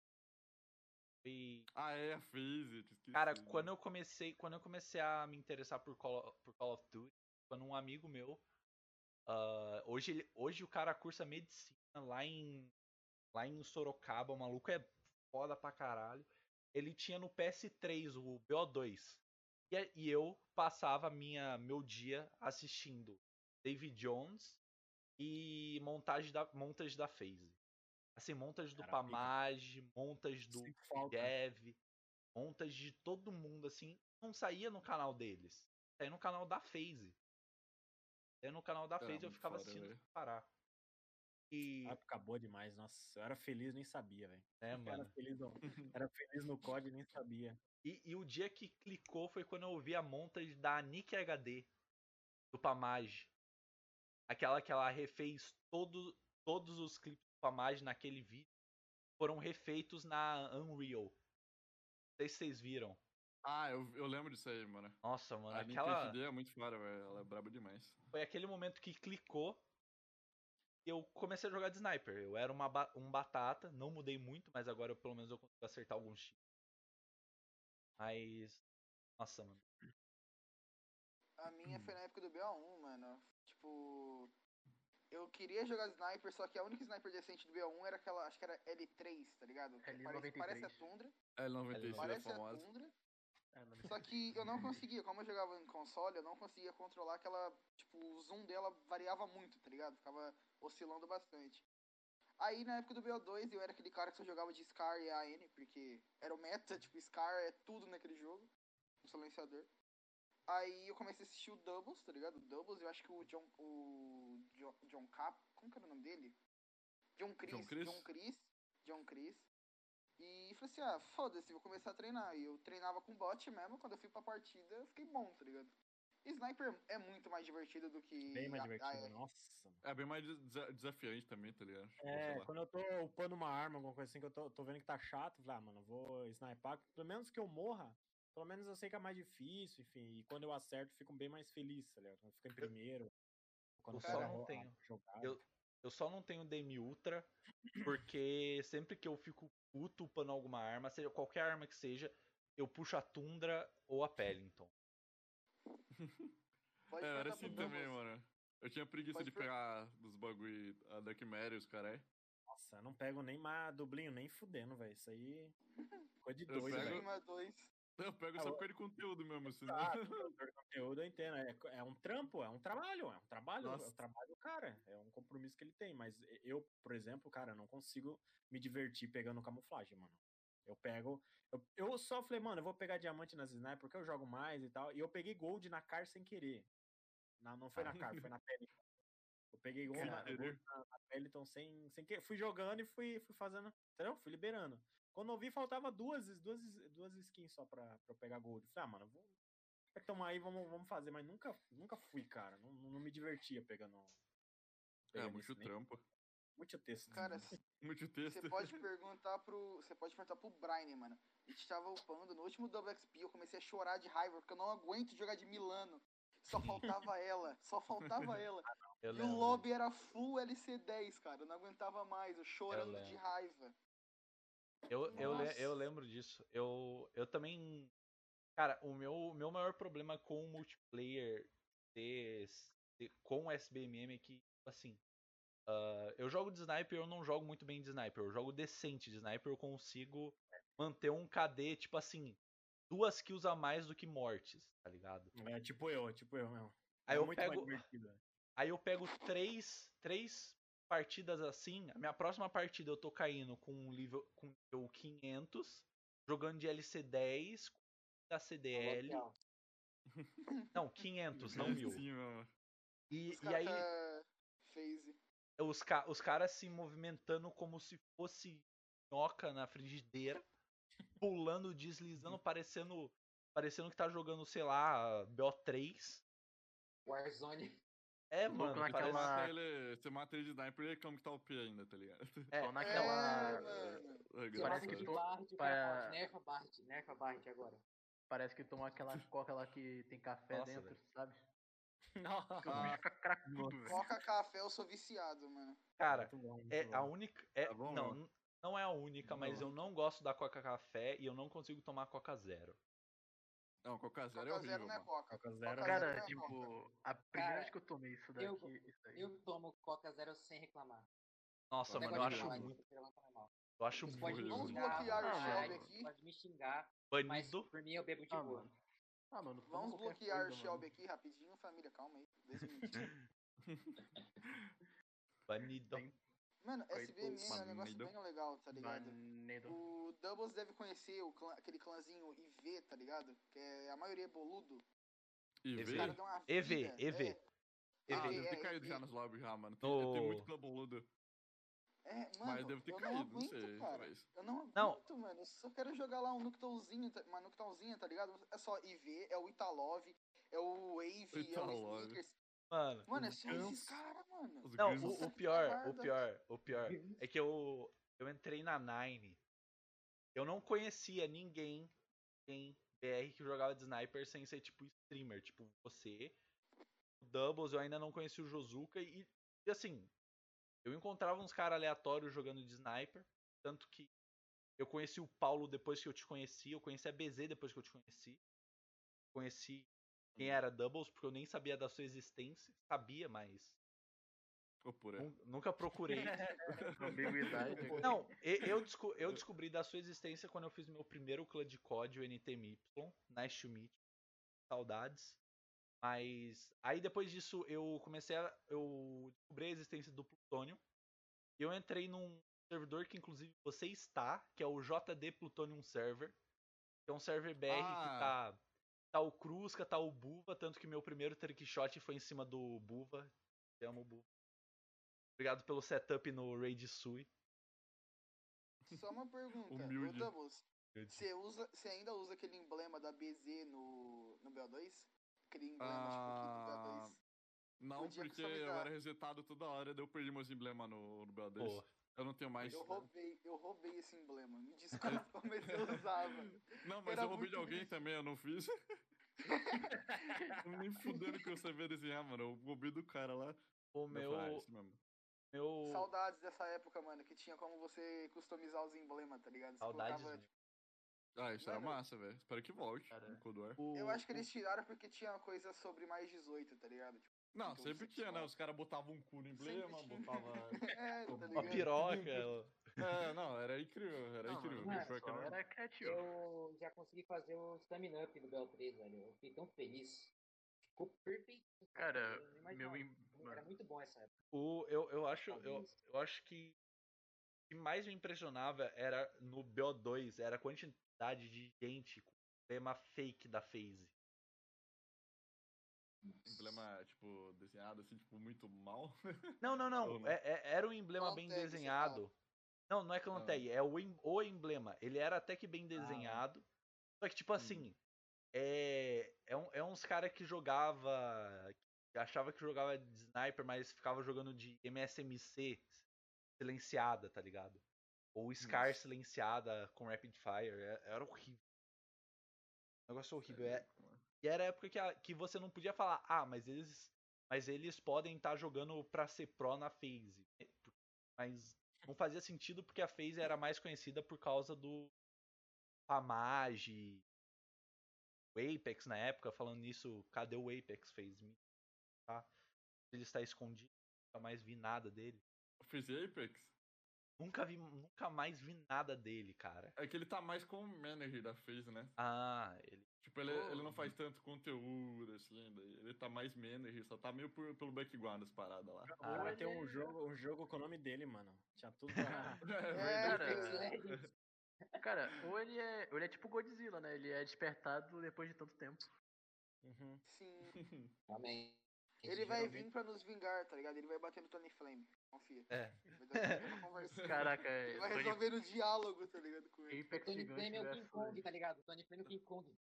B: Foi
E: Ah, é, a Phase.
B: Cara, quando eu comecei, quando eu comecei a me interessar por Call, por Call of Duty, quando um amigo meu, ah, hoje, ele- hoje o cara cursa medicina lá em lá em Sorocaba, o maluco é foda pra caralho. Ele tinha no PS3 o BO2. E, a- e eu passava minha meu dia assistindo David Jones e montagem da montagem da Phase. Assim, montagem do
F: Caraca.
B: Pamage, montagem do
F: Sinto falta.
B: Dev, contas de todo mundo, assim, não saía no canal deles. Saía no canal da FaZe. Saía no canal da
E: Era
B: FaZe eu
E: muito
B: ficava
E: foda,
B: assistindo
E: velho.
B: sem parar. E.
F: A época boa demais, nossa. Eu era feliz, nem sabia, velho.
B: né,
F: Era
B: mano?
F: feliz, no- era feliz no COD, nem sabia.
B: E, e o dia que clicou foi quando eu ouvi a monta da Nick HD, do Pamage. Aquela que ela refez todo, todos os clipes do Pamage naquele vídeo foram refeitos na Unreal. Não sei se vocês viram.
E: Ah, eu, eu lembro disso aí, mano.
B: Nossa, mano,
E: a Nintendo
B: aquela.
E: HD é muito fora, velho. Ela é braba demais.
B: foi aquele momento que clicou e eu comecei a jogar de sniper. Eu era uma ba- um batata, não mudei muito, mas agora eu, pelo menos eu consigo acertar alguns tiros. Mas. Nossa, mano.
D: A minha foi na época do BA1, mano. Tipo. Eu queria jogar sniper, só que a única sniper decente do BA1 era aquela. Acho que era L3, tá ligado? Que Parece,
A: L93.
D: parece a Tundra.
E: L96 é
D: Parece um- a
E: famosa.
D: Tundra.
A: ah, não,
D: Só que eu não conseguia, como eu jogava em console, eu não conseguia controlar aquela. Tipo, o zoom dela variava muito, tá ligado? Ficava oscilando bastante. Aí na época do BO2 eu era aquele cara que só jogava de Scar e AN, porque era o meta, tipo, Scar é tudo naquele jogo. Um silenciador. Aí eu comecei a assistir o Doubles, tá ligado? O Doubles, eu acho que o John. O. John, John Cap. Como que era o nome dele? John Chris.
E: Chris?
D: John Chris. John Chris. E falei assim, ah, foda-se, vou começar a treinar. E eu treinava com bot mesmo, quando eu fui pra partida, eu fiquei bom, tá ligado? E sniper é muito mais divertido do que.
F: Bem mais
D: a- ah, a-
F: divertido, né? nossa.
E: É bem mais desa- desafiante também, tá ligado? Tipo, sei
F: É,
E: lá.
F: quando eu tô upando uma arma, alguma coisa assim, que eu tô, tô vendo que tá chato, eu falo, ah, mano, eu vou snipar, pelo menos que eu morra, pelo menos eu sei que é mais difícil, enfim, e quando eu acerto, eu fico bem mais feliz, tá ligado? Quando eu fico em primeiro, quando
B: eu
F: pega
B: só
F: a
B: não
F: ro- a
B: tenho.
F: jogada.
B: Eu- Eu só não tenho DM Ultra, porque sempre que eu fico puto upando alguma arma, seja qualquer arma que seja, eu puxo a Tundra ou a então. Pellington.
D: Pode
E: É, eu era
D: perguntar
E: assim
D: pro
E: também,
D: Doubles.
E: mano. Eu tinha preguiça
D: Pode
E: de
D: per-
E: pegar dos bagulho, a Dark Mary, os caras.
F: Nossa, eu não pego nem ma dublinho, nem fudendo, velho. Isso aí. Coisa de
E: Eu
F: doido,
E: pego-
F: velho.
D: Sigma 2.
E: Eu pego
F: Ah,
E: só
F: eu-
E: por causa de conteúdo mesmo, assim.
F: Ah, produtor de conteúdo eu entendo. É, co- é um trampo, é um trabalho, é um trabalho, é
E: Nossa.
F: um trabalho do cara. É um compromisso que ele tem. Mas e- eu, por exemplo, cara, não consigo me divertir pegando camuflagem, mano. Eu pego. Eu, eu só falei, mano, eu vou pegar diamante nas sniper porque eu jogo mais e tal. E eu peguei gold na car sem querer. Na- não foi na car, foi na pele. Eu peguei gold na,
E: Caralho.
F: gold na, na Peloton sem, sem querer. Fui jogando e fui, fui fazendo. Entendeu? Fui liberando. Quando eu vi, faltava duas, duas, duas skins só pra, pra eu pegar gold. Eu Falei, ah, mano, eu vou, então aí vamos, vamos fazer, mas nunca, nunca fui, cara. Não, não não me divertia pegando.
E: É,
F: pegando
E: muito
F: isso, nem-
E: trampo.
F: Muito texto.
D: Cara,
E: Muito texto.
D: Você pode perguntar pro. Você pode perguntar pro Brian, mano. A gente tava upando, no último Double XP eu comecei a chorar de raiva, porque eu não aguento jogar de Milano. Só faltava ela, só faltava ela.
B: Eu
D: E o
B: lembro.
D: lobby era full LC10, cara. Eu não aguentava mais, eu chorando de
B: lembro.
D: raiva.
B: Eu, eu, le- eu
D: Nossa.
B: lembro disso. Eu, eu também. Cara, o meu, meu maior problema com o multiplayer de, de- com o SBMM é que, tipo assim. ah, eu jogo de sniper, eu não jogo muito bem de sniper. Eu jogo decente de sniper, eu consigo manter um KD, tipo assim, duas kills a mais do que mortes, tá ligado?
F: É tipo eu, é tipo eu mesmo.
B: Aí
F: é
B: eu
F: muito mais
B: pego.
F: divertido. né?
B: Aí eu pego três, três partidas assim. A minha próxima partida eu tô caindo com um nível, com nível 500, jogando de LC10, com da CDL.
C: Legal.
B: Não, 500, não mil.
E: Sim, É assim, mano.
B: E,
D: Os tá
B: e aí
D: caras Phase.
B: os, ca os caras se movimentando como se fosse minhoca na frigideira, pulando, deslizando, parecendo, parecendo que tá jogando, sei lá, BO3.
C: Warzone.
B: É,
A: Louco
B: mano,
E: Você
A: naquela-
B: parece...
E: mata ele, você mata ele de sniper e ele como que tá o P ainda, tá ligado?
B: É,
A: Só
D: É,
A: naquela.
D: mano.
E: É
A: Parece
E: engraçado.
A: que
C: tu...
A: tu- pra-
C: Bard, pra... Nerfa Bard, nerfa Bard agora.
A: Parece que tomou aquela coca lá que tem café
B: Nossa,
A: dentro,
B: velho.
A: sabe? Que o
F: Nossa,
A: bicho Ah,
E: Ah,
A: fica cracudo, velho.
D: Coca café, eu sou viciado, mano.
B: cara,
F: muito bom, muito
B: É
F: bom.
B: a única. É,
E: Tá bom, Tá
B: não,
E: meu?
B: n- não é a única, mas eu não gosto da Coca Café e eu não consigo tomar Coca Zero.
E: Não, Coca Zero é
D: Coca
E: horrível,
D: zero não é
E: mano.
D: coca.
F: Coca Zero,
D: Coca
A: Cara,
D: Zero.
A: tipo, a primeira
C: Cara,
A: vez que eu tomei isso daqui,
C: eu-
A: isso daí.
C: Eu tomo Coca Zero sem reclamar.
B: Nossa,
E: Coca
B: mano, eu
E: Zero
B: acho
E: não,
B: muito.
C: é
B: Eu acho
C: Vocês
B: muito.
C: podem me
E: Vamos
C: xingar,
D: bloquear
A: o Shelby
C: vocês
D: aqui.
C: podem me xingar, mas
B: Banido.
C: por mim eu bebo de
A: Ah,
C: boa.
A: mano. Ah, mano, toma
D: Vamos
A: qualquer
D: bloquear
A: coisa,
D: o Shelby
A: mano.
D: aqui rapidinho, família. Calma aí. Dois minutos.
B: Banido.
A: Tem-
D: Mano,
A: Aí,
D: SBMM é um
E: mano,
D: negócio
E: me deu-
D: bem legal, tá ligado?
A: Banido.
D: O Doubles deve conhecer o clã- aquele clãzinho IV, tá ligado? Que é, a maioria é boludo.
E: E
B: EV?
D: Os caras dão uma
B: EV,
D: vida,
B: EV.
D: É,
E: Ah,
D: EV.
E: deve ter
D: é,
E: caído
D: é,
E: já nos lobbies já, mano. Tem, tem muito cluboludo.
D: É, é, mano,
E: Mas deve ter
D: eu
E: caído,
D: não
E: não,
D: aguento,
E: sei.
D: cara.
E: Mas...
D: Eu não
B: Não.
D: aguento, mano. Eu só quero jogar lá um Nuctãozinho, tá- uma Nuctãozinha, tá ligado? É só IV, é o Italov, é o Wave, é o
E: Italov.
D: Sneakers.
B: Mano.
D: Mano, é só esses
E: Gans.
D: caras, mano.
E: Os
B: Não,
E: gringos-
B: o, o
D: Nossa, que
B: pior, o
D: merda.
B: pior, o pior. É que eu. Eu entrei na Nine. Eu não conhecia ninguém em BR que jogava de sniper sem ser tipo streamer, tipo você. O Doubles, eu ainda não conhecia o Josuka e, e assim, eu encontrava uns caras aleatórios jogando de sniper, tanto que eu conheci o Paulo depois que eu te conheci, eu conheci a BZ depois que eu te conheci. Conheci
D: Hum.
B: quem era Doubles porque eu nem sabia da sua existência, sabia, mas
E: Ô, pura.
B: nun- nunca procurei.
A: Ambiguidade.
B: Não, e- eu, desco- eu descobri da sua existência quando eu fiz meu primeiro clã de COD, o NTMY, Nice to Meet. Saudades. Mas aí depois disso eu comecei a. Eu descobri a existência do Plutônio. E eu entrei num servidor que inclusive você está, que é o JD Plutonium Server. Que é um server BR que
E: Ah.
B: tá. Tá o Crusca, tá o Buva, tanto que meu primeiro trick shot foi em cima do Buva. Te amo, Buva. Obrigado pelo setup no Raid Sui.
D: Só uma pergunta. Ô,
E: Humilde.
D: Doubles, você, usa, você ainda usa aquele emblema da BZ no, no BO2? Aquele emblema,
E: Ah,
D: tipo, aqui do BO2?
E: Não,
D: Podia
E: porque eu
D: customizar.
E: era resetado toda hora, daí eu perdi meus emblemas no, no BO2.
B: Pô,
E: Eu não tenho mais.
D: Eu roubei, eu roubei esse emblema. Me desculpa, mas eu usava.
E: Não, mas
D: Era
E: eu roubei
D: muito
E: de alguém
D: lixo.
E: também, eu não fiz. Nem fudendo que eu sabia desenhar, mano. Eu roubei do cara lá.
B: o
E: Eu
B: meu.
E: falei, ah, isso mesmo.
B: meu...
D: Saudades dessa época, mano, que tinha como você customizar os emblemas, tá ligado? Você
B: Saudades
D: colocava,
B: mesmo.
D: tipo,
E: Ah, isso era
D: Mano.
E: massa, velho. Espero que volte
A: Cara.
E: no Cold War.
D: eu
B: o-
D: acho que
B: o-
D: eles tiraram porque tinha uma coisa sobre mais 18, tá ligado? Tipo,
E: Não,
D: Então,
E: sempre tinha, né?
D: sexual.
E: Os caras botavam um cu no emblema,
D: tinha.
E: botava.
D: é, tá
E: Uma
B: Uma
D: ligado?
B: piroca.
E: É, não, era incrível, era
A: Não,
E: incrível.
A: mano,
D: é
E: Bem pior que
A: só
E: não.
A: era criativo.
C: Eu já consegui fazer o stamina up do BO3, velho. Eu fiquei tão feliz. Ficou perfeitinho.
A: Cara,
C: Eu não
A: Meu,
C: imaginava.
A: em-
C: Era
A: mano,
C: muito bom essa época.
B: O, eu, eu acho,
D: Tá
B: eu,
C: Talvez.
B: eu acho que o que mais me impressionava era no BO2, era a quantidade de gente com tema fake da FaZe.
E: Emblema, tipo, desenhado assim, tipo, muito mal.
B: Não, não,
E: Ou
B: não.
E: não?
B: é- é- era um emblema
D: Clan
B: bem
D: Tag, você
B: desenhado. Não, não é
E: Ah.
B: Clantag, é o, em- o emblema. Ele era até que bem desenhado. Só que, tipo assim, é, é, um- é uns cara que jogava. Que achava que jogava de sniper, mas ficava jogando de MSMC silenciada, tá ligado? Ou Scar
E: Tipo,
B: silenciada com Rapid Fire. é- Era horrível. Negócio horrível. É, E era a época que, a- que você não podia falar, ah, mas eles. Mas eles podem estar jogando pra ser pró na FaZe. Mas não fazia sentido porque a FaZe era mais conhecida por causa do Famage, o Apex na época, falando nisso, cadê o Apex fez me tá? Ele está escondido, nunca mais vi nada dele.
E: Fiz Apex?
B: Nunca vi, nunca mais vi nada dele, cara.
E: É que ele tá mais como manager da FaZe, né?
B: Ah, ele
E: Tipo, ele,
B: Pô.
E: ele não faz tanto conteúdo, assim, daí ele tá mais manager, só tá meio por- pelo background as paradas lá.
B: Ah,
F: vai ter um
A: ele-
F: jogo, um jogo com o nome dele, mano. Tinha tudo pra...
E: É,
A: cara.
C: Apex Legends.
A: Cara, ou ele é. Ou ele é tipo Godzilla, né? Ele é despertado depois de tanto tempo.
F: Uhum.
D: Sim.
E: verdade.
C: Também.
D: Ele vai vir pra nos vingar, tá ligado? Ele vai bater no Tony Flame. Confia.
B: É.
D: Vai dar uma conversa.
A: Caraca,
D: Ele vai
A: Tony
D: resolver o diálogo, tá ligado? Com ele.
A: Apex
C: Tony
A: gigante
C: Flame é o King
A: versus-
C: Kong, tá ligado? Tony Flame é o King Kong.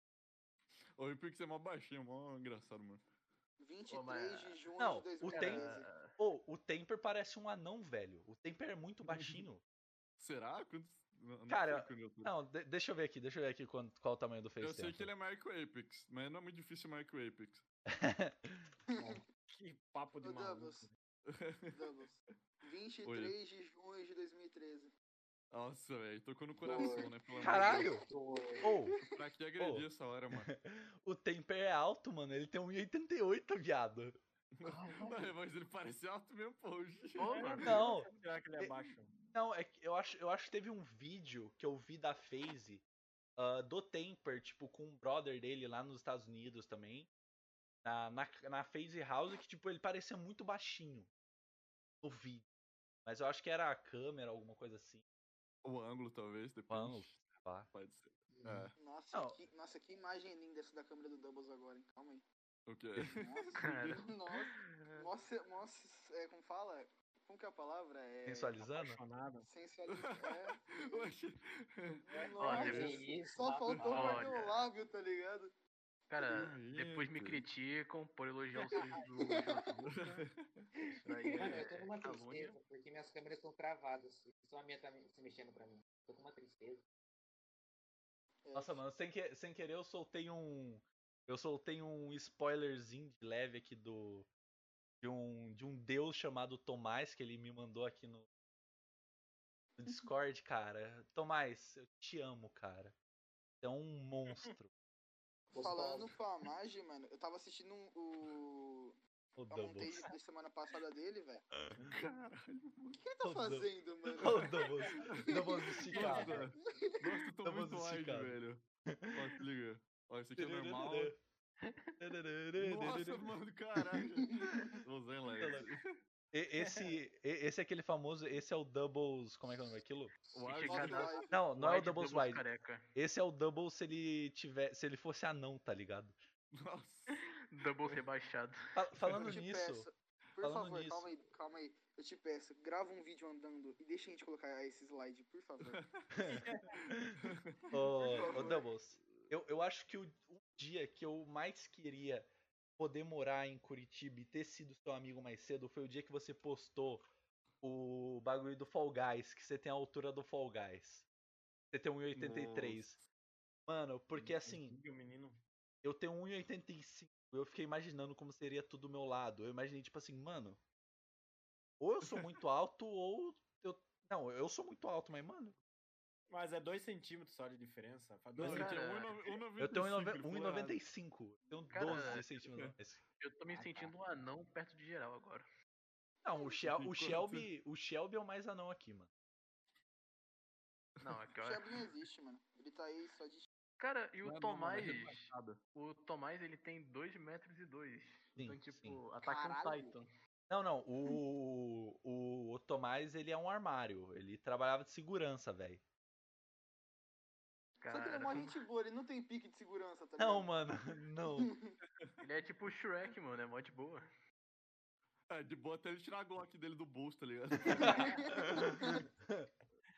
E: O Apex é mó baixinho, mó engraçado, mano.
D: 23
A: Pô, mas-
D: de junho
B: Não, o
D: de 2013.
B: Tem- Ô, o Temper parece um anão, velho. O Temper é muito baixinho.
E: Será? Quantos... não- não
B: Cara,
E: sei quando eu tô-
B: Não, de- deixa eu ver aqui, deixa eu ver aqui quanto- qual o tamanho do
E: eu
B: Face
E: sei que ele é maior que o Apex, mas não é muito difícil maior que o Apex.
F: Que papo de
D: Ô,
F: maluco.
D: Douglas. Douglas. 23 de junho de 2013.
E: Nossa, velho, tocou no coração, né? Pelo amor de
B: Caralho!
C: Oi.
B: Ou,
E: Deus. Pra que agredir essa hora, mano?
B: o Temper é alto, mano. Ele tem 1,88, viado.
E: Olha, mas ele parece alto mesmo, pô. hoje.
A: Pô, mano.
B: Não,
F: É, Será que ele
B: Tem-
F: é baixo?
B: Não, é que eu acho, eu acho que teve um vídeo que eu vi da FaZe ah, do Temper, tipo, com um brother dele lá nos Estados Unidos também. Na, na, na FaZe House, que, tipo, ele parecia muito baixinho no vídeo. Mas eu acho que era a câmera, alguma coisa assim.
E: O ângulo, talvez,
B: O
E: depois.
B: ângulo, sei lá.
E: Pode ser. É,
D: Nossa,
B: Não.
D: que, nossa, que imagem linda essa da câmera do Doubles agora, hein? Calma aí.
E: ok.
A: Cara.
D: Nossa, nossa, nossa, nossa é, como fala? Como que é a palavra? É...
B: Sensualizando?
F: Apaixonado?
D: Sensualidade.
E: Eu achei-
A: Olha,
D: É, nossa,
A: viu?
C: Que isso,
D: só
C: papo
D: faltou
C: de
D: morder
A: Olha.
D: o lábio, tá ligado?
A: Cara,
E: Aí,
A: depois me
E: pô.
A: criticam por
E: né,
A: elogiar o seus do Isso daí
C: Mano, eu tô
A: é
C: numa
A: calúnia.
C: tristeza, porque minhas câmeras estão travadas. Só a minha tá me- se mexendo pra mim. Tô com uma tristeza.
D: É,
B: Nossa, mano, sem, que- sem querer eu soltei um. Eu soltei um spoilerzinho de leve aqui do. De um, de um deus chamado Tomás, que ele me mandou aqui no, no Discord, cara. Tomás, eu te amo, cara. Você é um monstro.
D: Falando com a Mage, mano, eu tava assistindo um- o.
B: O
D: A
B: Doubles.
D: montage da semana passada dele, velho.
E: Caralho.
D: O que, que ele tá
B: Ô, Douglas.
D: fazendo,
B: O
D: mano?
B: Doubles. Doubles do Chicago.
E: Nossa, nossa, eu tô
B: Tamo
E: muito wide,
B: esticado.
E: velho. Ó, se liga. Ó, esse aqui é normal. Nossa, mano, caralho. Usei Lex.
B: E- Esse, e- esse é aquele famoso. Esse é o Doubles. Como é que é o nome daquilo?
E: Wide,
A: Cada-
E: né?
D: Olha,
B: Não, não é o
A: Wide
B: Doubles
A: Doubles
B: Wide.
A: Careca.
B: Esse é o Double se ele tiver, se ele fosse anão, tá ligado?
E: Nossa.
A: Doubles rebaixado.
B: Fa- falando
D: eu te
B: nisso,
D: peço, Por
B: falando
D: favor,
B: nisso.
D: calma aí, calma aí. Eu te peço, grava um vídeo andando e deixa a gente colocar esse slide, por favor.
B: ô, ô
D: favor.
B: Doubles, eu, eu acho que o, o dia que eu mais queria poder morar em Curitiba e ter sido seu amigo mais cedo foi o dia que você postou o bagulho do Fall Guys, que você tem a altura do Fall Guys. Você tem 1,83. Mano, porque
D: Uhum.
B: assim,
F: E o um menino...
B: eu tenho 1,85. Eu fiquei imaginando como seria tudo do meu lado. Eu imaginei, tipo assim, mano. Ou eu sou muito alto, ou eu. Não, eu sou muito alto, mas, mano.
F: Mas é 2 centímetros só de diferença. Faz
E: Não,
F: dois
E: ele tem
A: cara,
E: 1,9- 1,95.
B: Eu tenho
E: ele falou errado.
B: 1,95. Eu tenho tipo,
A: Cara,
B: 12 centímetros a mais.
A: Eu tô me sentindo um anão perto de geral agora.
B: Não, o, Shel o,
E: Enquanto-
B: Shelby, o Shelby é o mais anão aqui, mano.
A: Não, é que
D: O
A: eu...
D: Shelby não existe, mano. Ele tá aí só de.
A: Cara, e
E: Não é
A: o
E: não, mano, é
A: Tomás.
E: rebaixado.
A: O Tomás ele tem 2 metros e 2.
B: Sim,
A: Então,
B: sim.
A: tipo, ataca um
D: Caralho.
A: Titan.
B: Não, não. O, o, o Tomás, ele é um armário. Ele trabalhava de segurança, velho.
D: Só que ele é
A: Cara,
D: mó gente boa, ele não tem pique de segurança, tá ligado?
B: Não, mano. Não.
A: ele é tipo o Shrek, mano. É mó de boa.
E: É, de boa até ele tirar a Glock dele do bolso, tá ligado?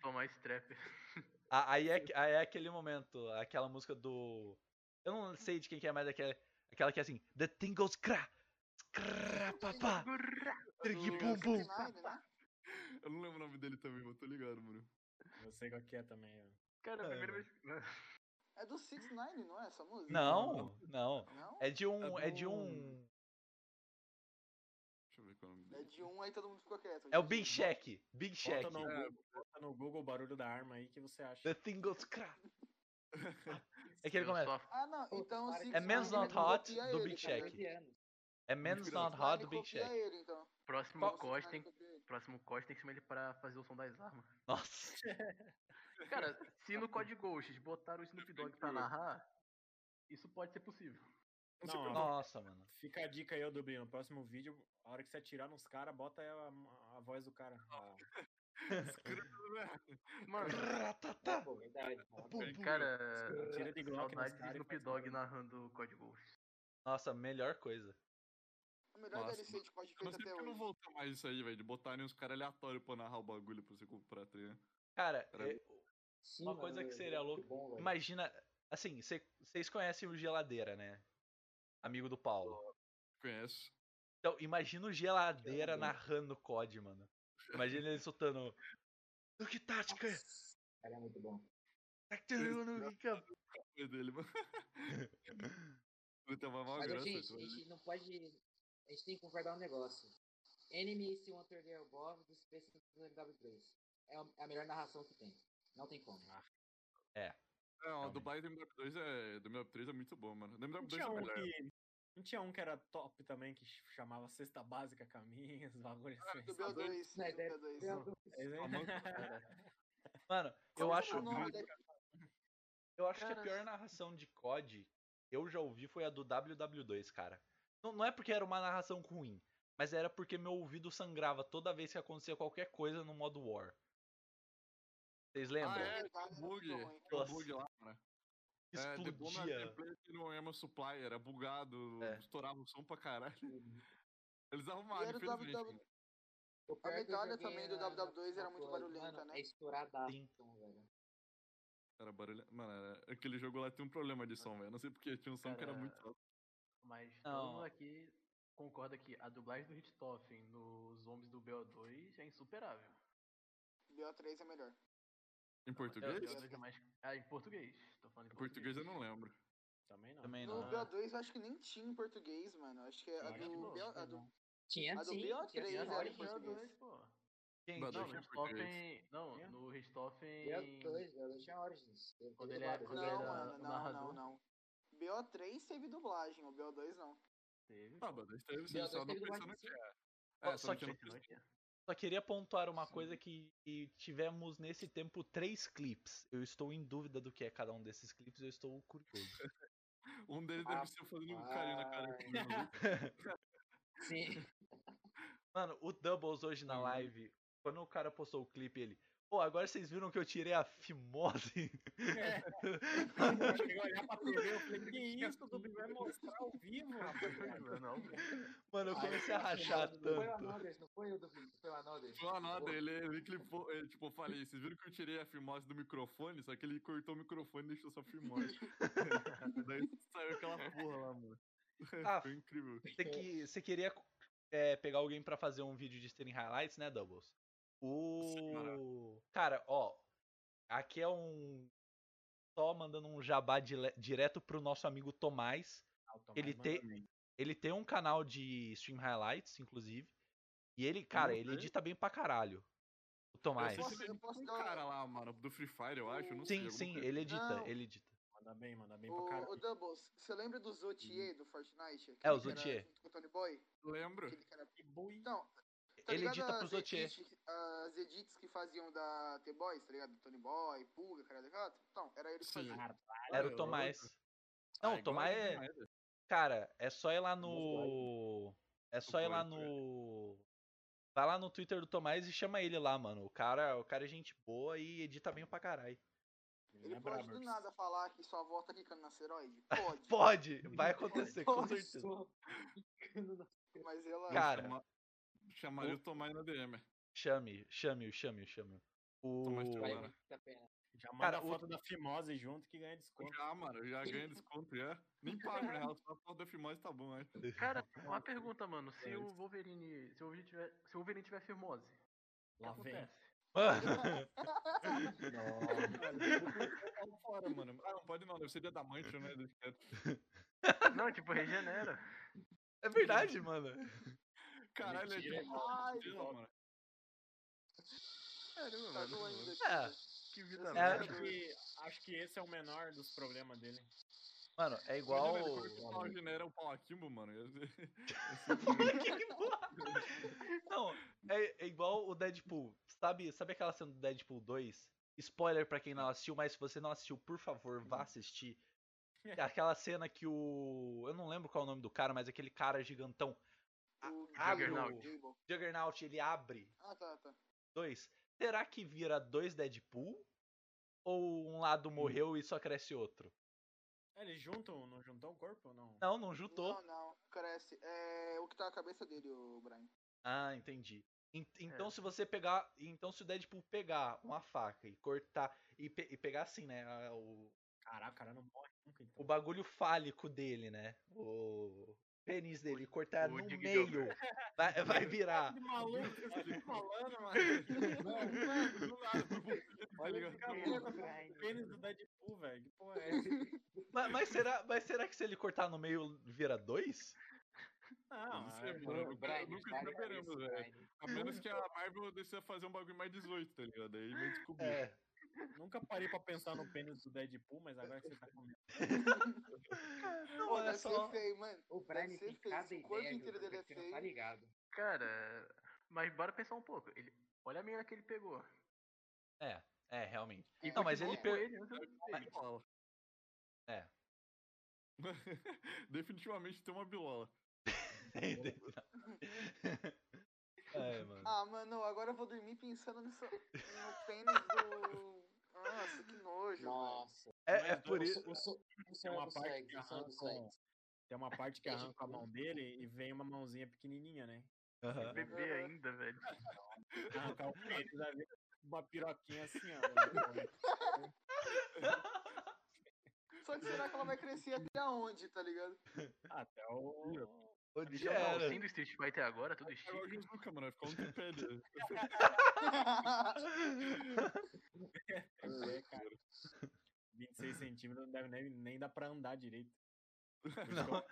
A: Tomás Trapper.
B: A- Aí é, que- aí é aquele momento, aquela música do. Eu não sei de quem que é, mas é aquela, aquela que é assim. The thing goes cra! Cra, papá!
D: É
B: Trigui, bum, bum!
D: Nada, né?
E: Eu não lembro o nome dele também, mas tô ligado, mano.
F: Eu sei qual que é também. ó.
A: Cara, a
B: É,
A: primeira
B: mano.
A: vez.
D: É do 6ix9ine, não é essa música?
B: Não, não.
D: Não?
B: É de um.
E: É
B: É de
E: do-
B: um.
E: Deixa eu ver qual é o nome
D: É
E: dele.
D: de um aí todo mundo ficou quieto.
B: É o Big Shack. Big Shack.
F: Bota no,
E: É.
F: Google, bota no Google o barulho da arma aí que você acha.
B: The thing goes crack. É que ele começa.
A: Só-
D: Ah, não, então o
C: É
D: 6ix9ine.
B: Men's Not
D: ele
B: Hot
D: copia
B: do
D: ele,
B: Big
D: cara.
B: Check.
C: Check. anos.
B: É Men's
E: Inspirado.
B: Not Hard
D: Ele
B: do Big
D: copia
B: Shack.
D: ele, então.
A: Próximo
D: O
A: Costa, hein?
D: 6ix9ine copia ele.
A: Próximo Costa em cima ele pra fazer o som das armas.
B: Nossa.
A: Cara, se no Code Ghosts botaram o Snoop Dogg pra narrar, isso pode ser possível.
F: Tipo, Não, ó,
B: Nossa, mano.
F: Fica a dica aí, ô Dublin. No próximo vídeo, a hora que você atirar nos caras, bota a, a voz do cara. Ah, a-
A: Mano,
C: Tá
B: Ratatá.
C: bom, verdade.
D: É,
A: cara.
F: Tira de Glock nos
A: Saudades de
F: caras e
A: Snoop
F: faz
A: Dogg
F: barulho.
A: narrando o Code Ghosts.
B: Nossa, melhor coisa.
D: O É melhor
E: Nossa,
D: DLC de Code
E: Eu não
D: feito
E: sei
D: até
E: porque não
D: hoje.
E: voltou mais isso aí, velho. De botarem uns caras aleatórios pra narrar o bagulho pra você comprar tá treino.
B: Cara,
E: Era-
B: é- Uma coisa que seria louca, imagina. Assim, vocês conhecem o Geladeira, né? Amigo do Paulo.
E: Conheço.
B: Então, imagina o Geladeira narrando o COD, mano. Imagina ele soltando. "No Que tática!
C: Cara, é muito bom.
B: Tactando no que é campo."
E: Foi dele, mano. Ele tava mal
C: Mas, assim,
E: graça.
C: gente, a
E: então,
C: gente não pode. A gente tem que concordar um negócio. Enemy is one third above do Space do MW3. É a- é a melhor narração que tem. Não tem como.
E: É, ó, a
B: Realmente.
E: dublagem do MW2 é, do MW3 é muito bom, mano. Do
F: Não
E: MW2
F: tinha,
E: é
F: um
E: melhor.
F: que, não tinha um que era top também, que ch- chamava Cesta Básica Caminhos, bagulho assim. é,
D: Do B2.
C: Não, é
D: do B2.
B: Mano, eu
D: Como
B: acho,
D: é o nome daquele
B: eu acho que a
A: Cara,
B: pior narração de COD que eu já ouvi foi a do WW2, cara. Não, não é porque era uma narração ruim, mas era porque meu ouvido sangrava toda vez que acontecia qualquer coisa no modo War. Vocês lembram?
E: Ah, é,
D: cara?
E: o bug. Que é o
B: Nossa.
E: bug lá, mano. É, The Bomb era
B: Explodia.
E: gameplay que não era uma supply, era bugado,
B: É.
E: estourava o som pra caralho. Eles arrumaram,
D: era o
E: infelizmente.
D: WW.
C: O pior
D: A
C: que eu
D: medalha
C: joguei
D: também do
C: na-
D: WW2 era
C: na
D: muito
C: Cloud.
D: barulhenta,
C: Mano,
D: né?
C: É estourada.
B: Sim.
C: então, velho.
E: Era barulho. Mano, era- aquele jogo lá tinha um problema de som, velho. Não sei porque tinha um som que era
A: Cara,
E: muito alto.
A: Mas
B: Não.
A: todo mundo aqui concorda que a dublagem do Richthofen nos Homens do BO2 é insuperável.
D: BO3 é melhor.
A: É,
E: Em
A: o
E: português?
A: BO2 é mais... Ah, em português. Tô falando em
E: Em português
A: português.
E: eu não lembro.
F: Também não.
B: Também né?
D: No
B: não.
D: BO2 eu acho que nem tinha em português, mano. Acho que é a
A: acho que
D: do
A: não,
D: BO.
A: acho
D: A do...
C: Tinha
D: A do
C: sim.
D: BO3
C: tinha sim,
A: Tinha
D: era
C: agora
A: nós
C: em
A: em
C: português.
A: português, pô.
B: Quem-
A: Não,
E: Mano, Tá Dois
A: no
E: em português.
A: Richthofen... Não,
F: Tinha?
A: no Richthofen...
C: É BO2, BO2 tinha horas disso. Teve
A: Quando
C: teve
A: ele é-
C: vários.
A: quando
D: Não,
A: ele era
D: mano,
A: o
D: não, não,
A: narrador.
D: não. BO3 teve dublagem, o BO2 não.
A: Teve,
E: Ah,
A: pô.
E: mas daí teve sim,
C: BO2
E: só não
C: teve
E: pensando
C: dublagem,
E: que
C: sim.
E: é.
B: Ó,
E: É,
B: só
E: só que
B: que-
E: não
A: Esse não tinha.
B: Só queria pontuar uma coisa que, que tivemos nesse tempo três clipes. Eu estou em dúvida do que é cada um desses clipes, eu estou curioso.
E: Um deles deve ser fazendo um carinho na cara. com o maluco.
C: Sim.
B: Mano, o Doubles hoje
C: Uhum.
B: na live, quando o cara postou o clipe, ele. Pô, agora vocês viram que eu tirei a fimose?
F: Eu cheguei a olhar pra TV eu falei, que isso, Dublin vai mostrar ao vivo,
E: né,
F: rapaziada.
A: Não, não, pô.
B: Mano, eu
C: Aí
B: comecei a
C: foi
B: rachar
C: o- Foi o
B: tanto.
C: Anoders, não foi o do Foi o Anoders.
E: Foi uma nota, ele, ele clipou, é, tipo, eu falei, vocês viram que eu tirei a filmose do microfone, só que ele cortou o microfone e deixou só a filmose. daí saiu aquela porra lá, mano.
B: Ah,
E: Foi incrível.
B: Você, que, você queria é, pegar alguém pra fazer um vídeo de stream highlights, né, Doubles? O. Cara, ó. Aqui é um. Só mandando um jabá dile- direto pro nosso amigo Tomás.
F: Ah,
B: Ele tem- Ele tem um canal de stream highlights, inclusive. E ele, cara, ele edita bem pra caralho. O Tomás.
E: Eu
D: posso-
E: sei que ele
D: eu
E: tem
D: posso
E: um
D: dar-
E: cara lá, mano, do Free Fire, eu acho, eu não
B: Sim,
E: sei. alguma
B: sim,
E: coisa.
B: ele edita,
D: Não.
B: ele edita.
F: Manda bem, manda bem pra
D: O, o
F: caralho.
D: Doubles, você lembra do Zotier do Fortnite?
B: Hum. É, o
D: Aquele que era
B: Zotier.
D: junto Com o Tony Boy?
E: Lembro.
D: Aquele que era...
F: Que boi.
D: Não, tá
B: Ele
D: ligado
B: edita pro
D: as
B: Zotier.
D: edits- As edits que faziam da T-Boys, tá ligado? Tony Boy, Pulga, cara da gata. Então, era ele que
E: Sim.
D: fazia.
B: Era
E: Ah,
B: o Tomás. Não,
E: Ah,
B: o
E: igual
B: Tomás
E: ele
B: é.
E: demais, velho.
B: Cara, é só ir lá no. É só ir lá
E: Boy,
B: no. Vai lá no Twitter do Tomás e chama ele lá, mano. O cara, o cara é gente boa e edita bem pra caralho.
F: é
D: Ele pode do nada falar que sua avó tá quicando na asteroide? Pode.
B: Pode, vai acontecer, com certeza.
D: Mas ela.
B: Cara.
E: Chama- Chamaria o Tomás na DM.
B: Chame, chame, chame, chame. O...
E: Tomás
C: Vai
E: Trelawney.
C: muito a pena.
F: Já manda
B: Cara,
F: a
B: o-
F: foto da Fimose junto que ganha desconto.
E: Já, mano, já ganha desconto, já. Nem pago, na real, só a foto da Fimose tá bom, acho.
A: Cara, uma pergunta, mano. Se o Wolverine. Se o Wolverine tiver, se o Wolverine tiver firmose, o que
F: Lá vem.
A: acontece?
B: Mano,
E: Caralho, é fora, mano. Ah, não pode não, deve ser dia da mãe, deixa eu ver, deixa quieto.
A: Não, tipo, regenera.
B: é verdade, mano.
E: Caralho, é dia
D: Mentira.
E: da mãe,
D: Ai,
E: mano.
A: Caramba,
D: Tá
A: mano.
D: doendo aqui.
B: É,
A: Que vida
D: É.
A: merda.
F: Acho que, acho que esse é o menor dos problemas dele.
B: mano, é igual.
E: Imagina, velho, quando o Paulo Genera é um pau aquimbo, mano. ia ser-
B: Que porra! Não, é, é igual o Deadpool. Sabe, sabe aquela cena do Deadpool 2? Spoiler pra quem não assistiu, mas se você não assistiu, por favor, vá assistir. É Aquela cena que o. Eu não lembro qual é o nome do cara, mas aquele cara gigantão.
D: O
B: abre
A: Juggernaut.
D: Gable.
B: Ah, Juggernaut, ele abre
D: Ah, tá, tá.
B: dois. Será que vira dois Deadpool? Ou um lado morreu e só cresce outro?
F: É, Eles juntam, não juntam o corpo ou não?
B: Não, não juntou.
D: Não, não, cresce. É o que tá na cabeça dele, o Brian.
B: Ah, entendi. En- Então se você pegar, então se o Deadpool pegar uma faca e cortar e, pe- e pegar assim, né, a- o,
F: Caraca, o cara não morre nunca,
B: o
F: então.
B: bagulho fálico dele, né, o pênis dele, e cortar
A: o
B: no
A: Dig
B: meio,
A: Duggar.
B: vai, vai virar.
F: Que maluco, que você tá falando, mano? Não, mano, do nada. Olha o cabelo do pênis do Deadpool, velho. Que porra é essa?
B: Ma- Mas, será, mas será que se ele cortar no meio vira dois?
F: Não,
E: Isso é
F: é-
E: muito- Mano,
C: Brian,
E: nunca
C: tá ligado
E: saberemos,
C: isso,
E: velho.
C: Brian.
E: A menos que a Marvel decida fazer um bagulho mais 18, tá ligado? Aí vai descobrir.
B: É.
F: nunca parei pra pensar no pênis do Deadpool, mas agora que você tá comentando.
B: Não,
D: Pô,
B: é
D: deve
B: só.
D: ser feio, mano.
C: O Brian
D: ser
C: tem
D: feio,
C: cada
D: esse
C: ideia,
D: corpo
C: Júlio,
D: inteiro dele é
C: que você não tá
D: feio.
C: ligado.
A: Cara, mas bora pensar um pouco. Ele... Olha a merda que ele pegou.
B: É, é realmente.
A: E
B: Não, mas ele
A: continuou
B: per-
A: com antes do
B: mas-
A: dele.
E: Definitivamente tem uma bilola.
B: Ai, É, mano.
D: Ah, mano, agora eu vou dormir pensando nisso, no pênis do. Nossa, que nojo. velho.
C: Nossa.
B: É, é
F: Mas
B: por
F: eu
B: isso.
C: O so- o
F: Tem
C: sonho
F: É uma
C: do
F: parte
C: Swags,
F: que
C: o sonho do
F: arranca,
C: Swags.
F: tem uma parte que arranca a mão dele e vem uma mãozinha pequenininha, né?
B: Aham.
A: Bebê
D: Aham.
A: ainda, velho.
F: Arrancar o peito, já vem uma piroquinha assim, ó.
D: Só que será que ela vai crescer até onde, tá ligado?
F: Até o.
B: Onde
A: Já
B: era?
A: o sim do Street Fighter agora, tudo
E: É igual o
A: chique.
E: Jesus Luca, mano. Vai ficar um tripé ali.
C: Ah,
F: É, cara. 26 centímetros não deve nem, nem dar pra andar direito.
B: Não.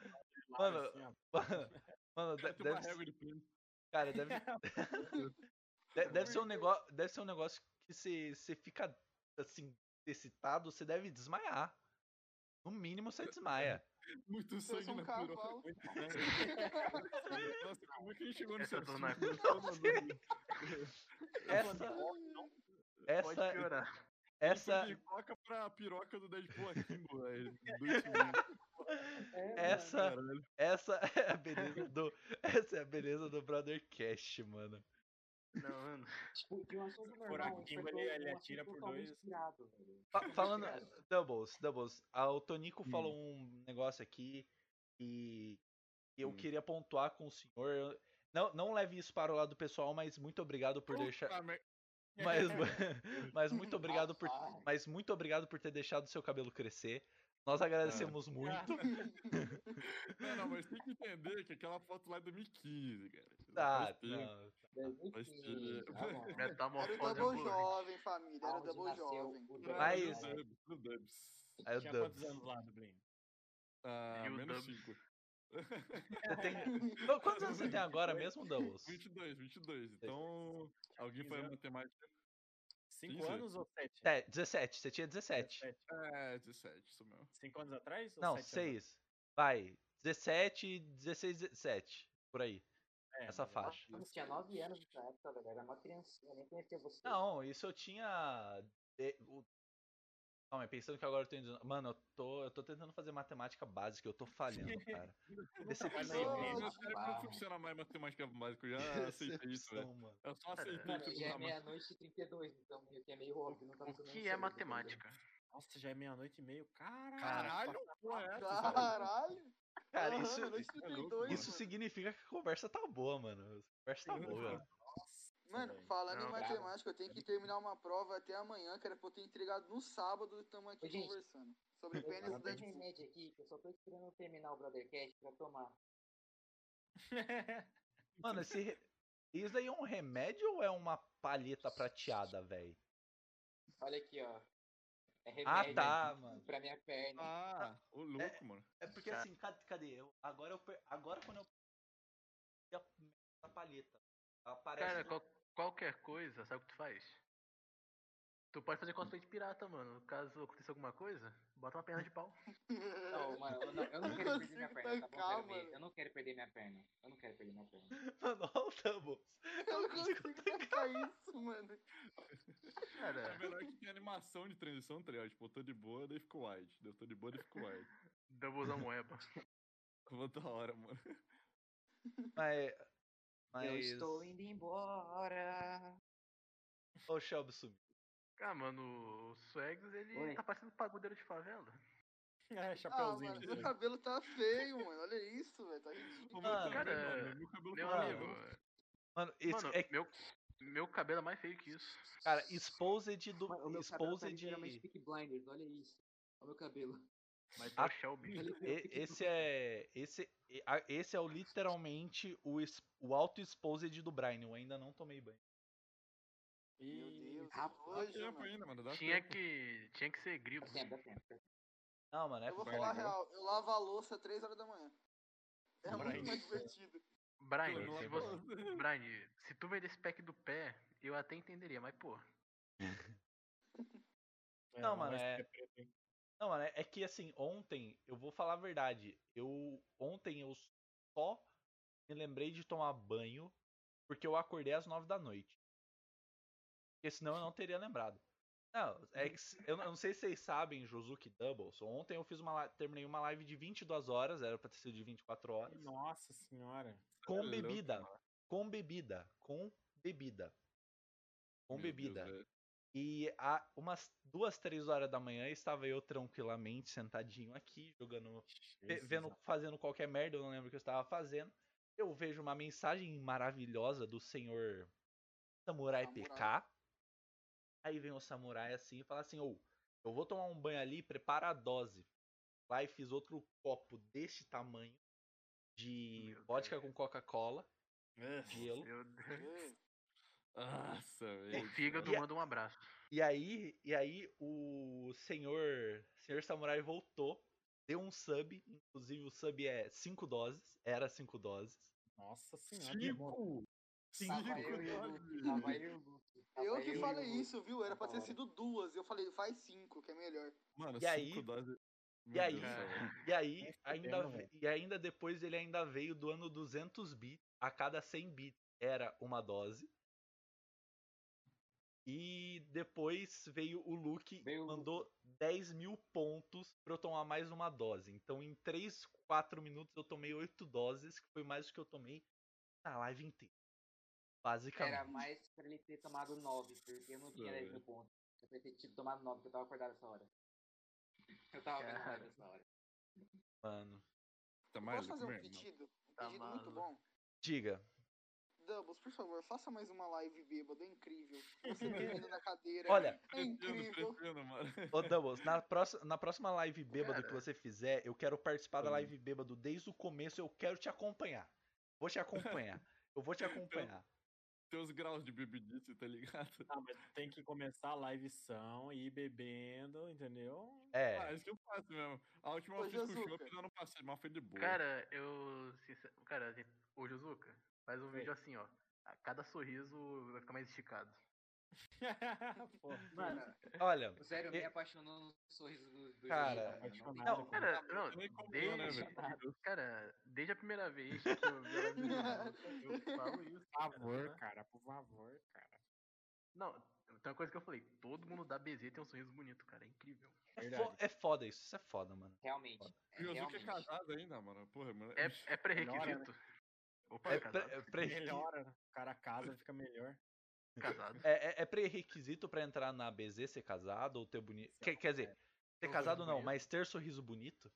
F: Lá,
B: Mano,
F: assim, ó.
B: Mano, mano de-
E: Vai ter uma
B: deve,
E: régua
B: ser-
E: de pênis.
B: cara, deve, de- deve ser um negócio, deve ser um negócio que você você fica assim excitado, você deve desmaiar. No mínimo você desmaia.
E: Muito
D: Se eu
E: sangue
D: sou um
E: na piroca.
D: cavalo.
F: Muito estranho.
E: Nossa, como é que a gente chegou nesse
A: Essa eu tô
E: assunto?
A: na-
B: Essa
A: Pode
B: essa
A: piorar.
B: essa
E: Foi de Piroca pra piroca do Deadpool Akimbo, velho. Dois segundos,
C: É,
B: essa
E: caralho.
B: essa é a beleza do essa é a beleza do Brother Cash, mano.
A: Não, mano.
C: Tipo, de um assunto normal.
F: buraquinho
C: isso foi
F: ali,
C: um
F: ele
C: assunto
F: atira por
C: totalmente
F: dois.
C: tirado, velho.
B: Fa- Falando.
F: É.
B: eh, Doubles, doubles. Ah, o Tonico falou
F: Hum.
B: um negócio aqui e eu
E: Hum.
B: queria pontuar com o senhor. Eu- Não, não leve isso para o lado pessoal, mas muito obrigado por deixar.
E: Puta merda.
B: Mas, mas muito obrigado por.
C: Rapaz.
B: Mas muito obrigado por ter deixado seu cabelo crescer. Nós
F: Ah,
B: agradecemos muito.
E: Não, não, mas tem que entender que aquela foto lá é 2015, cara.
B: Tá,
E: Faz tempo.
B: não.
E: Mas, eh,
C: Tá
A: É,
C: bom.
D: Era o
A: Metamorfose
D: Double
A: ambulante.
D: Jovem, família. Era o
C: Aonde
D: Double
C: nasceu
D: Jovem.
C: o
E: Não,
C: Mas-
E: no Dubs, no Dubs.
B: Aí o
F: Tinha quantos
B: É Dubs.
F: anos lá, Dublin?
E: Ah,
A: E o
E: menos
A: Dubs?
E: 5.
B: Você tem- Não, Quantos anos você tem agora mesmo, Doubles?
E: 22, 22. Então, alguém
F: 15
E: faz
F: anos.
E: matemática?
F: 5
E: Quinze?
F: anos ou 7?
B: É, 17, você tinha 17.
E: É, 17, isso mesmo.
F: 5 anos atrás? ou
B: Não,
F: sete anos
B: 6. Vai. 17, 16, 17. Por aí.
F: atrás? É,
B: essa
F: mas eu acho
B: faixa.
C: Eu tipo, tinha 9 anos nessa época, velho. Era uma criancinha, nem conhecia você.
B: Não, isso eu tinha. de- o- Calma aí, pensando que agora eu tô indo. Mano, eu tô, eu tô tentando fazer matemática básica, eu tô falhando, cara.
F: trabalho na
B: Decepção,
E: Não,
F: igreja.
E: meu cérebro
C: Barra.
E: não funciona mais matemática básica, eu já aceitei isso, né? velho.
B: é decepção, mano.
E: Eu só
A: Cara,
E: aceitei tipo,
C: Mano,
E: que
C: já é
E: não dá
C: meia-noite e 32, então meio que é meio óbvio. Não tá
A: O
C: funcionando
A: que
C: isso
A: é
C: aí, tá
A: matemática?
F: Nossa, já é meia-noite e meio. Caralho.
E: Caralho, porra, é essa? velho?
D: Caralho.
B: Cara,
D: aham,
B: isso,
D: meia-noite e
E: isso é louco,
D: 32,
B: isso
D: mano.
B: significa que a conversa tá boa, mano. A conversa tá boa.
D: Mano, falando
A: Não,
D: em
A: bravo.
D: matemática, eu tenho que terminar uma prova até amanhã, que era pra eu ter entregado no sábado e estamos aqui
C: Ô, gente.
D: conversando. Sobre
C: ligado?
D: pênis
C: Eu
D: do
C: tô de
D: Deadpool.
C: remédio aqui, que eu só tô esperando terminar o Brothercast pra tomar.
B: Mano, esse, re- Isso daí é um remédio ou é uma palheta prateada, velho?
C: Olha aqui, ó. É
B: Ah,
C: remédio
B: tá, mano.
C: pra minha perna.
E: Ah, o louco, mano.
B: É porque assim, cadê? cadê? Eu- agora, eu, per- agora quando eu. a merda da palheta. Ela Aparece
A: Cara,
B: no-
A: qual- qualquer coisa, sabe o que tu faz? Tu pode fazer cosplay de pirata, mano. Caso aconteça alguma coisa, bota uma perna de pau.
C: Não, mano, eu não, eu não
D: Eu
C: quero perder
D: consigo
C: minha perna, tá bom?
D: tancar,
C: Pera aí,
D: mano.
C: Eu não quero perder minha perna. Eu não quero perder minha perna.
B: Mano, olha o Doubles.
D: Eu não consigo tancar isso, mano. Ah,
E: É
A: Cara,
E: melhor que tinha animação de transição, tá ligado? Tipo, eu tô de boa, daí ficou wide. Daí Eu tô de boa, daí ficou wide.
A: Doublezão Weba.
E: Ficou é da hora, mano.
B: Mas. Mas. é
C: Eu estou indo embora.
B: Ô, o Shelby sumiu.
A: Cara, Ah, mano, o Swags, ele
C: Oi.
A: tá parecendo um pagodeiro de favela.
F: É,
D: Ah,
F: chapeuzinho.
D: mano, meu cabelo tá feio, mano. Olha isso, velho. Tá ridículo.
E: O meu também,
A: cara,
E: é mano, meu cabelo
A: é, Meu
E: tá-
A: amigo,
B: Mano, esse,
A: mano,
B: é,
A: meu, meu cabelo é mais feio que isso.
B: cara, Exposed do.
C: Mano, o meu cabelo tá
B: Exposed.
C: literalmente Peaky Blinders, olha isso. Olha o meu cabelo.
A: Mas
B: Ah,
A: é o Shelby.
C: Olha
B: E- Esse é. Esse, e- a- esse é o literalmente o, es- o auto-exposed do Brian. Eu ainda não tomei banho.
D: Meu Deus,
C: Rapaz,
E: Dá
D: hoje,
E: tempo
D: mano.
E: ainda, mano. Dá
A: Tinha
E: tempo.
A: que, tinha que ser grilo.
C: Dá tempo, dá tempo. dá tempo.
B: Não, mano, é
D: Eu vou
B: foda.
D: falar a real, eu lavo a louça 3 horas da manhã. É
F: Bora aí.
D: muito mais divertido.
A: Brian,
E: Pelo
A: se
E: amor
A: você,
E: de Deus.
A: Brian, se tu vendesse pack do pé, eu até entenderia, mas pô.
F: É,
B: Não,
F: uma
B: mano,
F: voz
B: é-
F: que preta, hein?
B: Não, mano, é- é que assim, ontem, eu vou falar a verdade. Eu. Ontem eu só me lembrei de tomar banho porque eu acordei às nove da noite. Porque senão eu não teria lembrado. Não, é que se- eu não eu não sei se vocês sabem, Josuke Doubles. Ontem eu fiz uma li- terminei uma live de 22 horas, era pra ter sido de 24 horas.
F: Nossa senhora.
E: É
B: Com
E: louco,
B: bebida. Com bebida. Com bebida. Com
E: Meu
B: bebida.
E: Deus, velho.
B: E a umas duas, três horas da manhã estava eu tranquilamente sentadinho aqui, jogando. ve-
F: Jesus.
B: Vendo, fazendo qualquer merda, eu não lembro o que eu estava fazendo. Eu vejo uma mensagem maravilhosa do senhor Samurai,
D: Samurai.
B: PK. Aí vem o samurai assim e fala assim: Ô, eu vou tomar um banho ali, prepara a dose. Lá e fiz outro copo deste tamanho de
A: Meu
B: vodka com Coca-Cola, gelo.
A: Meu Deus.
E: Nossa,
A: O
E: velho.
A: fígado
B: E a-
A: manda um abraço.
B: E aí, e aí o senhor, senhor Samurai voltou, deu um sub, inclusive o sub é 5 doses, era 5 doses.
F: Nossa senhora. demônio.
E: Cinco!
C: Lá vai eu e o Luke, lá vai eu e o Luke. lá
D: Eu
C: vai
D: que
C: e o
D: falei
C: Luke.
D: isso, viu? Era pra ter
C: Agora.
D: sido duas. Eu falei, faz cinco, que é melhor.
E: Mano,
B: E
E: cinco
B: aí-
E: doses. Meu
B: e aí-
E: Deus do céu, velho.
B: E aí,
F: Nem
B: ainda,
F: fudendo,
B: ve-
F: velho.
B: e ainda depois ele ainda veio do ano 200 bits, a cada 100 bits era uma dose. E depois veio o Luke e
C: Veio o Luke.
B: mandou 10 mil pontos pra eu tomar mais uma dose. Então em 3, 4 minutos eu tomei 8 doses, que foi mais do que eu tomei na live inteira. Basicamente.
C: Era mais pra ele ter tomado nove, porque eu não tinha
E: Sério.
C: 10 mil pontos. Eu teria tido tomado nove, porque eu tava acordado essa hora. Eu tava vendo a live essa hora.
B: Mano.
E: Tá mais
D: Posso
E: louco
D: fazer um
E: mesmo?
D: pedido? Um
A: Tá
D: pedido muito
A: maluco.
D: bom.
B: Diga.
D: Doubles, por favor, faça mais uma live bêbada, é incrível. Você dormindo na cadeira.
B: Olha,
D: é
E: Pretendo,
D: incrível.
E: pretendo, mano.
B: ô Doubles, na próxima, na próxima live bêbado que
A: Cara.
B: você fizer, eu quero participar da
E: Hum.
B: live bêbado desde o começo, eu quero te acompanhar. Vou te acompanhar. Eu vou te acompanhar.
E: Teus graus de bebidice, tá ligado?
F: Ah, mas tem que começar a live são e ir bebendo, entendeu?
E: Ah,
B: É.
E: isso que eu faço mesmo. A última
D: Ô,
E: eu fiz com
D: Jazuca.
E: chopp, eu não passei, mas foi de boa.
A: Cara, eu. sincer- Cara, gente- ô Juzuka, faz um
F: Oi.
A: vídeo assim, ó. A cada sorriso vai ficar mais esticado.
F: Pô,
C: Mano,
B: Olha, é
C: o Zero
B: E-
C: me apaixonou no sorriso do, do
B: Cara,
C: Jorginho, mano.
F: apaixonado.
B: Não,
F: pô.
A: Cara, não,
E: nem como não, né,
A: desde,
E: velho?
A: cara, desde a primeira vez que eu vi ela me eu, eu falo isso.
B: é
F: Por
A: cara,
F: favor,
A: né?
F: cara, por favor, cara.
A: Não, tem uma coisa que eu falei, todo mundo da BZ tem um sorriso bonito, cara, é incrível.
B: é,
F: Verdade.
B: fo- é foda isso, isso é foda, mano.
C: Realmente. É,
E: O Josuke é
C: realmente.
E: casado ainda, mano. Porra, mano.
A: É, é
F: Melhora,
A: pré-requisito. Opa,
B: É,
A: casado,
B: pre- é pré-requi-
F: Melhora, né? o cara casa, fica melhor.
A: casado.
B: é- é- é pré-requisito pra entrar na BZ ser casado ou ter bonito. Quer, quer dizer, ser
A: Ter um
B: casado
A: sorriso
B: não,
A: bonito.
B: mas ter sorriso bonito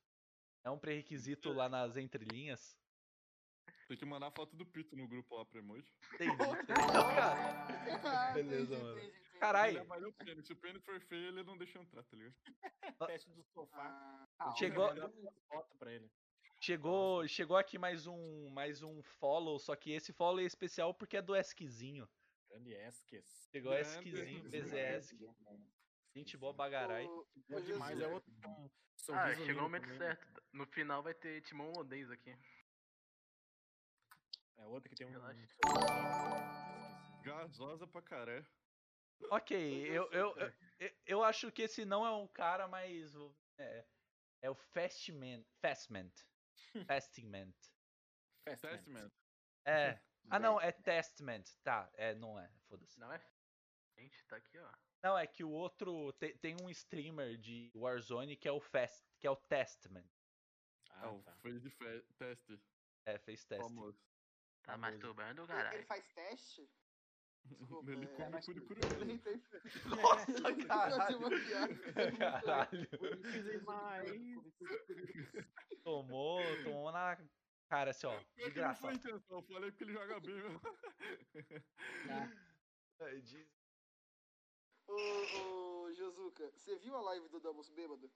B: é um pré-requisito lá nas entrelinhas.
E: Tem que mandar foto do Pito no grupo lá pro emoji.
B: Tem muito. Cara,
D: Ah, entendi,
B: Beleza, mano.
D: entendi, entendi.
B: Caralho.
E: Ele avaliou o pênis. Se o pênis for feio, ele não deixa entrar, tá ligado?
F: Teste do sofá.
D: Ah,
C: Ah,
B: Chegou-
C: o-
F: Foto pra ele.
B: Chegou, chegou aqui mais um, mais um follow, só que esse follow é especial porque é do Esquizinho.
F: Grande é, Esques.
B: Chegou
E: Grande
B: Esquizinho, BZS.
E: Esquizinho.
B: Gente boa bagarai.
D: Ô,
F: Bom
D: ô,
F: demais,
B: assim.
D: Josué,
F: é outro. Um
A: Ah, chegou
F: sorriso
A: o
F: lindo né?
A: momento
F: também.
A: certo. No final vai ter Timão Holandês aqui.
F: É outro que tem um.
A: Relaxa.
E: Gasosa pra caré.
B: Ok,
A: é,
B: eu, eu, eu, eu- eu acho que esse não é um cara, mas. o- É, é o Fastman. Fastment. Fastment.
E: Testament.
B: É. Ah, não, é Testament. Tá, é, não é. Foda-se.
A: Não é? Gente, tá aqui, ó.
B: Não, é que o outro. te- tem um streamer de Warzone que é o Fast. Que é o Testament.
E: É
F: Ah,
E: o
F: tá.
E: fez de fe- teste.
B: É, fez teste.
E: Famoso.
A: Tá
F: Famoso.
A: masturbando,
D: Ele,
A: caralho.
D: faz teste? Desculpa,
E: Ele
D: é,
E: come
D: mas-
E: cu de
D: Ele
E: cururu.
D: tem-
B: Nossa,
D: Eu
B: caralho.
D: tinha uma piada.
B: Caralho.
F: Mas-
B: Tomou, tomou na cara, assim, ó.
E: Pior
B: De
E: que não foi
B: graça.
E: intenção, eu falei porque ele joga bem mesmo.
B: De-
D: Ô, ô, Josuka, você viu a live do Doubles bêbado?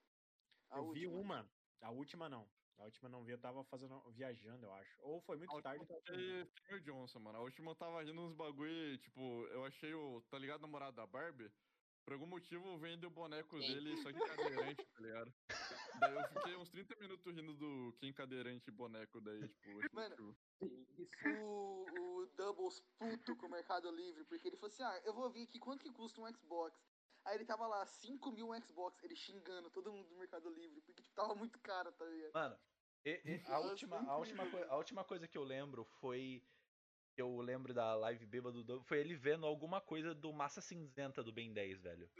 D: A
F: Eu vi
D: última.
F: uma. A última não. A última não vi, eu tava fazendo. viajando, eu acho. Ou foi muito
E: A
F: tarde.
E: última
F: eu tava dormindo.
E: foi Premier tipo, é, Johnson, mano. A última eu tava rindo uns bagulho, tipo, eu achei o, tá ligado, namorado da Barbie? Por algum motivo vende o boneco
C: Sim.
E: dele, só que cadeirante, tá ligado? Daí eu fiquei uns 30 minutos rindo do Kim cadeirante e boneco, daí, tipo, achei
D: Mano,
E: tipo,
D: O, o Doubles puto com o Mercado Livre, porque ele falou assim: ah, eu vou ver aqui quanto que custa um Xbox. Aí ele tava lá, 5 mil um Xbox, ele xingando todo mundo do Mercado Livre, porque tipo, tava muito caro, tá ligado?
B: Mano, e- e a,
D: Nossa,
B: última, a,
D: incrível.
B: última coi- a última coisa que eu lembro foi. Que eu lembro da live bêbado do. Foi ele vendo alguma coisa do Massa Cinzenta do Ben 10, velho.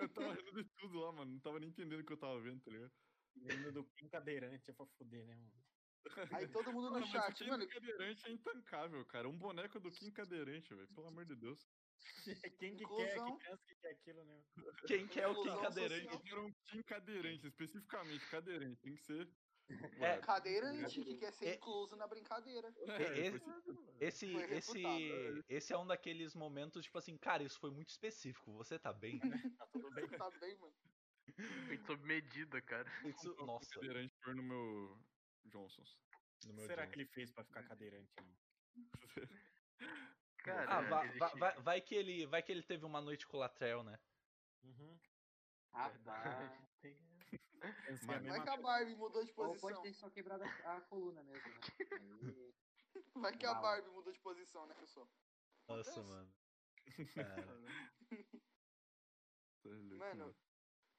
E: eu tava rindo de tudo lá, mano. Não tava nem entendendo o que eu tava vendo, tá ligado?
F: Menino do Kim cadeirante, é pra fuder, né, mano?
D: Aí todo mundo no
E: Mano, mas o
D: chat,
E: Kim
D: mano,
E: cadeirante é intancável, cara. Um boneco do Kim cadeirante, velho. Pelo amor de Deus.
F: Quem que quer,
D: Inclusão.
F: que criança que quer aquilo, né?
B: Quem quer o Kim
D: Inclusão
B: Cadeirante?
E: Eu quero um Kim cadeirante, especificamente cadeirante. Tem que ser.
B: É,
D: cadeirante que quer ser
B: É-
D: incluso na brincadeira.
E: É,
B: esse-
E: foi assim.
B: Esse,
D: Foi
B: esse,
D: refutado.
B: esse é um daqueles momentos, tipo assim, cara, isso foi muito específico, você tá bem?
F: Tá tudo bem.
D: Tá bem, mano.
A: Feito sob medida, cara.
B: Isso-
E: Comprou um
B: nossa,
E: cadeirante pôr no meu Johnsons.
B: no
F: O que
B: meu
F: será
B: dia.
F: que ele fez pra ficar cadeirante, mano?
A: Cara,
B: Ah, va-
A: é, ele
B: va-
A: chega.
B: vai, vai que ele, vai que ele teve uma noite colateral, né?
F: Uhum.
C: Rapaz.
F: Pensei
E: Mas-
F: a
D: Vai
F: mesma
D: que a Barbie mudou de
C: Ou
D: posição.
C: pode ter só quebrado a, a coluna mesmo, né? Aí,
D: Vai que a
C: Uau.
D: Barbie mudou de posição, né, pessoal?
B: Nossa,
D: Acontece.
B: mano. É. Cara,
E: Tá louco,
D: Mano,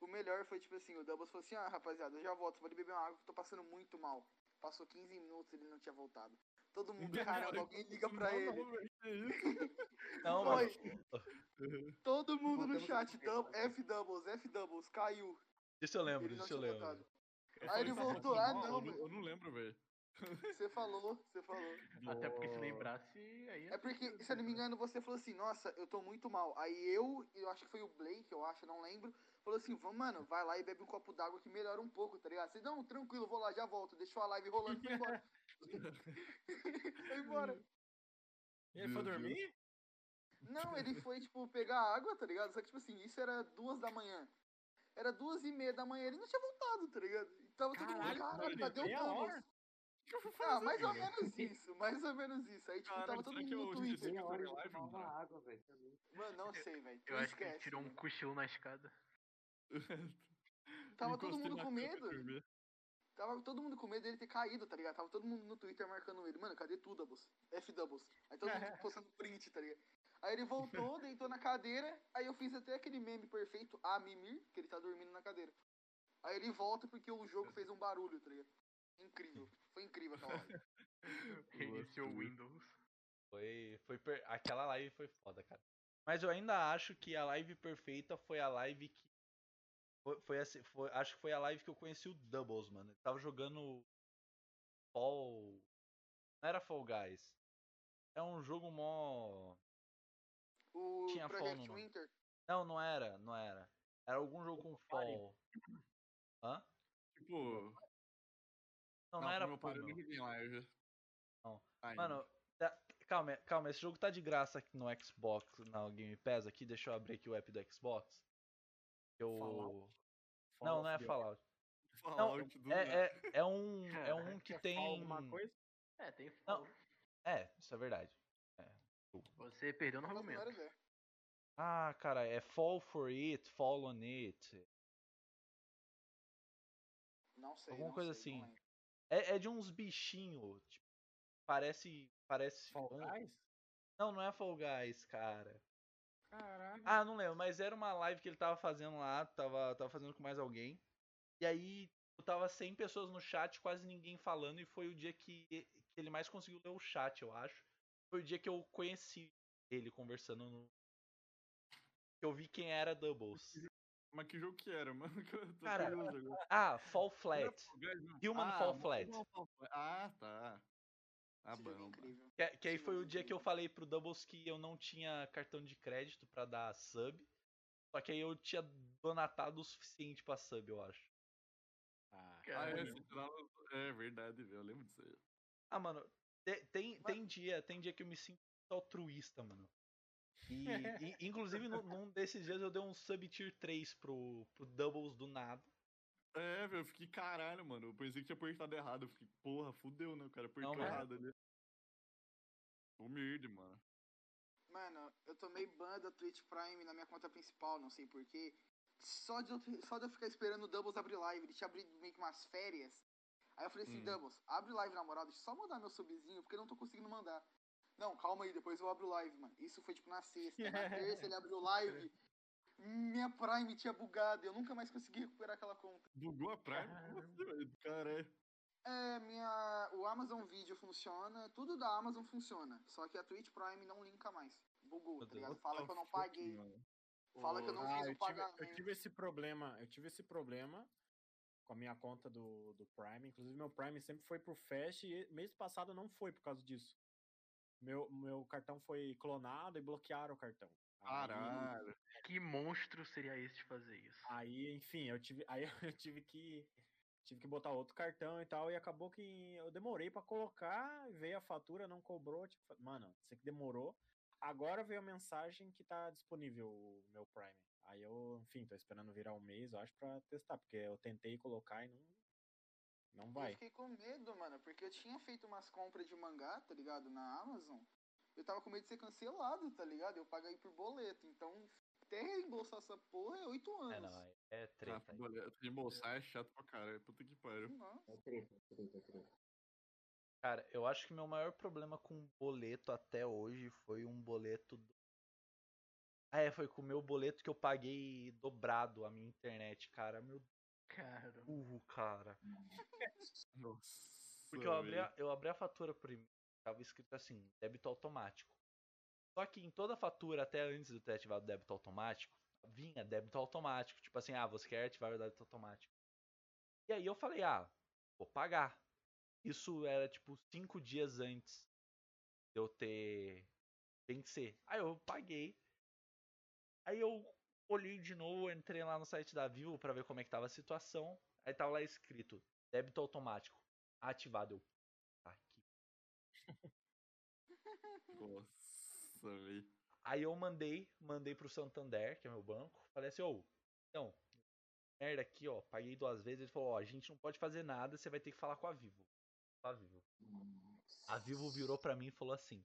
D: o melhor foi tipo assim, o Doubles falou assim, ah, rapaziada, eu já volto, vou ali beber uma água que eu tô passando muito mal. Passou 15 minutos e ele não tinha voltado. Todo mundo, caramba, alguém liga pra
E: Não,
D: ele.
E: não, velho, que isso?
B: não,
D: Oi.
B: mano.
D: Todo mundo no
C: Voltamos
D: chat,
C: ao programa.
D: Dou- F Doubles, F Doubles, caiu.
B: Isso eu lembro,
D: Ele não
B: isso eu
D: tinha
B: lembro.
D: voltado. Aí ele
E: Eu falei, "Tá
D: voltou,
E: muito
D: ah
E: mal",
D: não,
E: eu
D: velho.
E: Eu não lembro, velho.
D: você falou, você falou.
A: Até porque é se lembrasse, aí.
D: É porque, se eu não me engano, você falou assim, nossa, eu tô muito mal. Aí eu, eu acho que foi o Blake, eu acho, não lembro, falou assim, vamos, mano, vai lá e bebe um copo d'água que melhora um pouco, tá ligado? Você, não, tranquilo, vou lá, já volto. Deixou a live rolando, foi embora. foi embora.
F: E ele
E: Meu
F: foi
E: Deus.
F: dormir?
D: Não, ele foi, tipo, pegar água, tá ligado? Só que, tipo assim, isso era duas da manhã. Era duas e meia da manhã, ele não tinha voltado, tá ligado? E tava todo mundo,
F: Caralho,
D: caralho,
F: mano,
D: cadê o
F: meia
D: Thanos?
F: hora?
D: Ah, mais ou menos isso, mais ou menos isso. Aí, tipo,
E: Caralho,
D: tava todo
E: será que
D: mundo no
E: eu
D: Twitter.
E: esqueci
C: meia
E: que
C: hora
E: eu
C: de
E: tava em live,
C: tomar uma
E: mano?
C: água, velho. também.
D: Mano, não sei, velho.
A: Eu acho que ele
D: Esquece,
A: tirou um
D: mano.
A: cochilo na escada.
D: Tava todo
E: Encostei
D: mundo
E: na
D: com
E: cama e
D: medo.
E: dormi.
D: Tava todo mundo com medo dele ter caído, tá ligado? Tava todo mundo no Twitter marcando ele. Mano, cadê tu, Doubles? F Doubles. Aí todo mundo postando print, tá ligado? Aí ele voltou, deitou na cadeira. Aí eu fiz até aquele meme perfeito, a Mimir, que ele tá dormindo na cadeira. Aí ele volta porque o jogo fez um barulho, tá ligado? Incrível. Foi incrível aquela live.
A: Reiniciou o
E: Nossa,
A: Windows.
B: Foi, foi per- Aquela live foi foda, cara. Mas eu ainda acho que a live perfeita foi a live que. Foi, foi assim- foi- acho que foi a live que eu conheci o Doubles, mano. Ele tava jogando. Fall. Não era Fall Guys. É um jogo mó.
D: O
B: Tinha
D: Project
B: fono, mano.
D: Winter.
B: Não, não era, não era. Era algum jogo com Fall. Hã?
E: Tipo,
B: Não, não,
E: não,
B: era
E: meu pai,
B: Fall.
E: eu
B: não.
E: não joguei em live.
B: Não.
E: Ainda.
B: Mano, tá- calma, calma, esse jogo tá de graça aqui no Xbox, na Game Pass aqui. Deixa eu abrir aqui o app do Xbox. Eu.
F: Fallout? Hum.
B: Não,
F: Fall
B: não é
F: of the-
B: Fallout.
E: Fallout do nada.
B: É, é, é um, é um
A: Caraca,
B: que tem.
F: Alguma coisa?
A: É, tem Fallout.
B: É, isso é verdade.
A: Você perdeu no
D: Mas não era
A: argumento.
D: ideia.
B: Ah, cara, é Fall for It, Fall on It.
D: Não sei.
B: Alguma
D: não
B: coisa
D: sei, não
B: assim.
D: lembro.
B: É, é de uns bichinhos. Tipo, parece. Parece.
F: Fall
B: um-
F: Guys?
B: Não, não é Fall Guys, cara.
F: Caralho.
B: Ah, não lembro, mas era uma live que ele tava fazendo lá, tava, tava fazendo com mais alguém. E aí tipo, tava 100 pessoas no chat, quase ninguém falando, e foi o dia que, que ele mais conseguiu ler o chat, eu acho. Foi o dia que eu conheci ele conversando no. Que eu vi quem era Doubles.
E: Mas que jogo que era, mano? Que eu tô
B: Cara,
E: curioso agora.
B: Ah, Fall Flat.
E: Fall Guys, não.
B: Human
E: Ah,
B: Fall
E: Human
B: Flat.
E: Fall Flat. Ah, tá. Ah,
D: Esse jogo é
E: bom.
D: incrível.
B: Que, que aí
D: Esse
B: foi o
D: jogo é
B: dia que eu
D: incrível.
B: falei pro Doubles que eu não tinha cartão de crédito pra dar sub. Só que aí eu tinha donatado o suficiente pra sub, eu acho.
F: Ah,
E: Ah, é,
A: Caramba.
E: esse final- é verdade, velho. Eu lembro disso aí.
B: Ah, mano, te- tem,
D: Mas-
B: tem dia, tem dia que eu me sinto altruísta, mano. E, e, inclusive, num, num desses dias eu dei um sub tier 3 pro, pro Doubles do nada.
E: É, velho, eu fiquei caralho, mano. Eu pensei que tinha apertado errado. Eu fiquei, porra, fudeu, né? O cara apertou
B: Não, mas-
E: errado ali. Humilde, mano.
D: Mano, eu tomei ban da Twitch Prime na minha conta principal, não sei porquê. Só de, eu, só de eu ficar esperando o Doubles abrir live, ele tinha abrido meio que umas férias. Aí eu falei assim,
E: Hum.
D: Doubles, abre live na moral, deixa eu só mandar meu subzinho, porque eu não tô conseguindo mandar. Não, calma aí, depois eu abro live, mano. Isso foi tipo na sexta. Na terça ele abriu live. Minha Prime tinha bugado, eu nunca mais consegui recuperar aquela conta.
E: Bugou a praia? Como assim, velho? Caralho.
D: É, minha. O Amazon Video funciona, tudo da Amazon funciona. Só que a Twitch Prime não linka mais. Bugou,
B: Meu Deus.
D: tá ligado? Fala que eu não paguei. Fala que eu não
F: Ah,
D: fiz
F: eu
D: o
F: tive,
D: pagamento.
F: eu tive esse problema, eu tive esse problema com a minha conta do, do Prime. Inclusive, meu Prime sempre foi pro Fast e mês passado não foi por causa disso. Meu, meu cartão foi clonado e bloquearam o cartão. Aí-
E: Caralho.
A: Que monstro seria esse de fazer isso?
B: Ah,
F: Aí, enfim, eu tive, aí eu tive que tive que botar outro cartão e tal e acabou que eu demorei pra colocar, veio a fatura, não cobrou, tipo, fa- mano, sei que demorou. Agora veio a mensagem que tá disponível o meu Prime. Aí eu, enfim, tô esperando virar um mês, eu acho pra testar, porque eu tentei colocar e não não
D: Eu
F: vai.
D: fiquei com medo, mano, porque eu tinha feito umas compras de mangá, tá ligado? Na Amazon. Eu tava com medo de ser cancelado, tá ligado? Eu paguei por boleto. Então, até reembolsar essa porra é oito anos.
B: É, não, é, é
E: Ah,
B: treta.
E: olha, Reembolsar é chato pra caralho. Puta que pariu.
D: Nossa.
C: É treta, é treta, é treta.
B: Cara, eu acho que meu maior problema com boleto até hoje foi um boleto. do- Ah, é, foi com o meu boleto que eu paguei dobrado a minha internet, cara. Meu
A: Cara,
B: burro, cara.
E: Nossa.
B: Porque eu abri,
E: velho.
B: a, eu abri a fatura primeiro, tava escrito assim, débito automático. Só que em toda a fatura, até antes de eu ter ativado o débito automático, vinha débito automático. Tipo assim, ah, você quer ativar o débito automático. E aí eu falei, ah, vou pagar. Isso era tipo cinco dias antes de eu ter vencer. Aí eu paguei. Aí eu olhei de novo, entrei lá no site da Vivo pra ver como é que tava a situação. Aí tava lá escrito, débito automático ativado. Eu, "Tá que
E: Nossa, velho.
B: Aí eu mandei, mandei pro Santander, que é meu banco, falei assim, ô, então, merda aqui, ó, paguei duas vezes, ele falou, ó, a gente não pode fazer nada, você vai ter que falar com a Vivo. Com A Vivo. A Vivo virou pra mim e falou assim,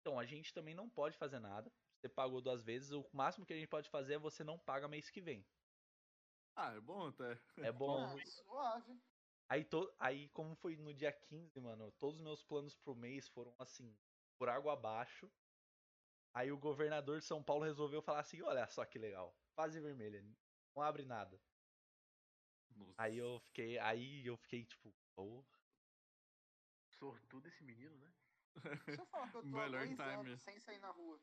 B: então, a gente também não pode fazer nada, você pagou duas vezes, o máximo que a gente pode fazer é você não paga mês que vem.
E: Ah, é bom até.
B: É bom.
D: Ah, suave.
B: Aí, to... aí, como foi no dia 15, mano, todos os meus planos pro mês foram assim, por água abaixo. Aí o governador de São Paulo resolveu falar assim: olha só que legal, fase vermelha, não abre nada.
E: Nossa.
B: Aí eu fiquei, aí eu fiquei tipo, pô,
A: sortudo esse menino, né?
D: Deixa eu falar que eu tô há
E: Melhor
D: dois
E: time.
D: anos sem sair na rua.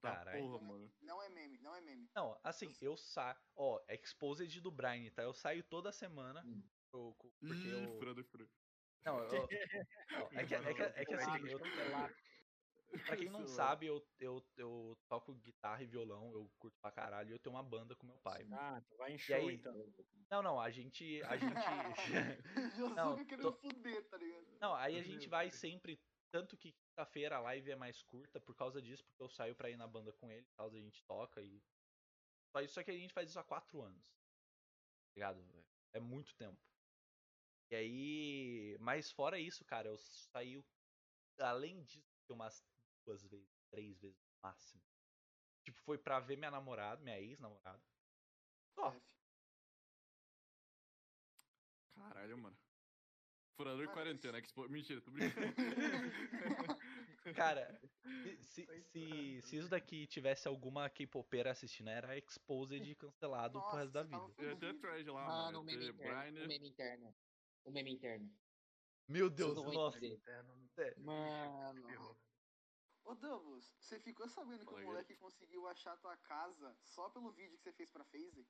E: Tá
B: Caralho.
E: porra, mano.
D: Não é meme, não é meme.
B: Não, assim, eu saio. Ó, é Exposed do Brian, tá? Eu saio toda semana.
C: Hum.
B: pro- co- Porque
E: Ih,
B: eu.
E: Frodo, Frodo.
B: Não, eu- não, é, que, é, que, é que assim, eu, Pra quem não
E: Isso,
B: sabe, eu, eu, eu toco guitarra e violão, eu curto pra caralho, e eu tenho uma banda com meu pai.
F: Ah, tu vai em show
B: aí-
F: então.
B: Não, não, a gente. A gente.
D: Josuke querendo
B: tô-
D: fuder, tá ligado?
B: não, aí a
E: Meu
B: gente vai
E: Deus.
B: sempre. Tanto que quinta-feira a live é mais curta por causa disso, porque eu saio pra ir na banda com ele, por causa a gente toca e. Só isso só que a gente faz isso há quatro anos. ligado? É muito tempo. E aí. Mas fora isso, cara, eu saí. Além disso, umas duas vezes, três vezes no máximo. Tipo, foi pra ver minha namorada, minha ex-namorada. Ó.
D: F.
E: Caralho, mano. Furador e
D: Mas-
E: quarentena, que expo... Mentira, tô brincando.
B: Cara, se- se, se, se isso daqui tivesse alguma K-popera assistindo, era Exposed e cancelado tá pro
D: Nossa,
B: resto da
D: você tava
B: vida.
E: Ia ter
D: fudido.
E: trash lá,
C: Ah,
E: mano.
C: no meme
E: Ia ter
C: interno. No
E: é Briner.
C: meme interno. No meme interno.
B: Meu Deus,
C: Vocês não vão
B: nossa.
C: entender.
A: Interno,
C: Mano.
A: ferrou.
D: Ô Doubles, você ficou sabendo que
E: Fala,
D: o moleque conseguiu achar tua casa só pelo vídeo que você fez pra Phase?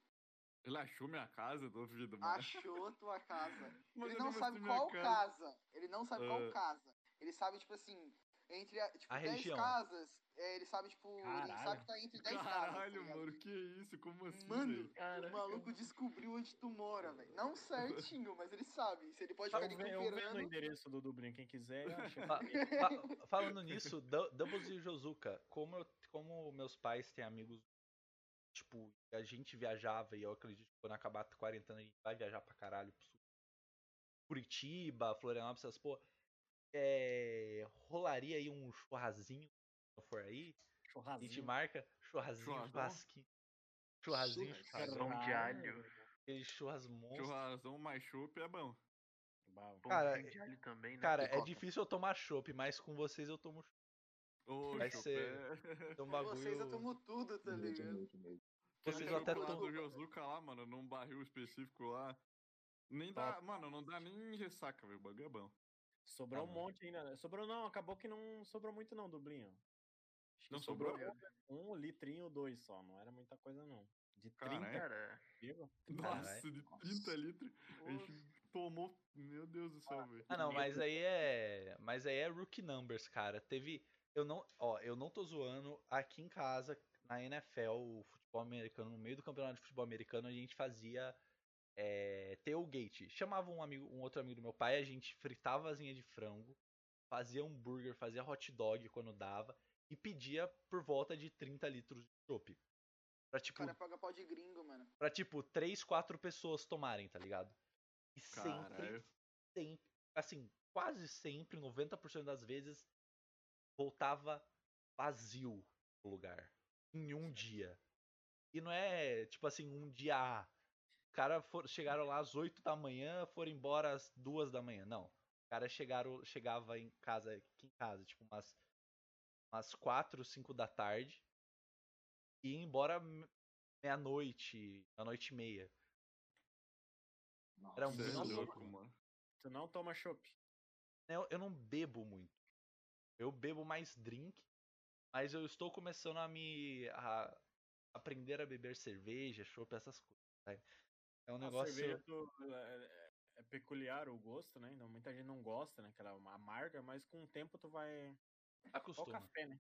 E: Ele achou minha casa, duvido, mano.
D: Achou tua casa.
E: Mas
D: ele
E: eu
D: não
E: mostrei
D: sabe
E: minha
D: qual casa.
E: casa.
D: Ele não sabe
E: Ah.
D: qual casa. Ele sabe, tipo assim, entre a, tipo,
B: A
D: 10
B: região.
D: casas, é, ele sabe, tipo, ele
F: Caralho.
D: sabe que tá entre 10 casas. tá
E: Caralho,
D: ligado?
E: mano, que isso? Como assim?
D: Mano,
E: velho?
D: O maluco descobriu onde tu mora, velho. Não certinho, mas ele sabe. Se ele pode
F: Eu,
D: ficar ali
F: ve- eu Tá vendo o
D: camperando.
F: endereço do Dublin, quem quiser, acha.
B: Fa- fa- falando nisso, Du- Doubles e Josuka, como, eu- como meus pais têm amigos, tipo, a gente viajava e eu acredito que quando acabar a quarentena a gente vai viajar pra caralho pro sul. Curitiba, Florianópolis, essas porra. É, rolaria aí um churrasinho se for aí? A gente
F: Churrasco.
B: marca churrasinho,
E: Churrasão?
B: churrasquinho. Churrasinho, churrasquinho.
A: Pão de alho.
B: Aquele churras monstro.
E: Churrasão mais chope é bom.
B: Cara,
A: Pãozinho de alho também, né?
B: Cara, é
E: Coca.
B: difícil eu tomar chopp, mas com vocês eu tomo chopp.
E: Ô,
B: Vai
E: chope
B: ser-
E: é-
B: Então,
D: Com vocês eu
B: bagulho.
D: tomo tudo, tá
C: Humilde,
D: ligado?
C: humilde, humilde.
B: Vocês
E: Aquele
B: até
E: lá
B: tomam.
E: do Josuka lá, mano, num barril específico lá. Nem dá, mano, não dá nem ressaca, velho. O bagulho é bom.
F: Sobrou
B: Ah,
F: um
B: mano.
F: monte ainda. Sobrou não, acabou que não sobrou muito não, Dublinho. Acho que
E: Não sobrou?
F: Um, um litrinho, dois só. Não era muita coisa não. De 30
E: Caralho.
A: Cara,
F: viu?
E: Nossa, de 30 litros. A
D: Pô,
E: gente tomou. Meu Deus do céu, velho.
B: Ah, não, mas aí é. Mas aí é rookie numbers, cara. Teve. Eu não. Ó, eu não tô zoando. Aqui em casa, na NFL, o futebol americano, no meio do campeonato de futebol americano, a gente fazia. É, tailgate. Chamava um amigo, um outro amigo do meu pai, a gente fritava asinha de frango, fazia hambúrguer, fazia hot dog quando dava, e pedia por volta de 30 litros de chopp. Pra
D: O
B: tipo,
D: cara paga pau de gringo, mano.
B: Pra, tipo, três, quatro pessoas tomarem, tá ligado? E sempre,
E: Caralho.
B: sempre, assim, quase sempre, 90% das vezes, voltava vazio o lugar. Em um dia. E não é, tipo assim, um dia. ah, O cara for, chegaram lá às 8 da manhã, foram embora às duas da manhã. Não. O cara chegaram, chegava em casa, aqui em casa, tipo, umas, umas 4, 5 da tarde. E ia embora me- meia-noite, meia-noite e meia.
C: Nossa.
B: Era
E: Cê é
B: muito
E: louco, mano.
F: Tu não toma chopp.
B: né, Eu, eu não bebo muito. Eu bebo mais drink, mas eu estou começando a me a aprender a beber cerveja, chopp, essas coisas. sabe? É um
F: A
B: negócio.
F: Ah, cerveja tu- é, é peculiar o gosto, né? Então, muita gente não gosta, né? Que ela é uma amarga, mas com o tempo tu vai. Igual
B: Acostuma.
F: café, é né?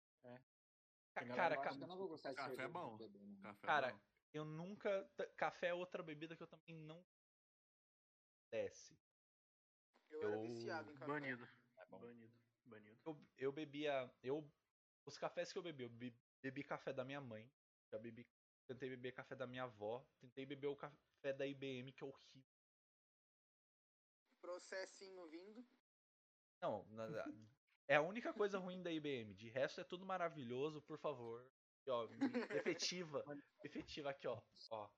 B: Ca-
F: galera
B: Cara,
C: eu
B: ca-
C: acho que eu não vou gostar de
E: Café é
C: cerveja né?
E: bom.
C: com bebê, não.
E: Café é
B: Cara,
E: não.
B: eu nunca. t- Café é outra bebida que eu também não desce.
D: Eu, era
B: Eu-
D: viciado em café.
A: banido.
F: bom.
A: Banido. Banido.
B: Eu, eu bebia. Eu, os cafés que eu bebi, eu be- bebi café da minha mãe. Já bebi. Tentei beber café da minha avó. Tentei beber o café da IBM, que é horrível.
D: Processinho vindo.
B: Não, na- na- é a única coisa ruim da IBM. De resto é tudo maravilhoso, por favor. Aqui, ó, efetiva. Efetiva aqui, ó. ó.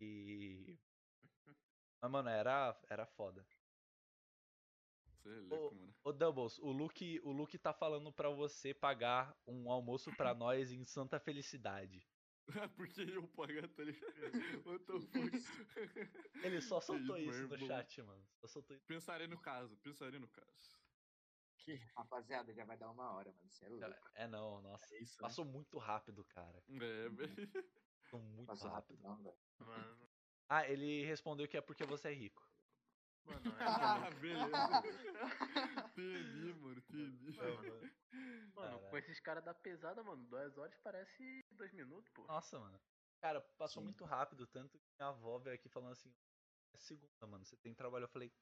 B: E. Mas, mano, era, era foda.
E: Cê é louco, mano.
B: Ô, Doubles, o Luke, o Luke tá falando pra você pagar um almoço pra nós em Santa Felicidade.
E: Porque eu pagar, tá ligado? What the fuck?
B: Ele só
E: Que
B: soltou
E: isso,
B: isso no
E: irmão.
B: chat, mano. Só soltou isso.
E: Pensarei no caso, pensarei no caso.
C: Rapaziada, já vai dar uma hora, mano. Você é louco.
B: É, não, nossa.
F: É isso. né?
B: Passou muito rápido, cara.
E: É, velho.
B: Passou muito
C: Passou
B: rápido.
C: rapidão, velho.
A: Mano,
B: Ah, ele respondeu que é porque você é rico.
A: mano,
E: Ah,
A: é
E: beleza. Entendi, mano, entendi.
A: Mano,
B: Mano,
A: Com esses caras da pesada, mano, duas horas parece dois minutos, pô.
B: Nossa, mano. Cara, passou
C: Sim.
B: muito rápido, tanto que minha avó veio aqui falando assim, é segunda, mano, você tem trabalho. Eu falei,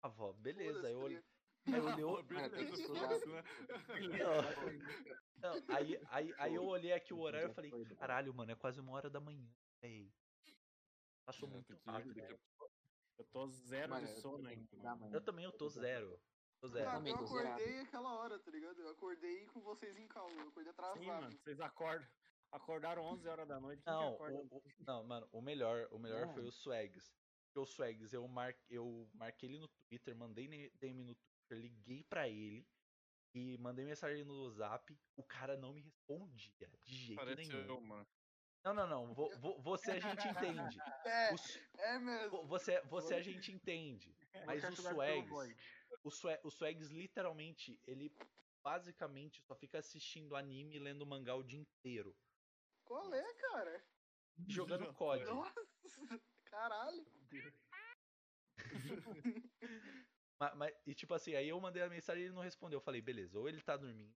B: avó, beleza. Aí eu, olhei,
D: Foda-se,
B: aí eu olhei, o-
E: Pô,
C: Cara, tem que
E: beleza,
C: estudar.
E: foda-se, né?
B: não, aí, aí, aí eu olhei aqui o horário e
C: Já
B: falei,
C: foi, né?
B: caralho, mano, é quase uma hora da manhã. véi." Passou
E: É,
B: muito
E: tem que-
B: rápido.
E: tem que-
F: Eu tô zero
C: Mano,
F: de
C: eu
F: sono
C: tô-
F: ainda.
C: da
F: mano.
C: manhã.
B: Eu também, eu tô zero. Tô
D: Cara,
B: zero.
C: também
D: eu
C: tô
D: acordei aquela hora, tá ligado? Eu acordei com vocês em calma, eu acordei
F: Sim, mano,
D: atrasado.
F: vocês acordam. Acordaram 11 horas da noite. quem que
B: Não,
F: acorda?
B: o- o- não, mano, o melhor, o melhor foi
C: Não.
B: o Swags. Porque o Swags, eu, mar, eu marquei ele no Twitter, mandei ne- DM no Twitter, liguei pra ele e mandei mensagem no Zap. O cara não me respondia de jeito nenhum.
E: Pareceu, mano.
B: Não, não, não. vo- vo- você a gente entende.
D: É,
B: O Su-
D: é mesmo.
B: vo- você, você a gente entende.
A: É.
B: Mas o Swags, o, Swa- o Swags literalmente, ele basicamente só fica assistindo anime e lendo mangá o dia inteiro.
D: Qual é, cara?
B: Jogando COD.
D: Nossa, caralho.
B: Ma- ma- e tipo assim, aí eu mandei a mensagem e ele não respondeu. Eu falei, beleza, ou ele tá dormindo,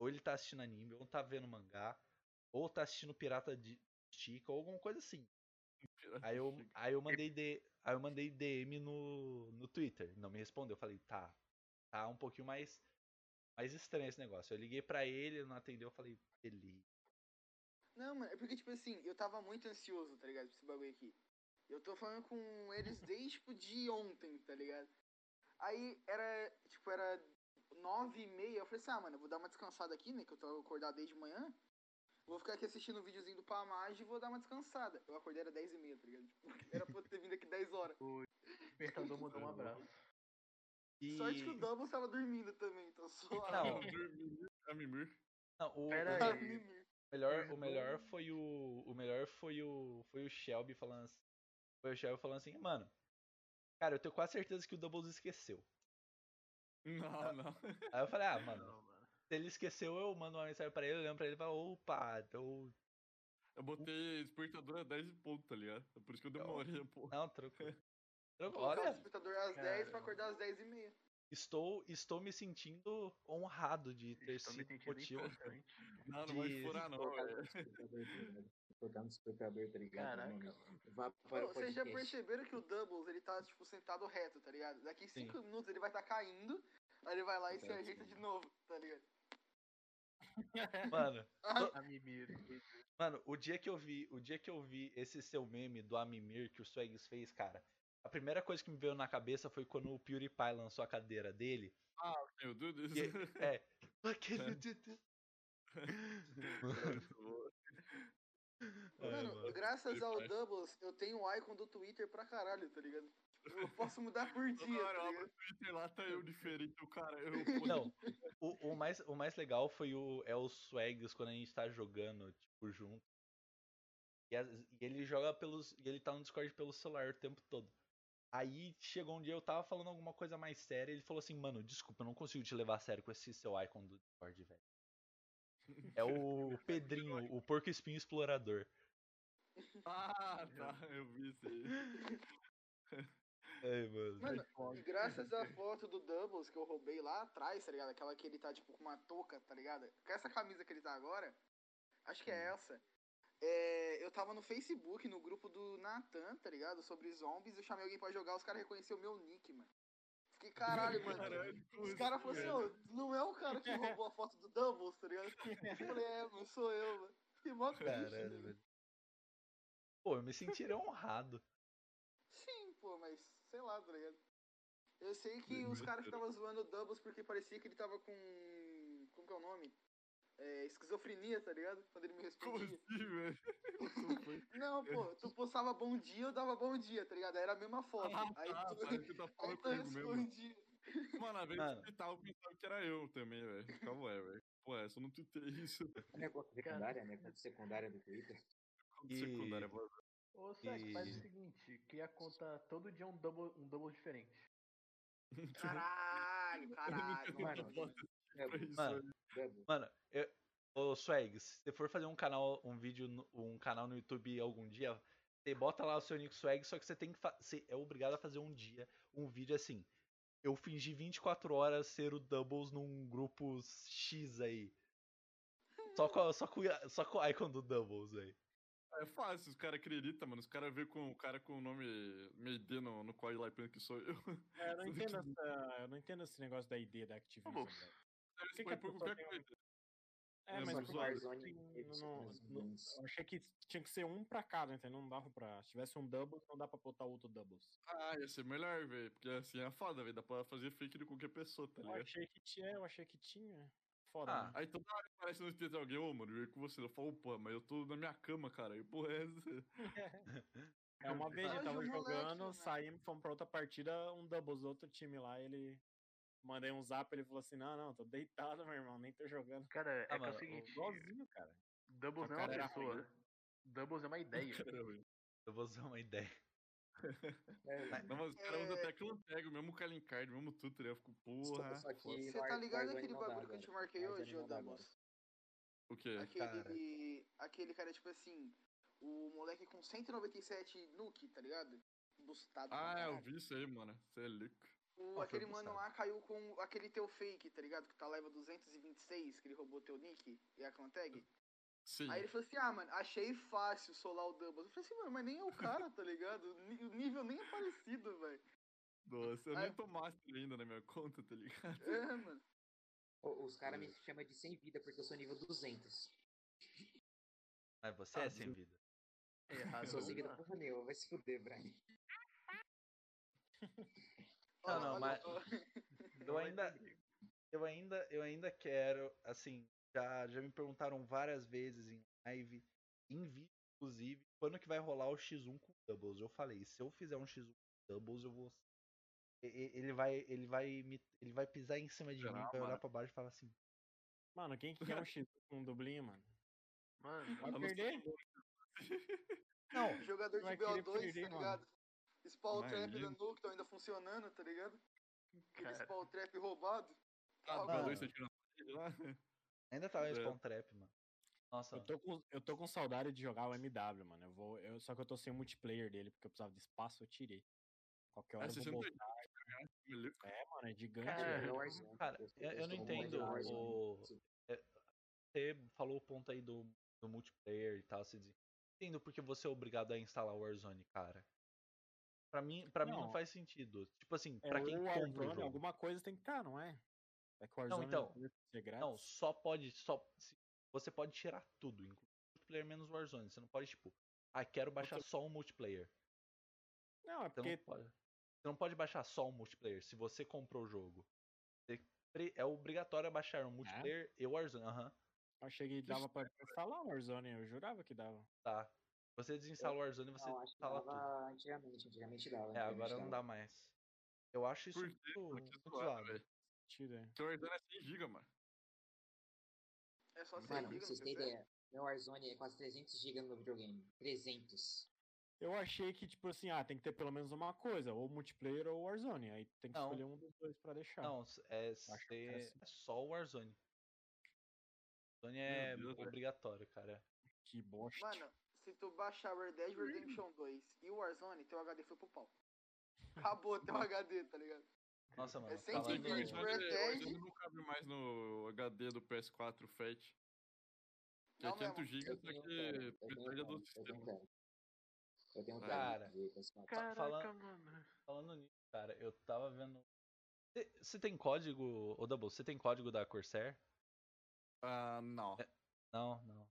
B: ou ele tá assistindo anime, ou tá vendo mangá, ou tá assistindo Pirata de Chica, ou alguma coisa assim. Aí eu, aí eu mandei D, aí eu mandei DM no, no Twitter, não me respondeu. Eu falei, tá, tá um pouquinho mais mais estranho esse negócio. Eu liguei pra ele, ele não atendeu, eu falei, beleza.
D: Não, mano, é porque, tipo assim, eu tava muito ansioso, tá ligado? Pra esse bagulho aqui. Eu tô falando com eles desde, tipo, de ontem, tá ligado? Aí era, tipo, era nove e meia. Eu falei assim, ah, mano, eu vou dar uma descansada aqui, né? Que eu tô acordado desde manhã. Vou ficar aqui assistindo o videozinho do Pamage e vou dar uma descansada. Eu acordei era dez e meia, tá ligado? Tipo, era pra eu ter vindo aqui 10 horas.
A: O Despertador mandou um abraço.
B: E...
D: Sorte que o Doubles tava dormindo também, então suave.
B: Não,
E: A Mimir.
B: não, o,
A: Pera
B: o-
A: aí.
D: Tá, mimimi.
B: O
A: É,
B: melhor, o melhor foi o, o melhor foi o, foi o Shelby falando assim, foi o Shelby falando assim, mano, cara, eu tenho quase certeza que o Doubles esqueceu. Tá.
E: Não, não.
B: Aí eu falei, ah, mano,
A: Não, mano.
B: se ele esqueceu, eu mando uma mensagem pra ele, eu lembro pra ele, e falo, opa, eu...
E: Eu botei despertador a 10 pontos, tá ligado? Por isso que eu demorei, pô.
B: não, tranquilo. Tranquilo,
D: Colocar o
B: Olha,
D: despertador às
A: Cara.
D: 10 pra acordar às 10 e meia.
B: estou, estou me sentindo honrado de ter
A: Tô me
B: sido
A: sentindo
B: motivo.
A: importante.
E: Não, não vai
B: de-
E: furar, não.
C: Colocar
E: velho.
C: no despertador, tá ligado? Colocar no despertador, tá ligado?
A: Caraca.
C: mano? Vá para
D: Mano,
C: o
D: vocês já
C: podcast.
D: perceberam que o Doubles, ele tá, tipo, sentado reto, tá ligado? Daqui
B: Sim.
D: 5 minutos ele vai tá caindo, aí ele vai lá e se
C: Verdade,
D: ajeita
C: sim.
D: de novo, tá ligado?
B: Mano,
A: A Mimir.
B: Mano, o dia que eu vi, o dia que eu vi esse seu meme do Amimir que o Swags fez, cara, a primeira coisa que me veio na cabeça foi quando o PewDiePie lançou a cadeira dele.
E: Meu Deus do
B: E,
E: céu.
B: é. Aquele de- de- É,
D: Mano,
B: mano.
D: graças
E: Ele
D: ao
C: é.
E: parece-
D: Doubles, eu tenho o icon do Twitter pra caralho, tá ligado? Tipo, Eu posso mudar por dia,
E: hora eu
D: tá
E: abro
D: ligado?
E: o Twitter lá, tá eu diferente, o cara. Eu,
B: Não, o, o mais, o mais legal foi o, é o Swags quando a gente tá jogando, tipo, junto. E, as- e ele joga pelos. E ele tá no Discord pelo celular o tempo todo. Aí chegou um dia, eu tava falando alguma coisa mais séria, ele falou assim, mano, desculpa, eu não consigo te levar a sério com esse seu icon do Discord, velho. É o Pedrinho, o Porco Espinho Explorador.
E: Ah, tá, eu vi isso aí.
B: Ai, mano.
D: Mano, e graças à foto do Doubles que eu roubei lá atrás, tá ligado? Aquela que ele tá, tipo, com uma touca, tá ligado? Com essa camisa que ele tá agora, acho que é essa. É, eu tava no Facebook, no grupo do Natan, tá ligado? Sobre zombies, eu chamei alguém pra jogar, os caras reconheceram o meu nick, mano. Fiquei, caralho, mano. Os caras falaram assim, ó, não é o cara que roubou a foto do Doubles, tá ligado? Eu falei, é, mano, sou eu, mano. Que mó triste, né?
B: Caralho, velho. Pô, eu me sentiria honrado.
D: Sim, pô, mas sei lá, tá ligado? Eu sei que os caras que estavam zoando o Doubles porque parecia que ele tava com. Como que é o nome? É, esquizofrenia, tá ligado? Quando ele me
E: Como
D: respondia.
E: assim, velho?
D: Então Não, pô, tu postava bom dia, eu dava bom dia, tá ligado? Era a mesma foto.
E: Ah,
D: aí
E: tá,
D: tu, então
E: parece que tá
D: aí
E: falando
D: tu
E: comigo mesmo.
D: respondia.
E: Mano, a vez
B: Mano.
E: que eu tava, eu pensava que era eu também, velho. Calma aí, velho. Pô, é, só não tuitei isso.
C: A minha conta secundária, a minha conta secundária do Twitter.
E: Conta secundária,
B: E-
E: mano.
A: Ô, Sérgio, faz
B: E-
A: o seguinte, cria conta todo dia um double, um double diferente.
D: Caralho, caralho,
E: Mano,
D: mano.
F: É,
E: pra isso,
B: Mano,
E: velho.
C: Double.
B: Mano, eu, ô Swags, se você for fazer um canal, um vídeo, no- um canal no YouTube algum dia, você bota lá o seu nick Swag, só que você tem que fa- você é obrigado a fazer um dia um vídeo assim. Eu fingi 24 horas ser o Doubles num grupo X aí. Só com, a- só com, a- só com o icon do Doubles aí.
E: É fácil, os caras acreditam, mano. Os caras vê com o cara com o nome Meide no, no código lá e pensa que sou eu.
F: É, eu, não
E: Tudo que-
F: entendo essa, eu não entendo esse negócio da ID da Activision,
A: Bom,
F: velho.
E: Eles
F: que que
E: põem
F: a
E: é por
F: pessoa
E: qualquer
F: tem um-
E: coisa.
F: É,
E: É,
F: mas
E: só
F: eu
E: que o
F: não-
C: Warzone, né?
F: não-
C: ele se
F: um, não-
C: faz
F: não-
C: menos.
F: eu achei que tinha que ser um pra cada, entendeu? Não dava pra. Se tivesse um doubles, não dá pra botar outro doubles.
E: Ah, ia ser melhor, velho. Porque assim é foda, velho. Dá pra fazer fake de qualquer pessoa, tá
F: Eu
E: ligado? é,
F: achei que tinha, eu achei que tinha. Foda.
B: Ah,
F: né?
E: Aí toda hora aparece no Twitter alguém, ô, mano, eu ia com você. Eu falo, pô, mas eu tô na minha cama, cara. E porra, é essa?
F: É uma vez
D: Mas
F: eu
D: o
F: tava
D: moleque,
F: jogando,
D: né?
F: saímos, fomos pra outra partida, um doubles do outro time lá, ele. Mandei um zap, ele falou assim: não, não, tô deitado, meu irmão, nem tô jogando.
A: Cara, é
B: Ah,
A: que é
B: mano,
A: o
B: o
A: seguinte,
F: assim, tipo, Igualzinho, cara.
A: Doubles
F: Só
A: não é
F: que
A: uma
F: era ruim,
A: pessoa. Doubles é uma ideia.
E: Cara, velho.
B: Eu vou usar uma ideia.
C: É,
E: Não, mas os caras usam
D: É.
E: até Clontego, mesmo Kalinkard, mesmo tudo, tá ligado? Eu fico, porra.
C: Só que
E: foda.
C: no
D: Você tá
C: War-
D: ligado
C: Warzone
D: aquele
C: não dá
D: bagulho que eu
C: agora.
D: te marquei
C: Warzone
D: hoje,
C: não
D: ô
C: dá
D: Damos?
C: agora.
E: O quê?
D: Aquele. Aquele cara, tipo assim, o moleque com 197 nuke, tá ligado? Bustado. pra
E: Ah, eu
D: caralho.
E: vi isso aí, mano. Você é louco.
D: O-
B: foi
D: aquele mano
B: bustado?
D: lá caiu com aquele teu fake, tá ligado? Que tá leva 226, que ele roubou teu nick e a Clantag.
E: Sim.
D: Aí ele falou assim, ah, mano, achei fácil solar o Doubles. Eu falei assim, mano, mas nem é o cara, tá ligado? O ni- o nível nem é parecido, velho.
E: Nossa, eu
D: Aí-
E: nem tô master ainda na minha conta, tá ligado?
D: É, mano.
C: O- Os caras
E: Hum.
C: me chamam de sem vida porque eu sou nível 200.
B: Mas você é sem vida.
A: Errado.
C: Eu sou sem vida
A: não tá.
C: porra nenhuma, vai se fuder, Brian.
D: Ó,
B: Não, não,
D: olha,
B: mas-
D: ó.
B: Eu ainda, eu ainda, eu ainda quero, assim, já, já me perguntaram várias vezes em live, em vídeo, inclusive, quando que vai rolar o X1 com doubles. Eu falei, se eu fizer um X1 com doubles, eu vou e- e- ele vai, ele vai me, ele vai pisar em cima de mim,
E: Será,
B: vai olhar
E: mano?
B: pra baixo e falar assim:
F: Mano, quem que quer um X com um dublinho, mano?
A: Mano,
E: Eu
F: Vai
E: não sei
F: perder?
B: "Não,
D: Jogador de
F: Vai querer
D: BO2,
F: perder,
D: tá
F: mano.
D: ligado? Spawn Trap da
E: Imagina.
D: Nuke, tá ainda funcionando, tá ligado? Aquele
A: cara.
D: Spawn Trap roubado.
E: Ah,
D: Agora-
E: meu
B: mano.
E: Deus, você tira na parede lá?
B: ainda tava em
E: É.
B: spawn trap, mano". Nossa,
F: Eu tô, com, eu tô com saudade de jogar o MW, mano. Eu vou, eu, só que eu tô sem o multiplayer dele, porque eu precisava de espaço, eu tirei. Qualquer hora
E: Ah,
F: eu
E: você
F: vou
E: sempre
F: voltar.
E: tá ligado, cara.
F: É, mano, é gigante.
A: Cara,
F: velho.
C: Jogar Warzone,
B: cara, eu, eu não
C: sou muito
B: entendo
C: de Warzone.
B: o, é, você falou o ponto aí do, do multiplayer e tal, se diz... entendo porque você é obrigado a instalar o Warzone, cara. Pra mim, para mim não
F: Não.
B: faz sentido. Tipo assim,
F: É,
B: pra quem
F: o
B: compra o
F: Warzone,
B: jogo.
F: alguma coisa tem que estar, não é? É que o Warzone
B: então.
F: deve ser grátis.
B: Não, só pode, só se- você pode tirar tudo, inclusive multiplayer menos Warzone. Você não pode tipo, ah, quero baixar só o multiplayer.
F: Não, é
B: Você não
F: porque
B: pode. Você não pode baixar só o multiplayer se você comprou o jogo. Você pre- é obrigatório baixar o multiplayer e o Warzone. Aham.
F: eu achei que dava pra instalar o Warzone, eu jurava que dava.
B: Tá. Você desinstala o Warzone e você
C: Não, acho que
B: instala tudo.
C: dava antigamente, antigamente dava.
B: É,
C: antigamente
B: agora não dá mais. Eu acho isso tipo,
E: Por
B: muito,
E: Mano, que
B: muito
E: zoado,
B: zoado.
E: velho.
F: Tira. aí.
E: Seu Warzone é 100 GB, mano.
D: É só você é
C: Mano,
D: liga
C: pra
D: no
C: vocês terem
D: PC.
C: ideia, meu Warzone é quase 300 GB no meu videogame. 300.
F: Eu achei que, tipo assim, ah, tem que ter pelo menos uma coisa, ou multiplayer ou Warzone. Aí tem que
B: Não.
F: escolher um dos dois pra deixar.
B: Não, s- é,
F: acho que é
B: ser-
F: assim.
B: é só o Warzone. Warzone é
E: Deus, velho.
B: obrigatório, cara.
F: Que bosta.
D: Mano, se tu baixar Red Dead Redemption 2 e o Warzone, teu HD foi pro pau. Acabou teu HD, tá ligado?
C: É
B: Nossa, mano.
D: sem
B: falar
E: Inclusive,
D: Sim,
E: o
B: em-
C: né?
D: sentido,
E: Warzone-
D: Red
E: o
D: Dead.
E: Warzone não cabe mais no HD do PS4 Fat. Que é
D: Não mesmo.
E: 500 GB, só
C: tenho um
E: que
C: dez, eu tenho um
E: metade é do
C: dez, eu tenho um
E: sistema.
C: dez. Eu tenho um
B: Cara,
C: dez de PS4.
B: Cara,
A: Caraca,
B: fala-
A: mano.
B: falando nisso, cara, eu tava vendo. Você- Você tem código, ô Double, você tem código da Corsair?
E: Ah, não.
B: Não, não.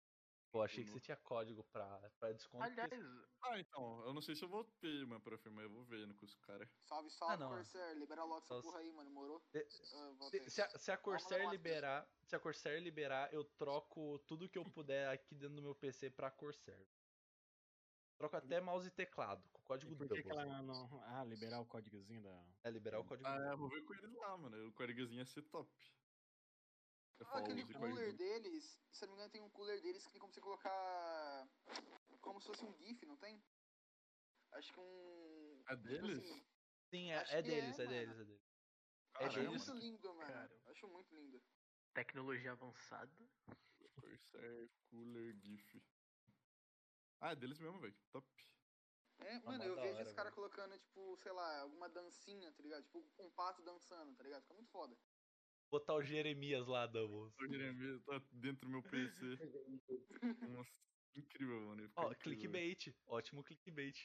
B: Pô, achei que
E: não.
B: você tinha código pra, pra desconto. porque-
A: Aliás,
E: Ah, então, eu não sei se eu vou ter, mano, pra firmar, eu vou ver ainda com os caras.
D: Salve, salve,
B: Ah, não, mano.
D: Corsair. Libera logo essa
B: Só se-
D: porra aí, mano. Morou?
B: de-
D: Ah, volta
B: Se,
D: aí.
B: se a, se a Corsair
D: negócio disso.
B: liberar, se a Corsair liberar, eu troco tudo que eu puder aqui dentro do meu PC pra Corsair. Troco até mouse e teclado, com o
F: E
B: código assim.
F: por que, que
B: Doubles.
F: ela não. Ah, liberar o códigozinho da.
B: É liberar o código.
E: Ah, eu vou ver com eles lá, mano. O códigozinho ia ser top. Eu
D: Ah,
E: falo
D: aquele
E: de
D: cooler
E: código.
D: deles, se eu não me engano, tem um cooler deles que tem como você colocar. Como se fosse um GIF, não tem? Acho que um.
E: É
D: tipo
E: deles?
D: assim,
B: Sim, é,
D: acho
B: é
D: que é,
B: deles, é,
D: mano.
B: deles, é deles.
E: Caramba,
D: acho
B: deles?
D: muito
E: que
D: lindo, mano.
A: Cara.
D: Acho muito lindo.
A: tecnologia avançada.
E: Corsair, é cooler, GIF. Ah, é deles mesmo, velho. Top.
D: É,
B: Tá
D: mano,
B: mó
D: eu
B: da
D: vejo
B: hora,
D: esse cara
B: velho.
D: colocando, tipo, sei lá, alguma dancinha, tá ligado? Tipo, um pato dançando, tá ligado? Fica muito foda.
B: Botar o Jeremias lá, Doubles.
E: O Jeremias tá dentro do meu PC. Nossa, incrível, mano. ia ficar
B: Ó,
E: incrível, velho.
B: clickbait. Ótimo clickbait.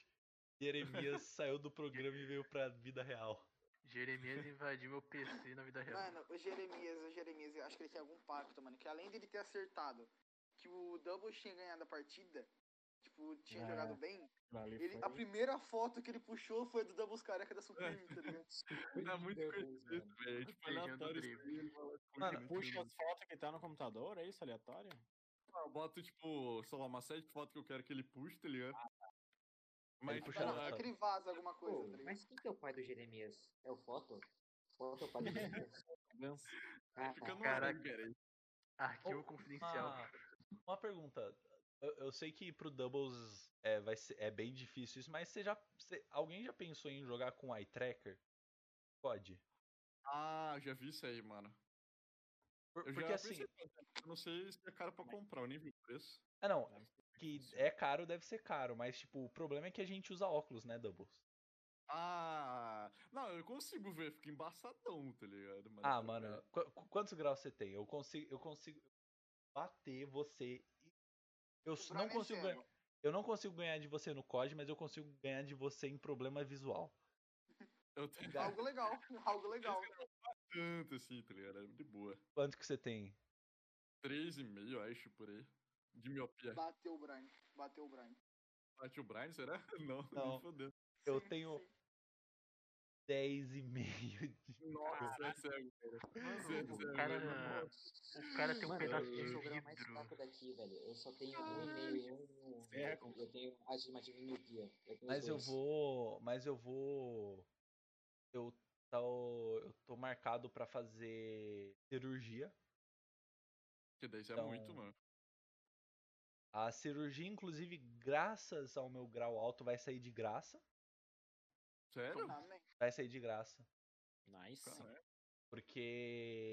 B: Jeremias saiu do programa e veio pra vida real.
A: Jeremias invadiu meu PC na vida real.
D: Mano, o Jeremias, o Jeremias, eu acho que ele tem algum pacto, mano. Que além dele ter acertado que o Doubles tinha ganhado a partida, tipo, tinha
F: É.
D: jogado bem,
F: Ali
D: ele-
F: foi-
D: a primeira foto que ele puxou foi a do Doubles careca da Supreme, tá ligado?
E: É muito
C: Deus, né?
E: conhecido,
C: mano.
E: velho. Tipo,
A: Feijão do
E: aleatório isso
A: trigo.
E: aí, fala com
B: Mano,
E: gente,
F: Puxa
E: mano.
F: as fotos que tá no computador, é isso? Aleatório?
E: Eu boto, tipo, sei lá, uma série de fotos que eu quero que ele puxe, tá ligado?
B: Ah,
E: Mas,
B: Ele
E: tipo,
B: puxa
D: Mano,
B: na-
E: ah,
D: é que ele vaza alguma coisa,
C: Pô,
D: tá ligado?
C: mas quem que é o pai do Jeremias? É o Foto? Foto é o pai do Jeremias.
F: Dança.
C: Ah,
E: fica
C: tá.
E: no
A: Caraca.
E: ar, cara.
A: Arquivo
B: Ô,
A: confidencial.
B: Uma, Ah, uma pergunta. Eu, eu sei que pro Doubles é, vai ser, é bem difícil isso, mas você já. você- alguém já pensou em jogar com Eye Tracker? Pode.
E: Ah, já vi isso aí, mano.
B: Por-
E: Eu
B: porque
E: já
B: assim. Né.
E: pensei, eu não sei se é caro pra comprar, eu nem vi o preço.
B: Ah, não. Que é caro, deve ser caro, mas tipo, o problema é que a gente usa óculos, né, Doubles?
E: Ah, não, eu consigo ver, fica embaçadão, tá ligado? Mas
B: Ah,
E: eu-
B: mano, qu- qu- quantos graus você tem? Eu consigo, eu consigo bater você. e- Eu s- não
D: Brown é
B: consigo
D: cego.
B: ganhar. Eu não consigo ganhar de você no COD, mas eu consigo ganhar de você em problema visual.
E: Eu tenho
D: Algo legal, algo legal.
E: tanto assim, tá ligado? É de boa.
B: Quanto que você tem?
E: 3,5, eu acho, por aí. De miopia.
D: Bateu o Brian, bateu o Brian.
E: Bate o Brian, será? Não,
B: Não.
E: nem fodendo.
B: Eu
D: Sim,
B: tenho
D: sim.
B: 10,5 de.
A: ah,
E: Nossa, é cego, cara. Você é
A: O
E: cego,
A: cara,
E: mano.
A: o cara tem um
C: Mano,
A: pedaço
C: eu, eu
A: de
C: sou o grau mais
A: vidro.
C: fraco daqui, velho. Eu só tenho um e meio e um.
F: Cego.
C: Eu tenho astigmatismo e miopia. Eu tenho os
B: Mas eu
C: dois.
B: vou. Mas eu vou. Eu tô, eu tô marcado pra fazer cirurgia.
E: Que daí isso é
B: Então-
E: muito, mano.
B: A cirurgia, inclusive, graças ao meu grau alto, vai sair de graça.
E: Sério?
B: Então
D: Amém.
B: Vai sair de graça.
F: Nice.
E: Caralho.
B: Porque.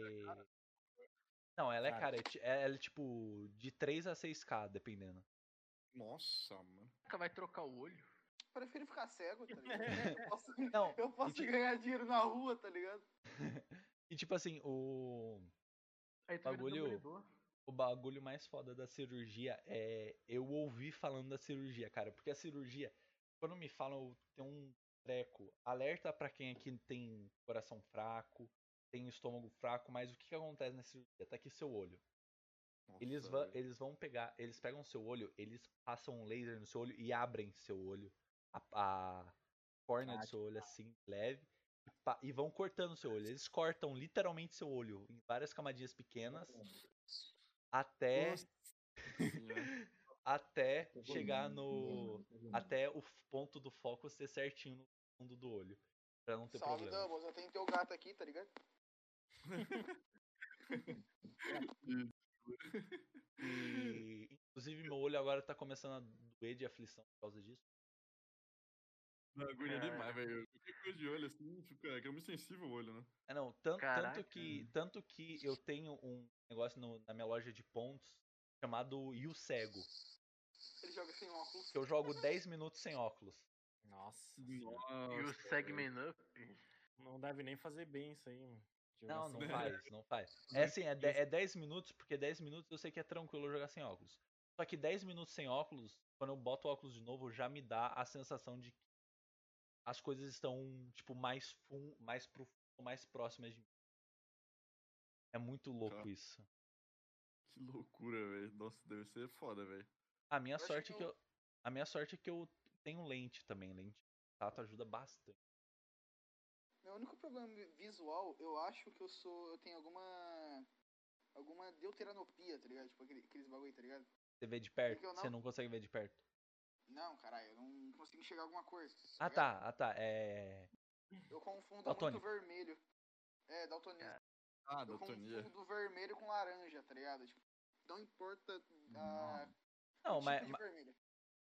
B: Não, ela é
F: Cara.
B: cara. é ti- é- Ela é tipo de 3 a 6k, dependendo.
E: Nossa, mano.
A: Nunca vai trocar o olho.
D: Prefiro ficar cego, tá ligado? Eu posso,
B: Não,
D: eu posso
B: tipo-
D: ganhar dinheiro na rua, tá ligado?
B: E tipo assim, o.
A: Aí tu vira
B: Bagulho-
A: demolidor.
B: O bagulho mais foda da cirurgia é eu ouvi falando da cirurgia, cara. Porque a cirurgia, quando me falam, tem um treco. Alerta pra quem aqui tem coração fraco, tem estômago fraco, mas o que, que acontece na cirurgia? Tá aqui seu olho.
E: Nossa,
B: Eles, va-
E: velho.
B: eles vão pegar, eles pegam seu olho, eles passam um laser no seu olho e abrem seu olho, a, a corna do seu olho assim, leve, e, pa- e vão cortando seu olho. Eles cortam literalmente seu olho em várias camadinhas pequenas até
E: Nossa senhora.
B: até
C: Eu vou Uhum.
B: chegar no
C: indo, eu vou indo.
B: até o f- ponto do foco ser certinho no fundo do olho, Pra não ter
D: Salve,
B: problema.
D: Doubles, eu tenho teu gato aqui, tá ligado?
B: E, inclusive meu olho agora tá começando a doer de aflição por causa disso.
E: Não, agonia
A: Cara.
E: demais, velho. Qualquer coisa de olho assim, fica, fica muito sensível o olho, né?
B: É, não, tan-
A: Caraca.
B: tanto que tanto que eu tenho um negócio no- na minha loja de pontos chamado Yu Cego,
D: Ele joga sem óculos.
B: que eu jogo 10 minutos sem óculos.
F: Nossa. senhora.
A: E o
E: Nossa,
A: segment up.
F: Não deve nem fazer bem isso aí, mano. Jogar
B: Não,
F: sem
B: não
E: Sim.
B: faz, não faz. É assim, é, de- é 10 minutos, porque 10 minutos eu sei que é tranquilo jogar sem óculos. Só que 10 minutos sem óculos, quando eu boto o óculos de novo, já me dá a sensação de que as coisas estão, tipo, mais fun, mais profundo, mais próximas de mim. É muito louco
E: Cara.
B: isso.
E: Que loucura, velho. Nossa, deve ser foda, velho.
B: A minha
D: acho
B: sorte é
D: que
B: que
D: eu-
B: eu. A minha sorte é que eu tenho lente também, lente. de Tato ajuda bastante.
D: Meu único problema visual, eu acho que eu sou. Eu tenho alguma. Alguma deuteranopia, tá ligado? Tipo aquele- aqueles bagulho, tá ligado?
B: Você vê de perto,
D: que eu
B: você
D: não?
B: não consegue ver de perto.
D: Não, caralho, eu não consigo enxergar alguma coisa.
B: Ah
D: ligado?
B: tá, ah tá. É.
D: Eu confundo
B: Daltônico.
D: muito vermelho. É, daltonismo.
E: Ah,
D: eu
E: Daltonia.
D: confundo vermelho com laranja, tá ligado? Tipo, não importa a. tipo
B: Não, mas,
D: de vermelho.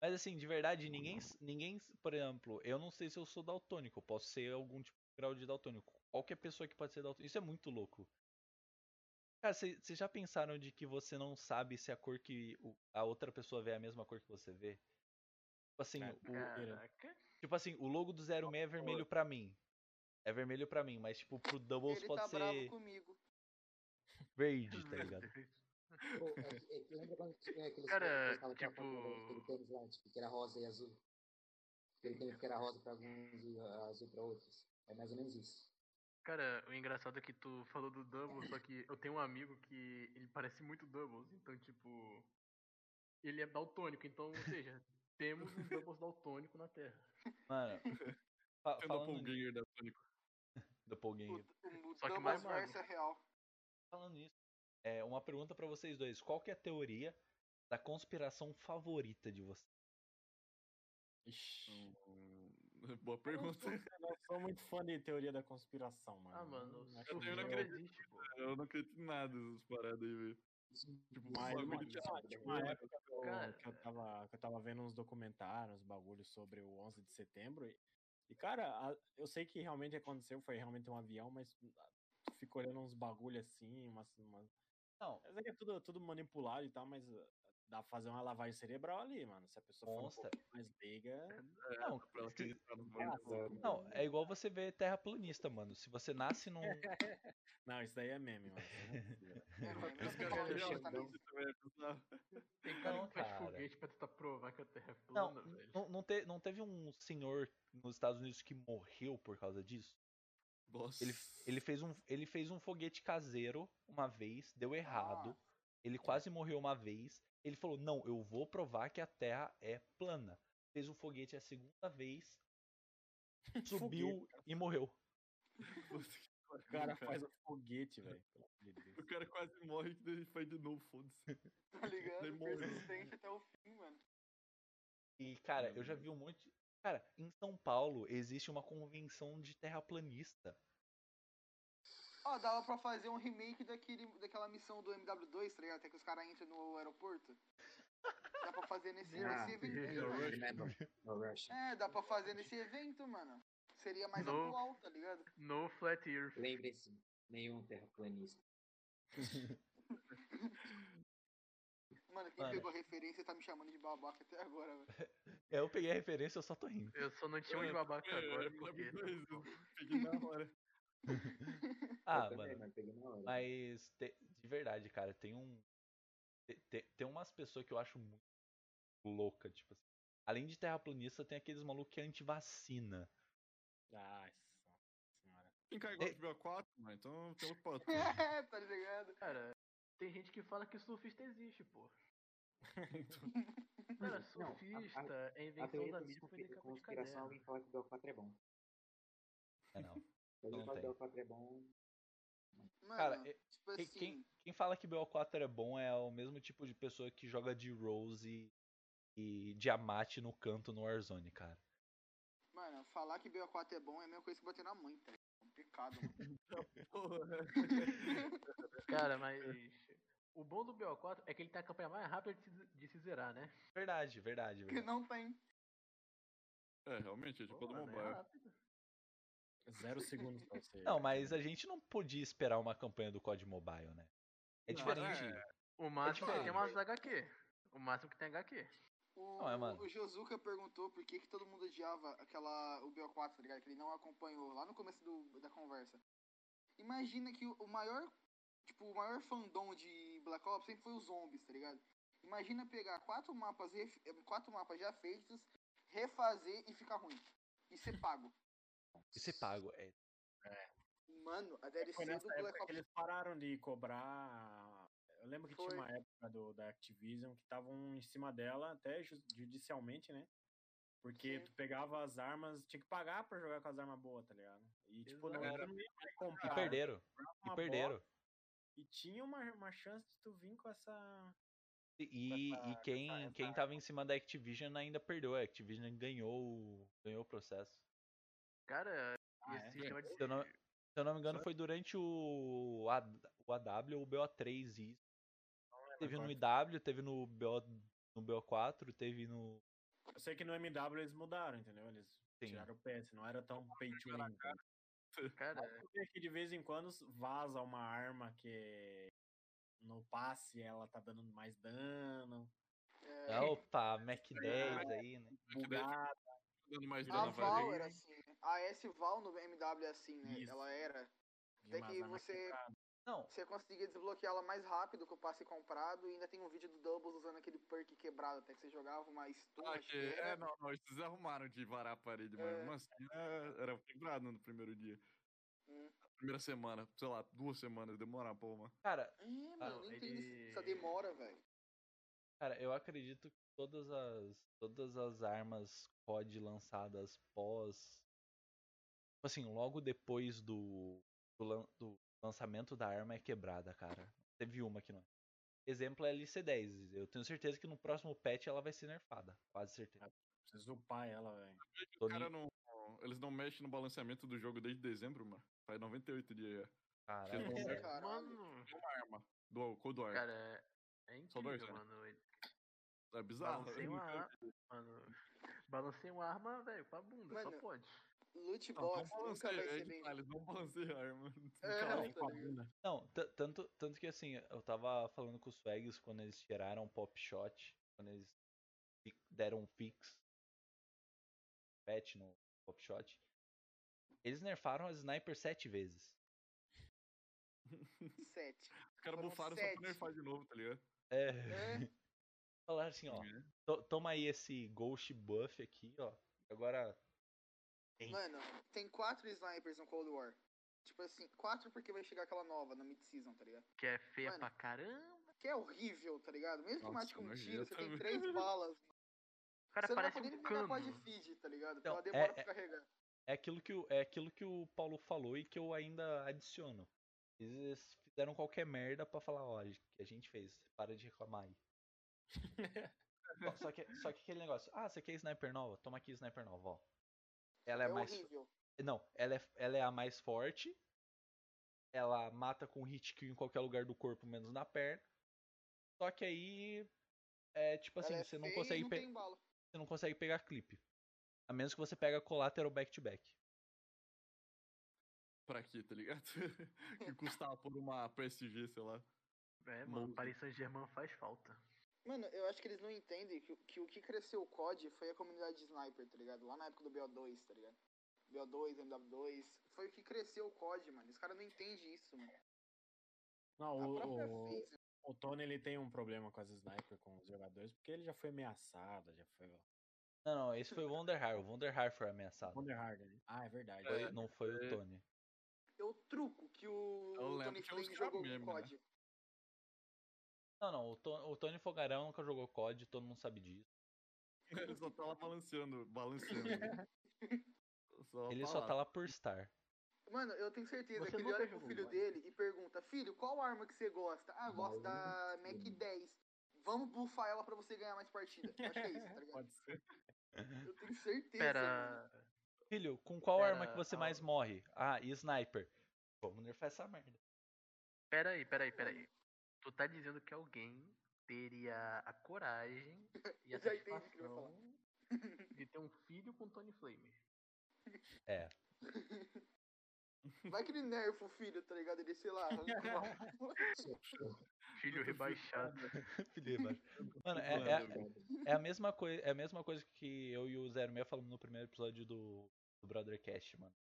B: Mas assim, de verdade, ninguém, s- ninguém, s- por exemplo, eu não sei se eu sou daltônico, eu posso ser algum tipo de grau de daltônico. Qualquer pessoa que pode ser daltônico, isso é muito louco. Cara, vocês já pensaram de que você não sabe se a cor que o- a outra pessoa vê é a mesma cor que você vê? Tipo assim,
D: É.
F: Cara,
B: o,
A: Caraca.
B: tipo assim, o logo do 06 é vermelho pra mim. É vermelho pra mim, mas tipo, pro Doubles
D: Ele
B: pode
D: tá bravo
B: ser
D: comigo.
B: verde, tá ligado?
C: Pô, é que- é que lembra quando tinha aqueles
A: Cara,
C: caras que gostavam de
A: tipo-
C: colocar aquele- aquele tênis lá, tipo, que era rosa e azul. Aquele tênis que era rosa pra alguns e ah, azul pra outros. É mais ou menos isso.
A: Cara, o engraçado é que tu falou do Doubles, só que eu tenho um amigo que ele parece muito Doubles, então, tipo. Ele é daltônico, então, ou seja, temos um Doubles daltônico na Terra.
B: Mano. fa-
E: Tem
B: Tá
E: o
B: falando, ni-
E: Doppelganger da Sonic.
D: O,
B: Doppelganger.
D: o
A: Só que mais
D: Doubles versus é real.
B: falando nisso, é, uma pergunta pra vocês dois. Qual que é a teoria da conspiração favorita de vocês?
F: Ixi.
E: Hum, Boa
F: Eu não
E: pergunta.
F: sou- eu não sou muito fã de teoria da conspiração, mano.
A: Ah, mano,
F: Não
A: surto
E: tenho
A: não
E: na
F: acredito.
E: acredito.
A: existe, pô.
E: Eu não acredito em nada dessas paradas aí, velho. Tipo,
F: Mas,
E: bagulho
F: mano,
E: de-
F: só, tipo,
E: é,
F: na época que eu,
A: Cara.
F: que eu tava, que eu tava vendo uns documentários, uns bagulhos sobre o 11 de setembro. E, e, cara, a- eu sei que realmente aconteceu, foi realmente um avião, mas tu fica olhando uns bagulhos assim, umas. umas...
B: Não.
F: Mas é que é tudo, tudo manipulado e tal, mas ah, dá pra fazer uma lavagem cerebral ali, mano. Se a pessoa for um
B: Consta.
F: pouquinho mais leiga.
B: Não,
E: pra ela acreditar no
F: Ah,
E: bagulho.
B: não, é igual você ver terraplanista, mano. Se você nasce num.
F: Não, isso daí é meme, mano. isso daí é mentira.
D: É, mano,
E: Os
D: não tem
E: caras
D: como
A: cara,
E: viram
A: eu
D: acreditar
E: a
A: tá
E: dança
D: nisso.
E: também, é bizarro.
A: Tem cara
B: Não,
A: que faz
B: cara.
A: foguete pra tentar provar que a Terra é
B: Não,
A: plana, velho.
B: não, não, te- não teve um senhor nos Estados Unidos que morreu por causa disso?
E: Nossa.
B: Ele fez um, ele fez um foguete caseiro uma vez, deu errado.
C: É.
B: Ele quase morreu uma vez. Ele falou: Não, eu vou provar que a Terra é plana. Fez um foguete a segunda vez, subiu e morreu.
E: Puta que pariu,
F: O cara faz um foguete, velho. pelo amor de Deus.
E: O cara quase morre e daí ele faz de novo, foda-se.
D: Tá
A: né?
D: ligado?
E: Demônio.
D: Persistente até o fim, mano.
B: E, cara, eu já
C: né?
B: vi um monte. Cara, em São Paulo existe uma convenção de terraplanista.
D: Ó, dava pra fazer um remake daquele, daquela missão do MW2, tá ligado? Até que os caras entram no aeroporto. Dá pra fazer nesse,
A: Ah,
D: nesse evento.
E: eu
D: mano.
E: acho-
C: é
D: É, dá pra fazer nesse evento, mano. Seria mais
A: Não.
D: atual, tá ligado?
A: No Flat Earth.
C: Lembre-se, nenhum terraplanista.
D: Mano, quem
B: Mano.
D: pegou a referência tá me chamando de babaca até agora, velho.
B: É, Eu peguei a referência, eu só tô rindo.
A: Eu só não tinha um
E: É,
A: de babaca
E: é,
A: agora,
E: é,
A: porque.
E: mas eu Peguei na hora.
B: Ah,
C: Eu
B: mano.
C: também, peguei na hora.
B: Mas, te- de verdade, cara, tem um. te- te- tem umas pessoas que eu acho muito louca, tipo assim. Além de terraplanista, tem aqueles malucos que é antivacina.
F: Nossa senhora.
E: Quem carregou de BO4, mano, então tem um pato.
D: É, tá ligado?
A: Cara, tem gente que fala que surfista existe, pô. Cara,
C: Não, a- a-
A: surfista é
C: A
A: invenção
C: teoria
A: da
C: da
A: mídia pra
C: conspi-
A: vender capa de
C: conspiração,
A: caderno.
C: alguém fala que o Del 4 é bom.
B: né? É, não.
C: Alguém
B: Não
C: fala que
B: tem.
C: o Del 4 é bom. Ah,
D: Mano,
B: Cara, é-
D: tipo
B: quem-
D: assim.
B: quem, quem fala que BO4 é bom é o mesmo tipo de pessoa que joga de Rose e, e diamante no canto no Warzone, cara.
D: Mano, falar que BO4 é bom é a mesma coisa que bater na mãe, tá ligado? Complicado, mano.
E: Porra.
A: Cara, mas. O bom do BO4 é que ele tem a campanha mais rápida de se, de se zerar, né?
B: Verdade, verdade,
D: Porque
B: verdade.
D: não tem.
E: É, realmente, é tipo
A: Pô,
E: do
A: mas é
E: mobile.
A: rápido.
F: Zero segundos pra você.
B: Não, mas a gente não podia esperar uma campanha do COD Mobile, né? É
A: Não,
B: diferente.
A: O máximo que
E: diferente.
A: tem é umas HQ. O máximo que tem é HQ.
D: O,
B: Não, é, mano.
D: o Josuka perguntou por que, que todo mundo odiava aquela, o BO4, tá ligado? Que ele não acompanhou lá no começo do- da conversa. Imagina que o, o maior, tipo, o maior fandom de Black Ops sempre foi os zombies, tá ligado? Imagina pegar quatro mapas, ref- eh, quatro mapas já feitos, refazer e ficar ruim. E ser pago.
B: E ser pago. É,
D: Mano, a
F: É,
D: DLC do
F: Foi nessa
D: Black
F: época que
D: Ops.
F: eles pararam de cobrar. Eu lembro que
D: Foi.
F: tinha uma época do, da Activision que estavam em cima dela, até ju- judicialmente, né? Porque
D: Sim.
F: tu pegava as armas, tinha que pagar pra jogar com as armas boas, tá ligado? E tipo, não,
E: Exato.
F: tu não ia mais
B: e
F: comprar.
B: perderam.
F: comprava
B: E
F: Ah, uma
B: perderam.
F: bosta E tinha uma, uma chance de tu vir com essa.
B: E,
F: essa-
B: e quem,
F: essa-
B: quem tava em cima da Activision ainda perdeu. A Activision ganhou, o- ganhou o processo.
A: Cara,
F: Ah,
A: esse
F: é?
A: sistema de.
B: Se eu não, se eu não me engano, foi durante o, A, o AW ou o BO3 isso. Teve no
F: agora.
B: IW, teve no, BO, no BO4, teve no.
F: Eu sei que no MW eles mudaram, entendeu? Eles
B: Sim.
F: tiraram o PS, não era tão pay to win. tá
A: Cara,
F: Dá pra ver que de vez em quando vaza uma arma que no passe ela tá dando mais dano,
D: É,
B: Ah, Opa, Mac 10 aí, né?
E: que deve-
F: bugado.
E: Dando mais
D: a
E: dano
F: Dona
D: Val
E: vai.
D: era assim. A S-Val no MW é assim, né?
F: Isso.
D: Ela era.
F: de
D: Até
F: umas
D: que
F: armas
D: você-
F: quebradas.
B: Não,
D: Você conseguia desbloquear ela mais rápido que o passe comprado e ainda tem um vídeo do Doubles usando aquele perk quebrado, até que você jogava uma stun,
E: Ah,
D: acho
E: que,
D: que era.
E: é, não, não, eles arrumaram de varar a parede, mas
D: É.
E: mesmo assim, é, era quebrado no primeiro dia.
D: Hum.
E: Primeira semana, sei lá, duas semanas, demora uma porra.
B: Cara,
D: É,
B: Ah,
D: mano, não entendo
A: ele-
D: essa demora, velho.
B: Cara, eu acredito que todas as todas as armas COD lançadas pós tipo assim, logo depois do do, lan- do lançamento da arma é quebrada, cara. Teve uma que não. é. Exemplo é a LC10. Eu tenho certeza que no próximo patch ela vai ser nerfada, quase certeza.
F: Preciso upar ela, velho.
B: Tô
E: O cara não. Eles não mexem no balanceamento do jogo desde dezembro, mano. Faz 98 dias.
B: Caralho,
E: Não,
B: sério.
D: Caralho.
A: Mano,
E: Do Cold War.
A: cara, é- é
E: Só dois,
A: incrível,
E: né?
A: mano. Ele
E: é bizarro.
A: balancei uma arma, mano. Balancei uma arma, velho, com a bunda, só
D: Mano,
A: pode.
D: Loot
E: Não, não
D: box nunca
E: balanceia,
D: vai
E: é
D: ser
E: que
D: bem.
E: tá, eles não balanceiam a arma.
D: É,
E: Cara,
D: não, tá ligado?
B: Não, ta- tanto, tanto que assim, eu tava falando com os Swags quando eles tiraram o Pop Shot, quando eles fi- deram um fix patch no Pop Shot. Eles nerfaram a Sniper sete vezes.
D: Sete.
E: Os caras
D: Foram
E: bufaram só
D: sete.
E: pra nerfar de novo, tá ligado?
B: É.
D: É.
B: Falaram assim, ó,
E: É.
B: "To- toma aí esse Ghost Buff aqui, ó. Agora. Sim.
D: Mano, tem quatro snipers no Cold War. Tipo assim, quatro porque vai chegar aquela nova na mid-season, tá ligado?
A: Que é feia
D: Mano.
A: pra caramba.
D: Que é horrível, tá ligado? Mesmo que
E: Nossa,
D: mate com um
E: nojento,
D: tiro, você tem
E: velho.
D: três balas.
A: O cara
D: você não vai
A: parece
D: poder
A: um
D: nem pegar quad
A: cano.
D: feed, tá ligado?
B: Então,
D: Ela demora
B: é-
D: pra carregar.
B: É aquilo, que o, é aquilo que o Paulo falou e que eu ainda adiciono. Eles fizeram qualquer merda pra falar, ó, que a gente fez, para de reclamar aí. Só- Só que, só que aquele negócio, ah, você quer sniper nova? Toma aqui sniper nova, ó. Ela é,
D: É,
B: mais.
D: horrível.
B: Não, ela é, ela é a mais forte. Ela mata com hit kill em qualquer lugar do corpo, menos na perna. Só que aí. É tipo assim,
D: Ela é
B: você não
D: feia e
B: consegue
D: não
B: pe-
D: tem bala.
B: você não consegue pegar clipe. A menos que você pega collateral back to back.
E: Pra quê, tá ligado? que custava por uma PSG, sei lá.
A: É, mano,
E: Mãozinha.
A: Paris Saint-Germain faz falta.
D: Mano, eu acho que eles não entendem que, que o que cresceu o COD foi a comunidade de sniper, tá ligado? Lá na época do BO2, tá ligado? BO2, MW2. Foi o que cresceu o COD, mano. Os caras não entendem isso, mano.
F: Não,
D: A própria
F: o, o,
D: FaZe,
F: o Tony ele tem um problema com as sniper, com os jogadores, porque ele já foi ameaçado, já foi.
B: Não, não, esse foi o Wonderhard. O Wonderhard foi ameaçado.
F: Wonder Hard, né? Ah, é verdade.
B: Foi-
E: É.
B: não foi
E: É.
B: o Tony.
D: é o truco que o
E: Eu lembro
D: Tony
E: que é os
D: Flynn jogou com o
E: caras mesmo, né?
D: COD.
B: Não, não, o, Ton- o Tony Fogarão nunca jogou COD, todo mundo sabe disso.
E: Ele só tá lá balanceando, balanceando. Só
B: Ele
E: tá
B: só
E: lá.
B: tá lá por estar.
D: Mano, eu tenho certeza
A: Você
D: que ele
A: nunca
D: olha pro
A: jogou
D: filho
A: um
D: dele e pergunta: Filho, qual arma que você gosta? Ah, gosto da Mac 10. Vamos bufar ela pra você ganhar mais partida. Eu Acho que é isso, tá ligado?
F: Pode ser.
D: Eu tenho certeza. mano.
A: Pera.
B: Filho, com qual arma que
A: Era
B: você
A: a-
B: mais morre? Ah, e sniper. Vamos nerfar essa merda.
A: Pera aí, pera aí, pera aí. Tu tá dizendo que alguém teria a coragem e a
D: Eu já entendi o que ele vai
A: satisfação de ter um filho com Tony Flamer.
B: É.
D: Vai que ele nerfa o filho, tá ligado? Ele, sei lá. arranca uma-
A: Filho rebaixado.
B: Filho, mano. Mano, é, é, é a mesma coisa, é a mesma coisa que eu e o Zero Meia falamos no primeiro episódio do, do Brothercast, mano.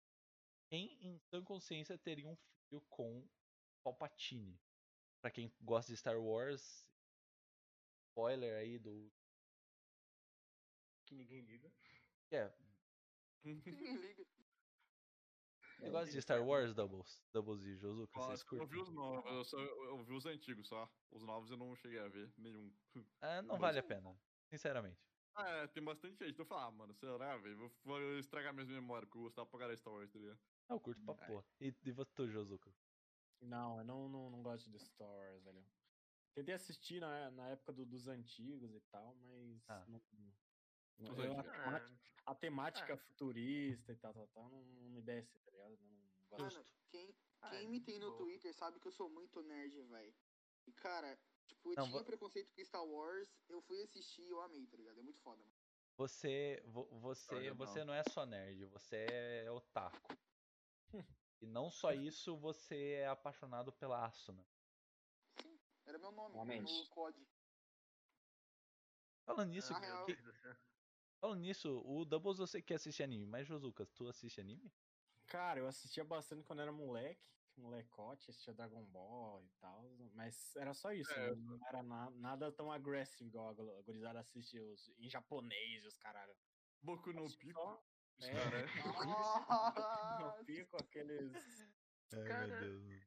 B: Quem em sã consciência teria um filho com Palpatine? Pra quem gosta de Star Wars, spoiler aí do
A: Que ninguém liga.
D: Quem liga?
B: Você gosta de Star Wars, Doubles? Doubles e Josuka,
E: Nossa,
B: vocês
E: eu não
B: curtem?
E: vi os novos, eu, só, eu eu vi os antigos só. Os novos eu não cheguei a ver nenhum.
B: Ah, não
E: Mas
B: vale a pena, sinceramente.
E: Ah, é, tem bastante gente. Então eu falo, ah, mano, será, velho? Vou, vou estragar minhas memórias, porque eu gostava pra caralho de Star Wars, tá ligado?
B: Ah, eu curto pra porra. E, e você, tu, Josuka?
F: Não, eu não, não, não gosto de Star Wars, velho. Tentei assistir na, na época do- dos antigos e tal, mas.
B: Ah.
F: não- não-
E: Os
F: eu- a,
E: antigos.
F: temática,
A: Ah,
F: a temática futurista e tal, tal, tal, não, não me desce, tá ligado? Não, não gosto.
D: Mano, quem, quem
A: ah,
D: me tem no
A: boa.
D: Twitter sabe que eu sou muito nerd, velho. E, cara, tipo, eu
B: Não,
D: tinha
B: vo-
D: preconceito com Star Wars, eu fui assistir e eu amei, tá ligado? É muito foda, mano.
B: Você, vo- você,
E: Olha, não.
B: você não é só nerd, você é otaku. e não só isso, você é apaixonado pela Asuna.
D: Era meu nome
C: Realmente.
D: no COD.
B: Falando nisso,
D: Ah,
A: meu
D: real.
B: que-
A: Deus do céu.
B: falando nisso, o Doubles eu sei que assiste anime, mas Josuka, tu assiste anime?
F: Cara, eu assistia bastante quando era moleque, molecote, assistia Dragon Ball e tal, mas era só isso,
E: É,
F: né? não era na- nada tão agressivo igual a glo- a gurizada assiste os, em japonês e os caralho.
E: Boku no
F: Assistia
E: Pico. né?
F: só-
E: Os
F: é.
E: caras.
D: Nossa!
F: Não fico aqueles
G: Ai,
A: Cara,
G: meu Deus.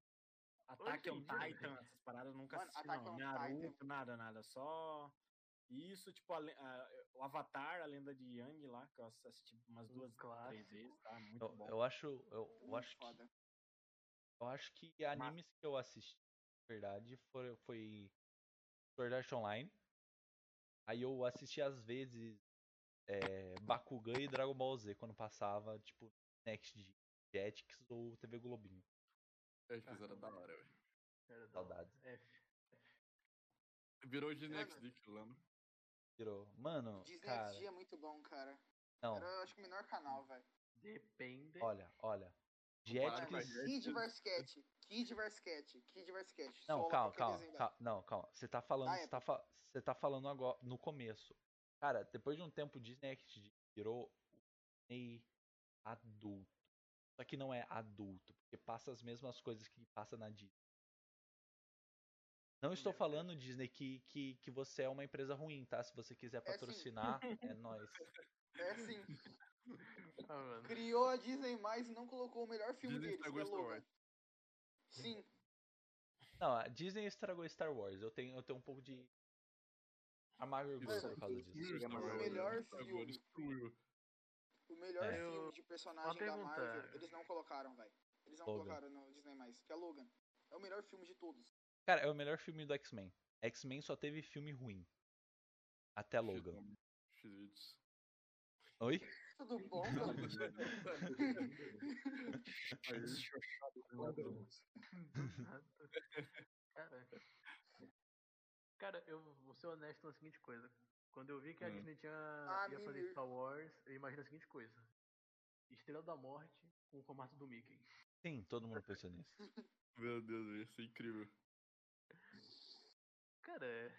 F: Ataque
A: Hoje
F: on
A: em dia,
F: Titan, essas paradas eu nunca
D: Mano,
F: assisti,
D: Attack
F: não.
D: on
F: Naruto,
D: Titan.
F: nada, nada. Só. E Isso, tipo, a le- a- o Avatar, a lenda de Yang lá, que eu assisti umas
D: Hum.
A: Um
F: duas, três
A: clássico.
F: vezes, tá? Muito
B: Eu,
F: bom.
B: eu acho. Eu, eu
D: Muito
B: acho que.
D: foda.
B: Eu acho que animes que eu assisti, na verdade, foi, foi Sword Art Online. Aí eu assisti às vezes é, Bakugan e Dragon Ball Z quando passava, tipo, Next Gen, Jetix ou TV Globinho.
E: Eu acho que É, isso era da hora, velho.
A: Era da
B: Saudades.
A: hora. É,
E: Virou de Next
D: Mano.
E: Dick, eu lembro.
B: Virou. Mano,
D: Disney
B: cara,
D: XD é muito bom, cara.
B: não,
D: Era, eu acho que o menor canal, velho.
A: depende.
B: olha, olha.
E: Comparado
D: Mano,
E: com a
B: Jetix.
E: gente,
D: Kid vs Cat. Kid vs Cat. Kid vs Cat.
B: Não,
D: Solo
B: calma,
D: qualquer
B: calma,
D: desenho da-
B: calma. Não, calma. Você tá falando,
D: né? Ah,
B: você
D: é.
B: tá, fa- você tá falando agora no começo. Cara, depois de um tempo Disney XD virou o Disney adulto. Só que não é adulto, porque passa as mesmas coisas que passa na Disney. Não estou
A: Meu
D: é.
B: falando, Disney, que, que, que você é uma empresa ruim, tá? Se você quiser
D: sim.
B: patrocinar, é nóis.
D: É assim.
A: Ah, mano.
D: Criou a Disney mais e não colocou o melhor filme
E: Disney tá
D: deles, que é
E: estragou Star
D: Logan.
E: Wars.
D: Sim,
B: Não, a Disney estragou Star Wars. Eu tenho, eu tenho um pouco de amargo gosto por causa disso.
E: Star
D: mas o
E: Wars,
D: melhor
E: né? Star Wars
D: filme.
E: Destruiu.
D: o melhor
B: É.
A: Eu-
D: filme de
A: uma
D: personagem da
A: pergunta.
D: Marvel, eles não colocaram, velho. Eles não
B: Logan.
D: colocaram no Disney mais, que é Logan. É o melhor filme de todos.
B: Cara, é o melhor filme do X-Men. X-Men só teve filme ruim. Até É, Logan.
E: X-Vídeos.
B: Oi?
D: Tudo bom, mano?
A: Cara. Cara, eu vou ser honesto na seguinte coisa. Quando eu vi que a
E: Hum.
A: Disney tinha,
D: Ah,
A: ia fazer
D: Mimir.
A: Star Wars, eu imaginei a seguinte coisa. Estrela da Morte com o formato do Mickey.
B: Sim, todo mundo pensou nisso.
E: Meu Deus, velho, isso é incrível.
A: Cara,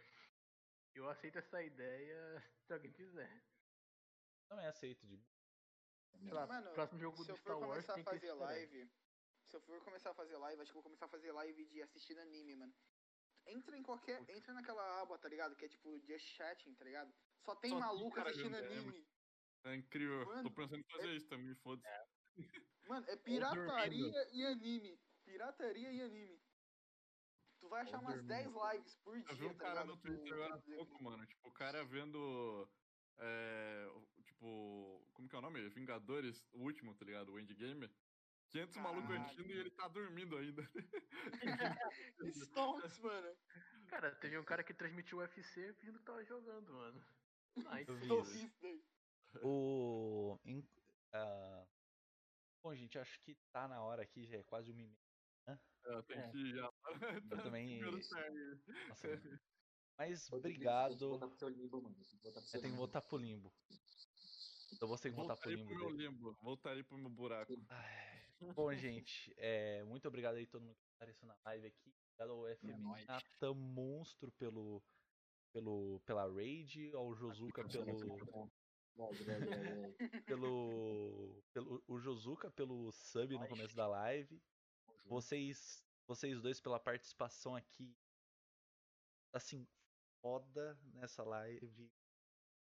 A: eu aceito essa ideia se alguém quiser.
B: Não é aceito de.
A: Sei lá,
D: Mano,
A: próximo jogo
D: Se
A: do
D: eu for
A: Star Wars
D: começar a
A: tem que
D: fazer
A: ser.
D: live, se eu for começar a fazer live, acho que eu vou começar a fazer live de assistindo anime, mano. Entra em qualquer. Entra naquela aba, tá ligado? Que é tipo just chatting, tá ligado? Só tem
E: Só tem
D: maluco
E: cara
D: assistindo
E: jogando, né,
D: anime.
E: É incrível.
D: Mano,
E: Tô pensando em fazer isso também, foda-se.
D: Mano, é pirataria e anime. Pirataria e anime. Tu vai achar umas 10 lives por dia,
E: Eu vi um
D: tá
E: cara
D: ligado?
E: no Twitter
D: Do-
E: agora há
D: do-
E: pouco, mano. Tipo, o cara vendo. é, o- tipo. Como que é o nome? Vingadores, o último, tá ligado? O Endgame. 500 malucos
D: Caralho.
E: assistindo e ele tá dormindo ainda.
D: Stonks, mano.
A: Cara, teve um cara que transmitiu o UFC fingindo que tava jogando, mano. Nice.
B: Eu vi
D: Eu
B: isso.
D: vi isso daí.
B: O. in- ah, Bom, gente, acho que tá na hora aqui, já é quase uma e meia.
E: É, tem
A: É.
E: que ir já.
B: Eu também.
E: Primeiro serve.
B: Nossa, mano. Mas
C: Ô, Rodrigo, você tem que
B: obrigado.
C: voltar pro seu limbo, mano. Tem que voltar pro seu
B: Eu tenho que
C: limbo.
B: voltar pro limbo. Eu vou ter que voltar pro
E: Voltarei
B: limbo.
E: pro meu
B: dele.
E: limbo. Voltarei pro meu buraco.
B: Ai, Bom, gente, é, muito obrigado aí todo mundo que apareceu na live aqui. Obrigado ao FM
F: nóis.
B: Natan Monstro pelo, pelo, pela raid, ao Josuka pelo,
C: Vai, vai, vai, vai.
B: pelo, pelo o Josuka pelo sub no começo da live. Vocês vocês dois pela participação aqui assim foda nessa live.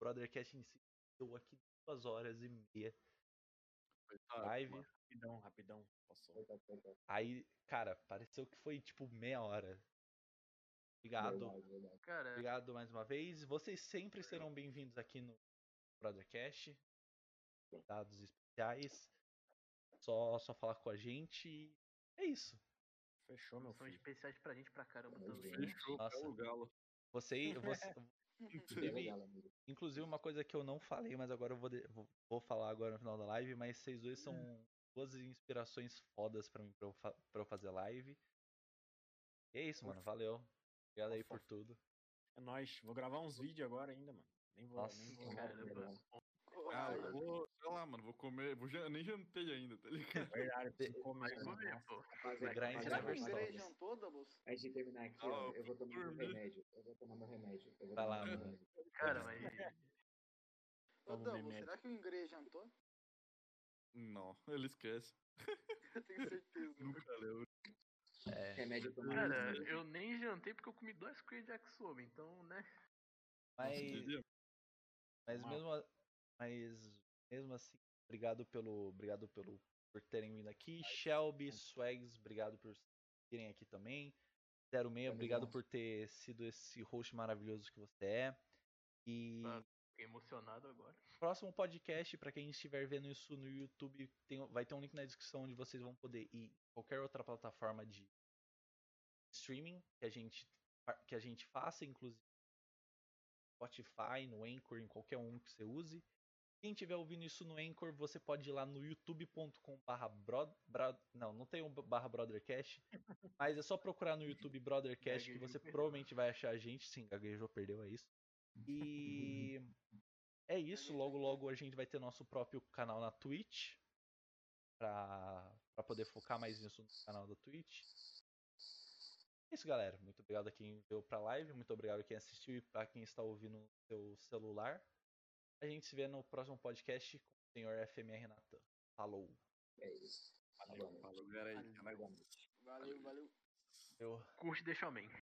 B: Brothercast em si deu aqui duas horas e meia
E: tá Ah,
B: de live.
F: Rapidão, rapidão. Passou.
C: Volta, volta.
B: Aí, cara, pareceu que foi tipo meia hora. Obrigado.
C: Verdade, verdade.
A: Cara,
B: Obrigado mais uma vez. Vocês sempre serão bem-vindos aqui no Brothercast. Dados especiais. Só, só falar com a gente. É isso.
F: Fechou, meu
A: são
F: filho.
A: especiais pra gente pra caramba também.
E: Fechou,
B: Nossa.
E: pelo galo.
B: Você, você-
C: É
B: Teve-
C: legal, amigo.
B: inclusive, uma coisa que eu não falei, mas agora eu vou, de- vou- vou falar agora no final da live. Mas vocês dois são duas inspirações fodas pra mim, pra eu, fa- pra eu fazer live. E é isso, mano. Valeu. Obrigado aí por tudo.
F: É nóis. Vou gravar uns vídeos agora ainda, mano. Nem vou.
B: Nossa,
F: nem vou.
A: cara.
E: Ah, eu
D: Ai,
E: vou, sei lá, mano, vou comer. Vou, jan- nem jantei ainda, tá ligado?
F: Verdade, eu preciso comer.
A: Vai
F: mano.
A: comer, pô.
C: Rapaziada,
B: Grande é
C: rapaziada,
D: Será que o
B: abraço.
D: André
C: rapaziada,
D: jantou, Doubles?
C: é Antes de terminar aqui,
E: Ah,
C: ó,
E: eu
C: eu vou tomar meu
E: dormi.
C: remédio. Eu vou tomar meu remédio. Eu vou
B: Vai
C: tomar
B: lá,
C: meu
B: mano.
C: remédio.
A: Cara, mas.
D: Ô,
F: Vamos
D: Doubles,
F: remédio.
D: será que o Ingrid jantou?
E: Não, ele esquece.
D: Eu tenho certeza.
E: Nunca leu.
B: É.
C: Remédio eu tomo.
A: Cara, eu nem jantei porque eu comi dois coelhos de Yakisoba, então, né?
B: Mas. Mas
F: Mal.
B: mesmo, a- mas mesmo assim, obrigado pelo, obrigado pelo por terem vindo aqui. Shelby, Swags, obrigado por virem aqui também. 06, obrigado por ter sido esse host maravilhoso que você é. E
A: Ah. Fiquei emocionado agora.
B: próximo podcast, pra quem estiver vendo isso no YouTube, tem- vai ter um link na descrição onde vocês vão poder ir em qualquer outra plataforma de streaming que a gente, fa- que a gente faça, inclusive no Spotify, no Anchor, em qualquer um que você use. Quem estiver ouvindo isso no Anchor, você pode ir lá no youtube.com barra bro- bro- Não, não tem um barra brothercast, mas é só procurar no YouTube brothercast que
A: Gaguejou,
B: você
A: perdeu.
B: provavelmente vai achar a gente. Sim, gaguejou, perdeu, é isso. E é isso, logo logo a gente vai ter nosso próprio canal na Twitch pra, pra poder focar mais nisso no canal da Twitch. É isso, galera. Muito obrigado a quem veio pra live, muito obrigado a quem assistiu e pra quem está ouvindo no seu celular. A gente se vê no próximo podcast com o senhor FMR Natan. Falou.
C: É isso. tá Boa noite.
E: Falou, galera aí.
C: Boa noite.
D: Valeu, valeu.
B: Eu...
A: Curte deixa amém.